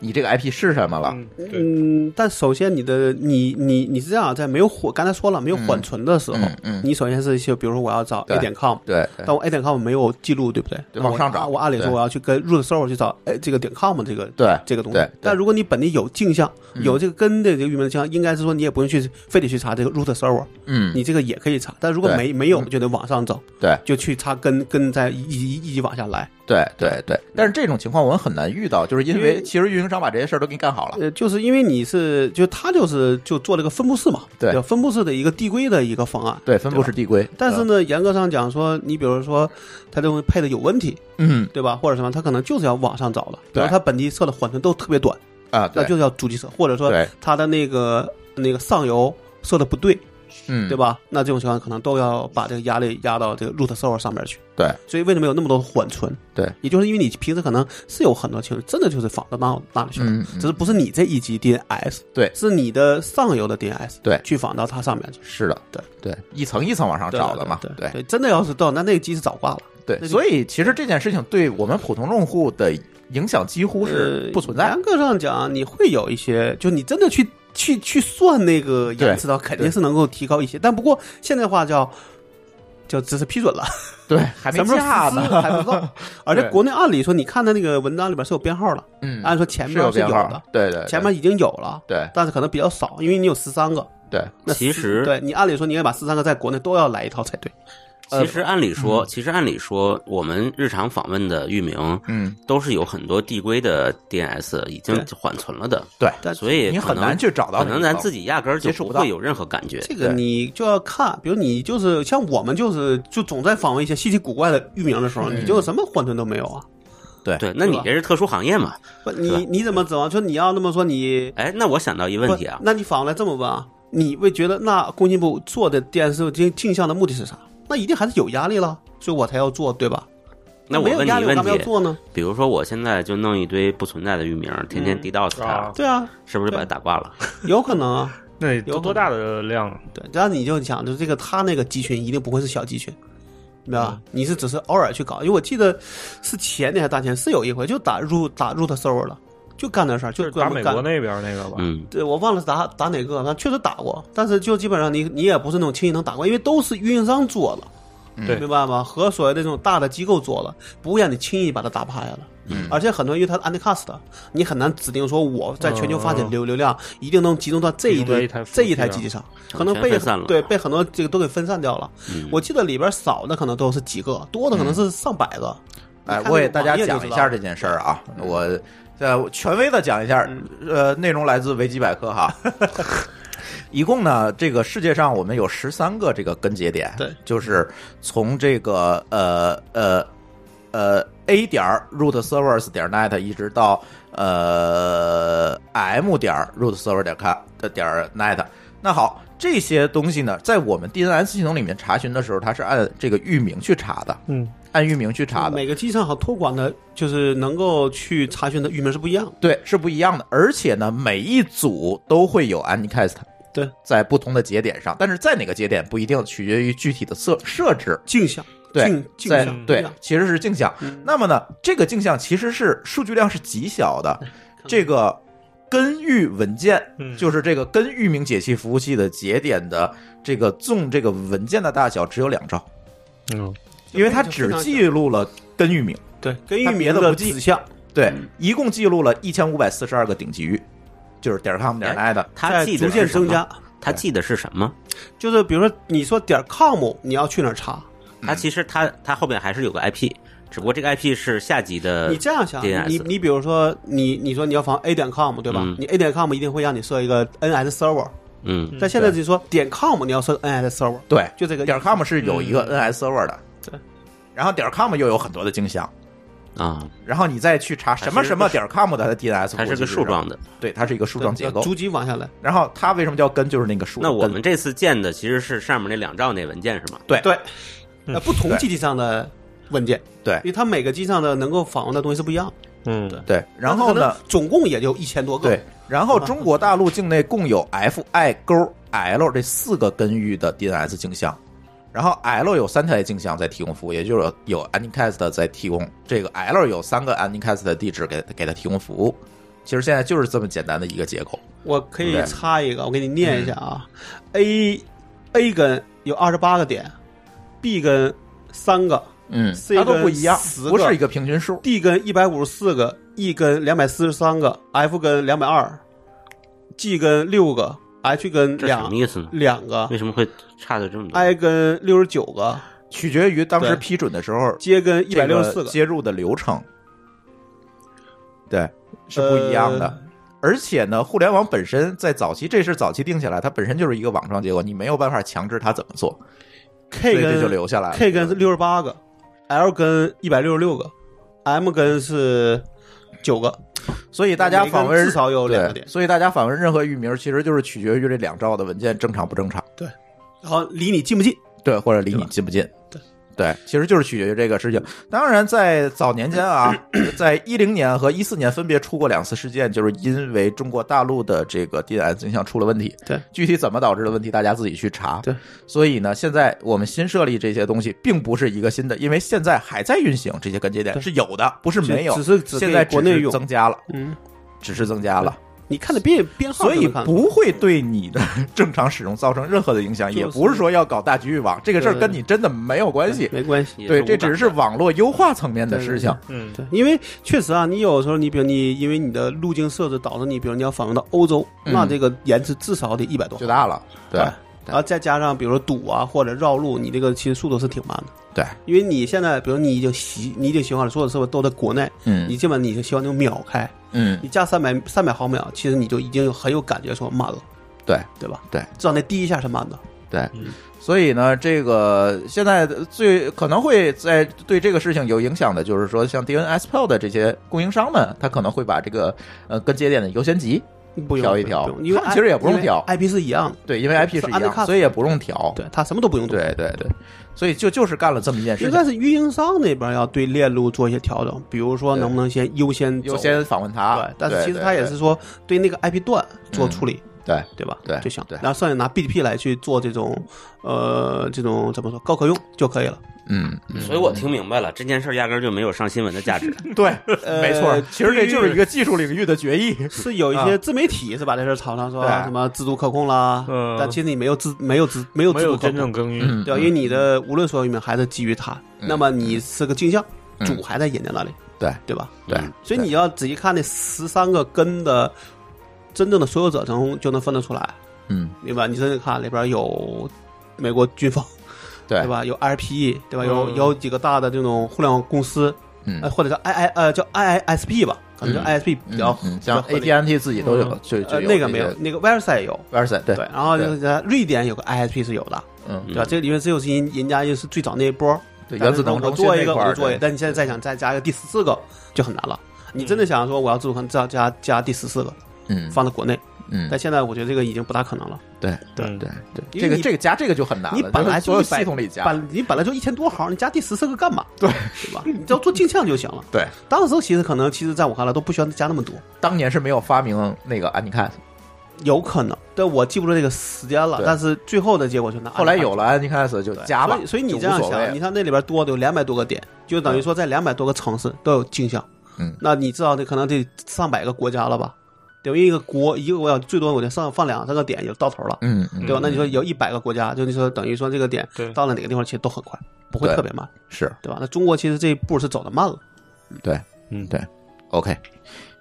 你这个 IP 是什么了。
嗯，对，
嗯，但首先你的你你你是这样，在没有缓，刚才说了没有缓存的时候，
嗯嗯
你首先是就比如说我要找
对
A 点 com，
对，对
但我 A 点 com 没有记录，对不对？
对
那
往上
我啊
找
我按理说
对
我要去跟 root server 去找哎这个点 com 这个
对
这个东西
对对。嗯
但如果你本地有镜像，有这个跟的这个域名的镜像，应该是说你也不用去非得去查这个 root server，
嗯，
你这个也可以查。但如果
对嗯
没没有，就得往上走，
对，
就去查跟跟在一级一级往下来。
对对对。但是这种情况我们很难遇到，就是因为其实运营商把这些事儿都给你干好了。
呃，就是因为你是就他就是就做了个分布式嘛，
对
吧分布式的一个递归的一个方案。
对，分布式递归，
但是呢，严格上讲说，你比如说，它这东西配的有问题，
嗯
对吧？或者什么，它可能就是要往上找的。比
对
如它本地设的缓存都特别短，
啊，
那
对，
就是要主机设，或者说
对
它的那个那个上游设的不对，
嗯
对？吧？那这种情况可能都要把这个压力压到这个 root server 上面去。
对，
所以为什么有那么多缓存？
对，
也就是因为你平时可能是有很多情绪，真的就是仿到那那里去了，
嗯嗯
只是不是你这一级 DNS，
对
是你的上游的 DNS，
对
去仿到它上面去。
是的，
对
对，一层一层往上
对
找的嘛，
对
对
对，真的要是到那那个机是早挂了。
对
那就
所以其实这件事情对我们普通用户的影响几乎是
呃
不存在的。
严格上讲，你会有一些，就你真的去去去算那个延迟的话，肯定是能够提高一些。但不过现在话叫叫只是批准了，
对，还没
咱们
下呢，
还不知道。 而且国内按理说，你看的那个文章里边是有编号的，
嗯，
按说前
是
面是
编号
的，，
对对，对
前面已经有了，
对
但是可能比较少，因为你有十三个。
对，
那
其实
对你按理说，你应该把十三个在国内都要来一套才对。呃
其实按理
嗯
说，其实按理说，我们日常访问的域名
嗯，
都是有很多递归的 DNS 已经缓存了的，
对，
但
所以
你
可
很
能
难去找到
可
那
能
一
咱
层
自己压根儿就
接触不到
会有任何感觉。
这个
对
你就要看，比如你就是像我们就是就总在访问一些稀奇古怪的域名的时候，
嗯
你就什么缓存都没有啊。
对，那你这是特殊行业嘛？
不，
吧
你你怎么指望说你要那么说你
哎，那我想到一问
不
题啊，
那你反过来这么问啊？你会觉得那工信部做的 DNS 镜镜像的目的是啥？那一定还是有压力了，所以我才要做，对吧？
那我
没有
问你
压力，我
一问
干嘛要
题，
做呢？
比如说我现在就弄一堆不存在的域名，天天 DDoS 它
啊，
对嗯啊，
是不是就把它打挂了？
有可能啊。
那
有
都
可能
多大的量啊？
对，然后你就想，就是这个他那个集群一定不会是小集群，明白吧？
嗯
你是只是偶尔去搞，因为我记得是前年还是大前是有一回就打入打入他 server 了，就干这事儿，
就
就是
打
专
美
门
国
干。
那边那个吧。
嗯，
对，我忘了是打打哪个，但确实打过，但是就基本上你你也不是那种轻易能打过，因为都是运营商做的，
嗯
对
明白吗？和所谓的这种大的机构做的，不会让你轻易把它打趴下的。嗯，而且很多因为它是 unicast，的你很难指定说我在全球发
哦
展流流量一定能集中到这一
集中在
堆
一台服务器
这一台机器上，可能被
嗯全分散了
对被很多这个都给分散掉了。
嗯
我记得里边少的可能都是几个，多的可能是上百个。
哎
你，看
我
那
给
个
大家
网页就
讲
知
一
道
下
了
这件事儿啊，我呃权威的讲一下，
嗯
呃，内容来自维基百科哈。 一共呢，这个世界上我们有十三个这个根节点，
对，
就是从这个呃呃呃 A 点儿 root servers 点 net 一直到呃 M 点儿 root server 点 com 的点儿 net。那好，这些东西呢，在我们 DNS 系统里面查询的时候，它是按这个域名去查的，
嗯，
按域名去查的。
每个机器上好托管的，就是能够去查询的域名是不一样的。
对，是不一样的。而且呢，每一组都会有 Anycast，
对，
在不同的节点上，但是在哪个节点不一定，取决于具体的设设置。
镜像，
对
镜，镜
在
像
对，其实是镜像。
嗯
那么呢，这个镜像其实是数据量是极小 的，这个根域文件
嗯
就是这个根域名解析服务器的节点的这个纵这个文件的大小只有两兆，
嗯，
因为它只记录了根域名。
对跟域
它别
名
的
的
不记
指向。
对，
嗯
一共记录了一千五百四十二个顶级域，就是点 com 点
哎
net 的。
它
在
记
逐
得
渐
是什
增
么？
加。
它记得是什么？
就是比如说，你说点 com，你要去哪儿查？
它其实它它后面还是有个 IP，只不过这个 IP 是下级
呃
的。
你这样想，
DNS
你你比如说，你你说你要访 a 点 com 对吧？
嗯
你 a 点 com 一定会让你设一个 NS server，
嗯，
但现在就说点 com 你要设 NS server，
对，
就这个
点 com 是有一个
嗯
NS server 的，
对，
然后点 com 又有很多的镜像，
嗯
啊，
然后你再去查什么什么点 com 的 DNS，
它是个树状的。
对，它是一个树
对
状结
要
构。
逐级往下来。
然后它为什么叫根，就是那个树的
那
根。
我们这次建的其实是上面那两兆那文件是吗？
对，
嗯
呃，不同机器上的文件，
对
因为它每个机上的能够访问的东西是不一样。
嗯，
对，然后
但是
呢
可？能总共也就一千多个。
对，，然后中国大陆境内共有 F、I 勾 L 这四个根域的 DNS 镜像，然后 L 有三台镜像在提供服务，也就是有有 Anycast 在提供这个 L 有三个 Anycast 的地址给给它提供服务。其实现在就是这么简单的一个结构。
我可以
对嗯
插一个，我给你念一下啊。A A 跟有二十八个点，B 跟三个
嗯
，C
它都不
跟
一样，
10
不
个
是一个平均数。
D 跟一百五十四个，E 跟两百四十三个，F 跟两百二，G 跟六个，H 跟
这什
两
么意思呢？
两哎个
为什么会差的这么多？
，I 跟六十九个
取决于当时
对
批准的时候
，J 跟一百六十
这
四
个
个，
接入的流程，对，是不一样
呃
的。而且呢，互联网本身在早期，这是早期定下来，它本身就是一个网状结构，你没有办法强制它怎么做，所
K
以这就
跟
留下来了。
K 跟是六十八个，L 跟一百六十六个，M 跟是九个，
所以大家
每根
访问
至少有两个
对，
点，
所以大家访问任何域名，其实就是取决于这两兆的文件正常不正常，
然后离你近不近？
对，或者离你
对吧
近不近。
对
对，其实就是取决于这个事情。当然，在早年间啊，在一零年和一四年分别出过两次事件，就是因为中国大陆的这个 DNS 镜像出了问题。
对，
具体怎么导致的问题，大家自己去查。
对，
所以呢，现在我们新设立这些东西，并不是一个新的，因为现在还在运行这些跟节点
对
是有的，不是没有
只，是只
现在
给
只
国内
是
用，
增加了，
嗯，
只是增加了。
你看的编编号
所
就
以
能看，
不会对你的 正常使用造成任何的影响，
就是
也不是说要搞大局域网，这个事儿
对
跟你真的没有关系。
没关系。
也
对，
无
这只
感
是网络优化层面的
对
事情。
嗯，
对，因为确实啊，你有时候你比如你因为你的路径设置导致你比如你要访问到欧洲，
嗯
那这个延迟至少得一百多
最，大了，对
然后再加上比如说堵啊或者绕路，你这个其实速度是挺慢的。
对，
因为你现在比如你已经习你已经喜欢了所有设备都在国内，你
嗯
基本你就希望能秒开，
嗯，
你加三百三百毫秒，其实你就已经有很有感觉说慢了，
对
对吧？
对，
至少那第一下是慢的。
对
嗯。
所以呢，这个现在最可能会在对这个事情有影响的，就是说像 DNS p o 的这些供应商们，他可能会把这个呃跟节点的优先级
不用
调一调
不用因为
他们其实也不用调
，IP 是一样的，
对，因为 IP 是一
是 undercut
样，所以也不用调。
对他什么都不用动。
对对对，所以就就是干了这么一件事
应
情
该。是运营商那边要对链路做一些调整，比如说
对
能不能先优先走
优先访问他，
对，但是其实
对
他也
对嗯
是说对那个 IP 段做处理，
对
对吧？
对
就行
对。
然后剩下拿 BDP 来去做这种呃这种怎么说高可用就可以了。
嗯，
所以我听明白了，这件事儿压根儿就没有上新闻的价值。
对，没错
呃，
其实这就是一个技术领域的决议。
是有一些自媒体是把这事儿炒上说
啊对
什么自主可控啦，
嗯
但其实你没有自没有自没有
没
自
有
主可
真
控
正。耕耘。
嗯
对吧，因为你的无论所有域名还是基于它，
嗯
那么你是个镜像，
嗯
主还在人家那里，
对
对吧？
对
嗯，
所以你要仔细看那十三个根的真正的所有者中就能分得出来，
嗯，
对吧？你真正看里边有美国军方，
对
对？吧？有 RPE，对吧？有
嗯
有几个大的这种互联网公司，呃，
嗯
或者叫 I I 呃叫 IISP 吧，可能叫
嗯
ISP 比较
嗯，像
合理
AT&T 自己都有，就就
呃那个没有，那个 w e r s a 也有。
v e r s a 对
对，然后就是在瑞典有个 ISP 是有的，
嗯
对吧？这里面只有是因人家又是最早那一波，
对，
但
原子
是
能
我
中心
做一
那
个，
块
我
儿，
做一
对
个，但你现在再想再加一个第十四个就很难了。你真的想说我要自主可能再加加第十四个
嗯
放到国内，
嗯
但现在我觉得这个已经不大可能了。
对
对
对对，
嗯因
这
为
个
你
这个加这个就很难了，
你本来
就是所有
就
系统里加，
本你本来就一千多行，你加第十四个干嘛？对，对吧？你只要做镜像就行了。
对，
当时其实可能，其实在我看来都不需要加那么多，
当年是没有发明那个 Anycast，
有可能，但我记不住这个时间了
对。
但是最后的结果就拿
后来有了 Anycast 就
对
加吧
所以，所以
就
你
无
这样
所谓
想，你看那里边多的有两百多个点，就等于说在两百多个城市都有镜像。
嗯
那你知道这可能得上百个国家了吧？对吧？因为一个国一个国家最多我就上放两三个点就到头了，
嗯嗯
嗯
对吧？那你说有一百个国家，就你说等于说这个点
对
到了哪个地方其实都很快，不会
对
特别慢，
是
对吧？那中国其实这一步是走的慢了，
嗯，
对 OK，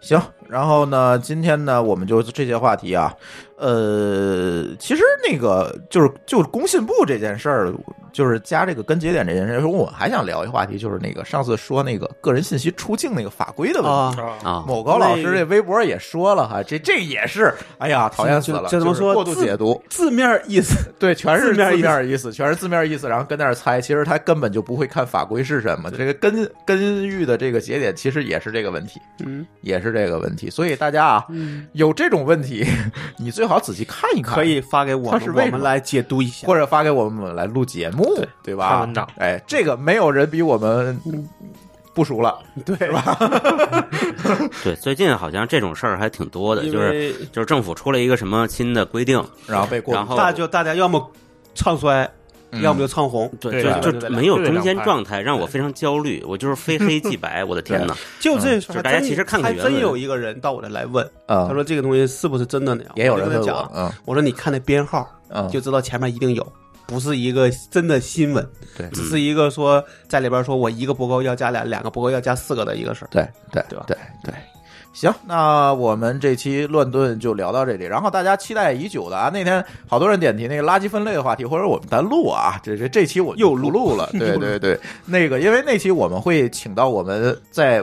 行，然后呢，今天呢，我们就这些话题啊，呃，其实那个就是就是工信部这件事儿，就是加这个跟节点这件事儿，我还想聊一话题，就是那个上次说那个个人信息出境那个法规的问题。
啊。
啊，
啊，
某高老师这微博也说了哈，这这也是，哎呀，讨厌死了，
这这怎
就
么
是
说
过度
字
解读，
字面意思，
对，全是
字面意思
面意思，全是字面意思，然后跟那儿猜，其实他根本就不会看法规是什么。这个根根域的这个节点，其实也是这个问题。
嗯，
也是这个问题。所以大家啊，有这种问题，你最好仔细看一看，
可以发给我
哎它是
们，
为
我
什么
们来解读一下。
或者发给我们我们来录节目，对吧？
看文章
哎，这个没有人比我们
嗯
不熟了，对吧？
对，最近好像这种事儿还挺多的，
因
就是
为
就是政府出了一个什么新的规定，
然后被过
然后
大就大家要么唱衰，
嗯
要么就唱红，
对，
对
就
对
就
对对
没有
对
中间
两派
状态，让我非常焦虑。我就是非黑即白，我的天哪！
就这事
就
儿
是
还真，
大家其实看
还
看原文
真有一个人到我这来问，
嗯，
他说这个东西是不是真的呢？
也有人
我就
问
跟他
我
讲，，
嗯
我说你看那编号
嗯，
就知道前面一定有，不是一个真的新闻，
对
只是一个说在里边说我一个博高要加俩，两个博高要加四个的一个事儿。
对对
对吧
对对。行，那我们这期乱炖就聊到这里。然后大家期待已久的啊，那天好多人点题那个垃圾分类的话题，或者我们单录啊，这这这期我又录录了。对对对， 那个因为那期我们会请到我们在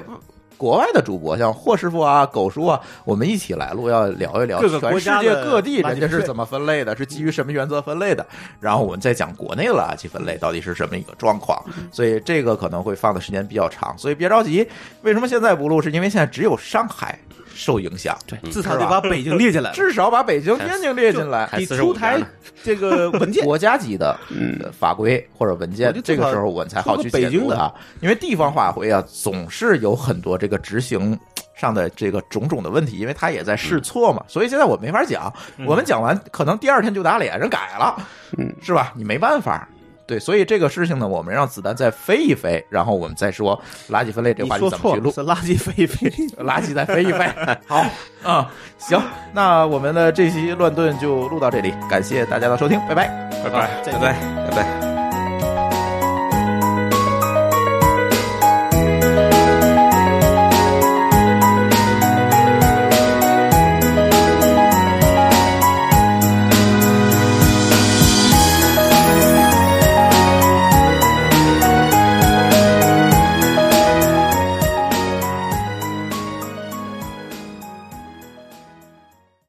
国外的主播，像霍师傅啊、狗叔啊，我们一起来录，要聊一聊
各个
全
国
世
家
界
的
各地
垃圾
人家
分
是
类
怎么分类的，是基于什么原则分类的。然后我们再讲国内的垃圾分类到底是什么一个状况，所以这个可能会放的时间比较长，所以别着急。为什么现在不录？是因为现在只有上海受影响，
对，
嗯
至少得把北京列进来了。
至少把北京、天津列进来
哎还。
得
四十五
出
家
台
呢
这 个文件，
国家级的
嗯
呃法规或者文件
我就，
这
知道
个时候我们才好去
说个
解
北京
读
的
它，因为地方法规啊，总是有很多这个执行上的这个种种的问题，因为它也在试错
嗯
嘛，所以现在我没法讲，我们讲完可能第二天就打脸，人改了，
嗯，
是吧？你没办法。对，所以这个事情呢，我们让子弹再飞一飞，然后我们再说垃圾分类这
你
话题
说
怎么
错
去录
了，。是垃圾飞飞。
垃圾再飞一飞。 好，嗯，行，那我们的这期乱炖就录到这里，感谢大家的收听，拜拜。
拜拜。
再
拜
见
拜拜拜。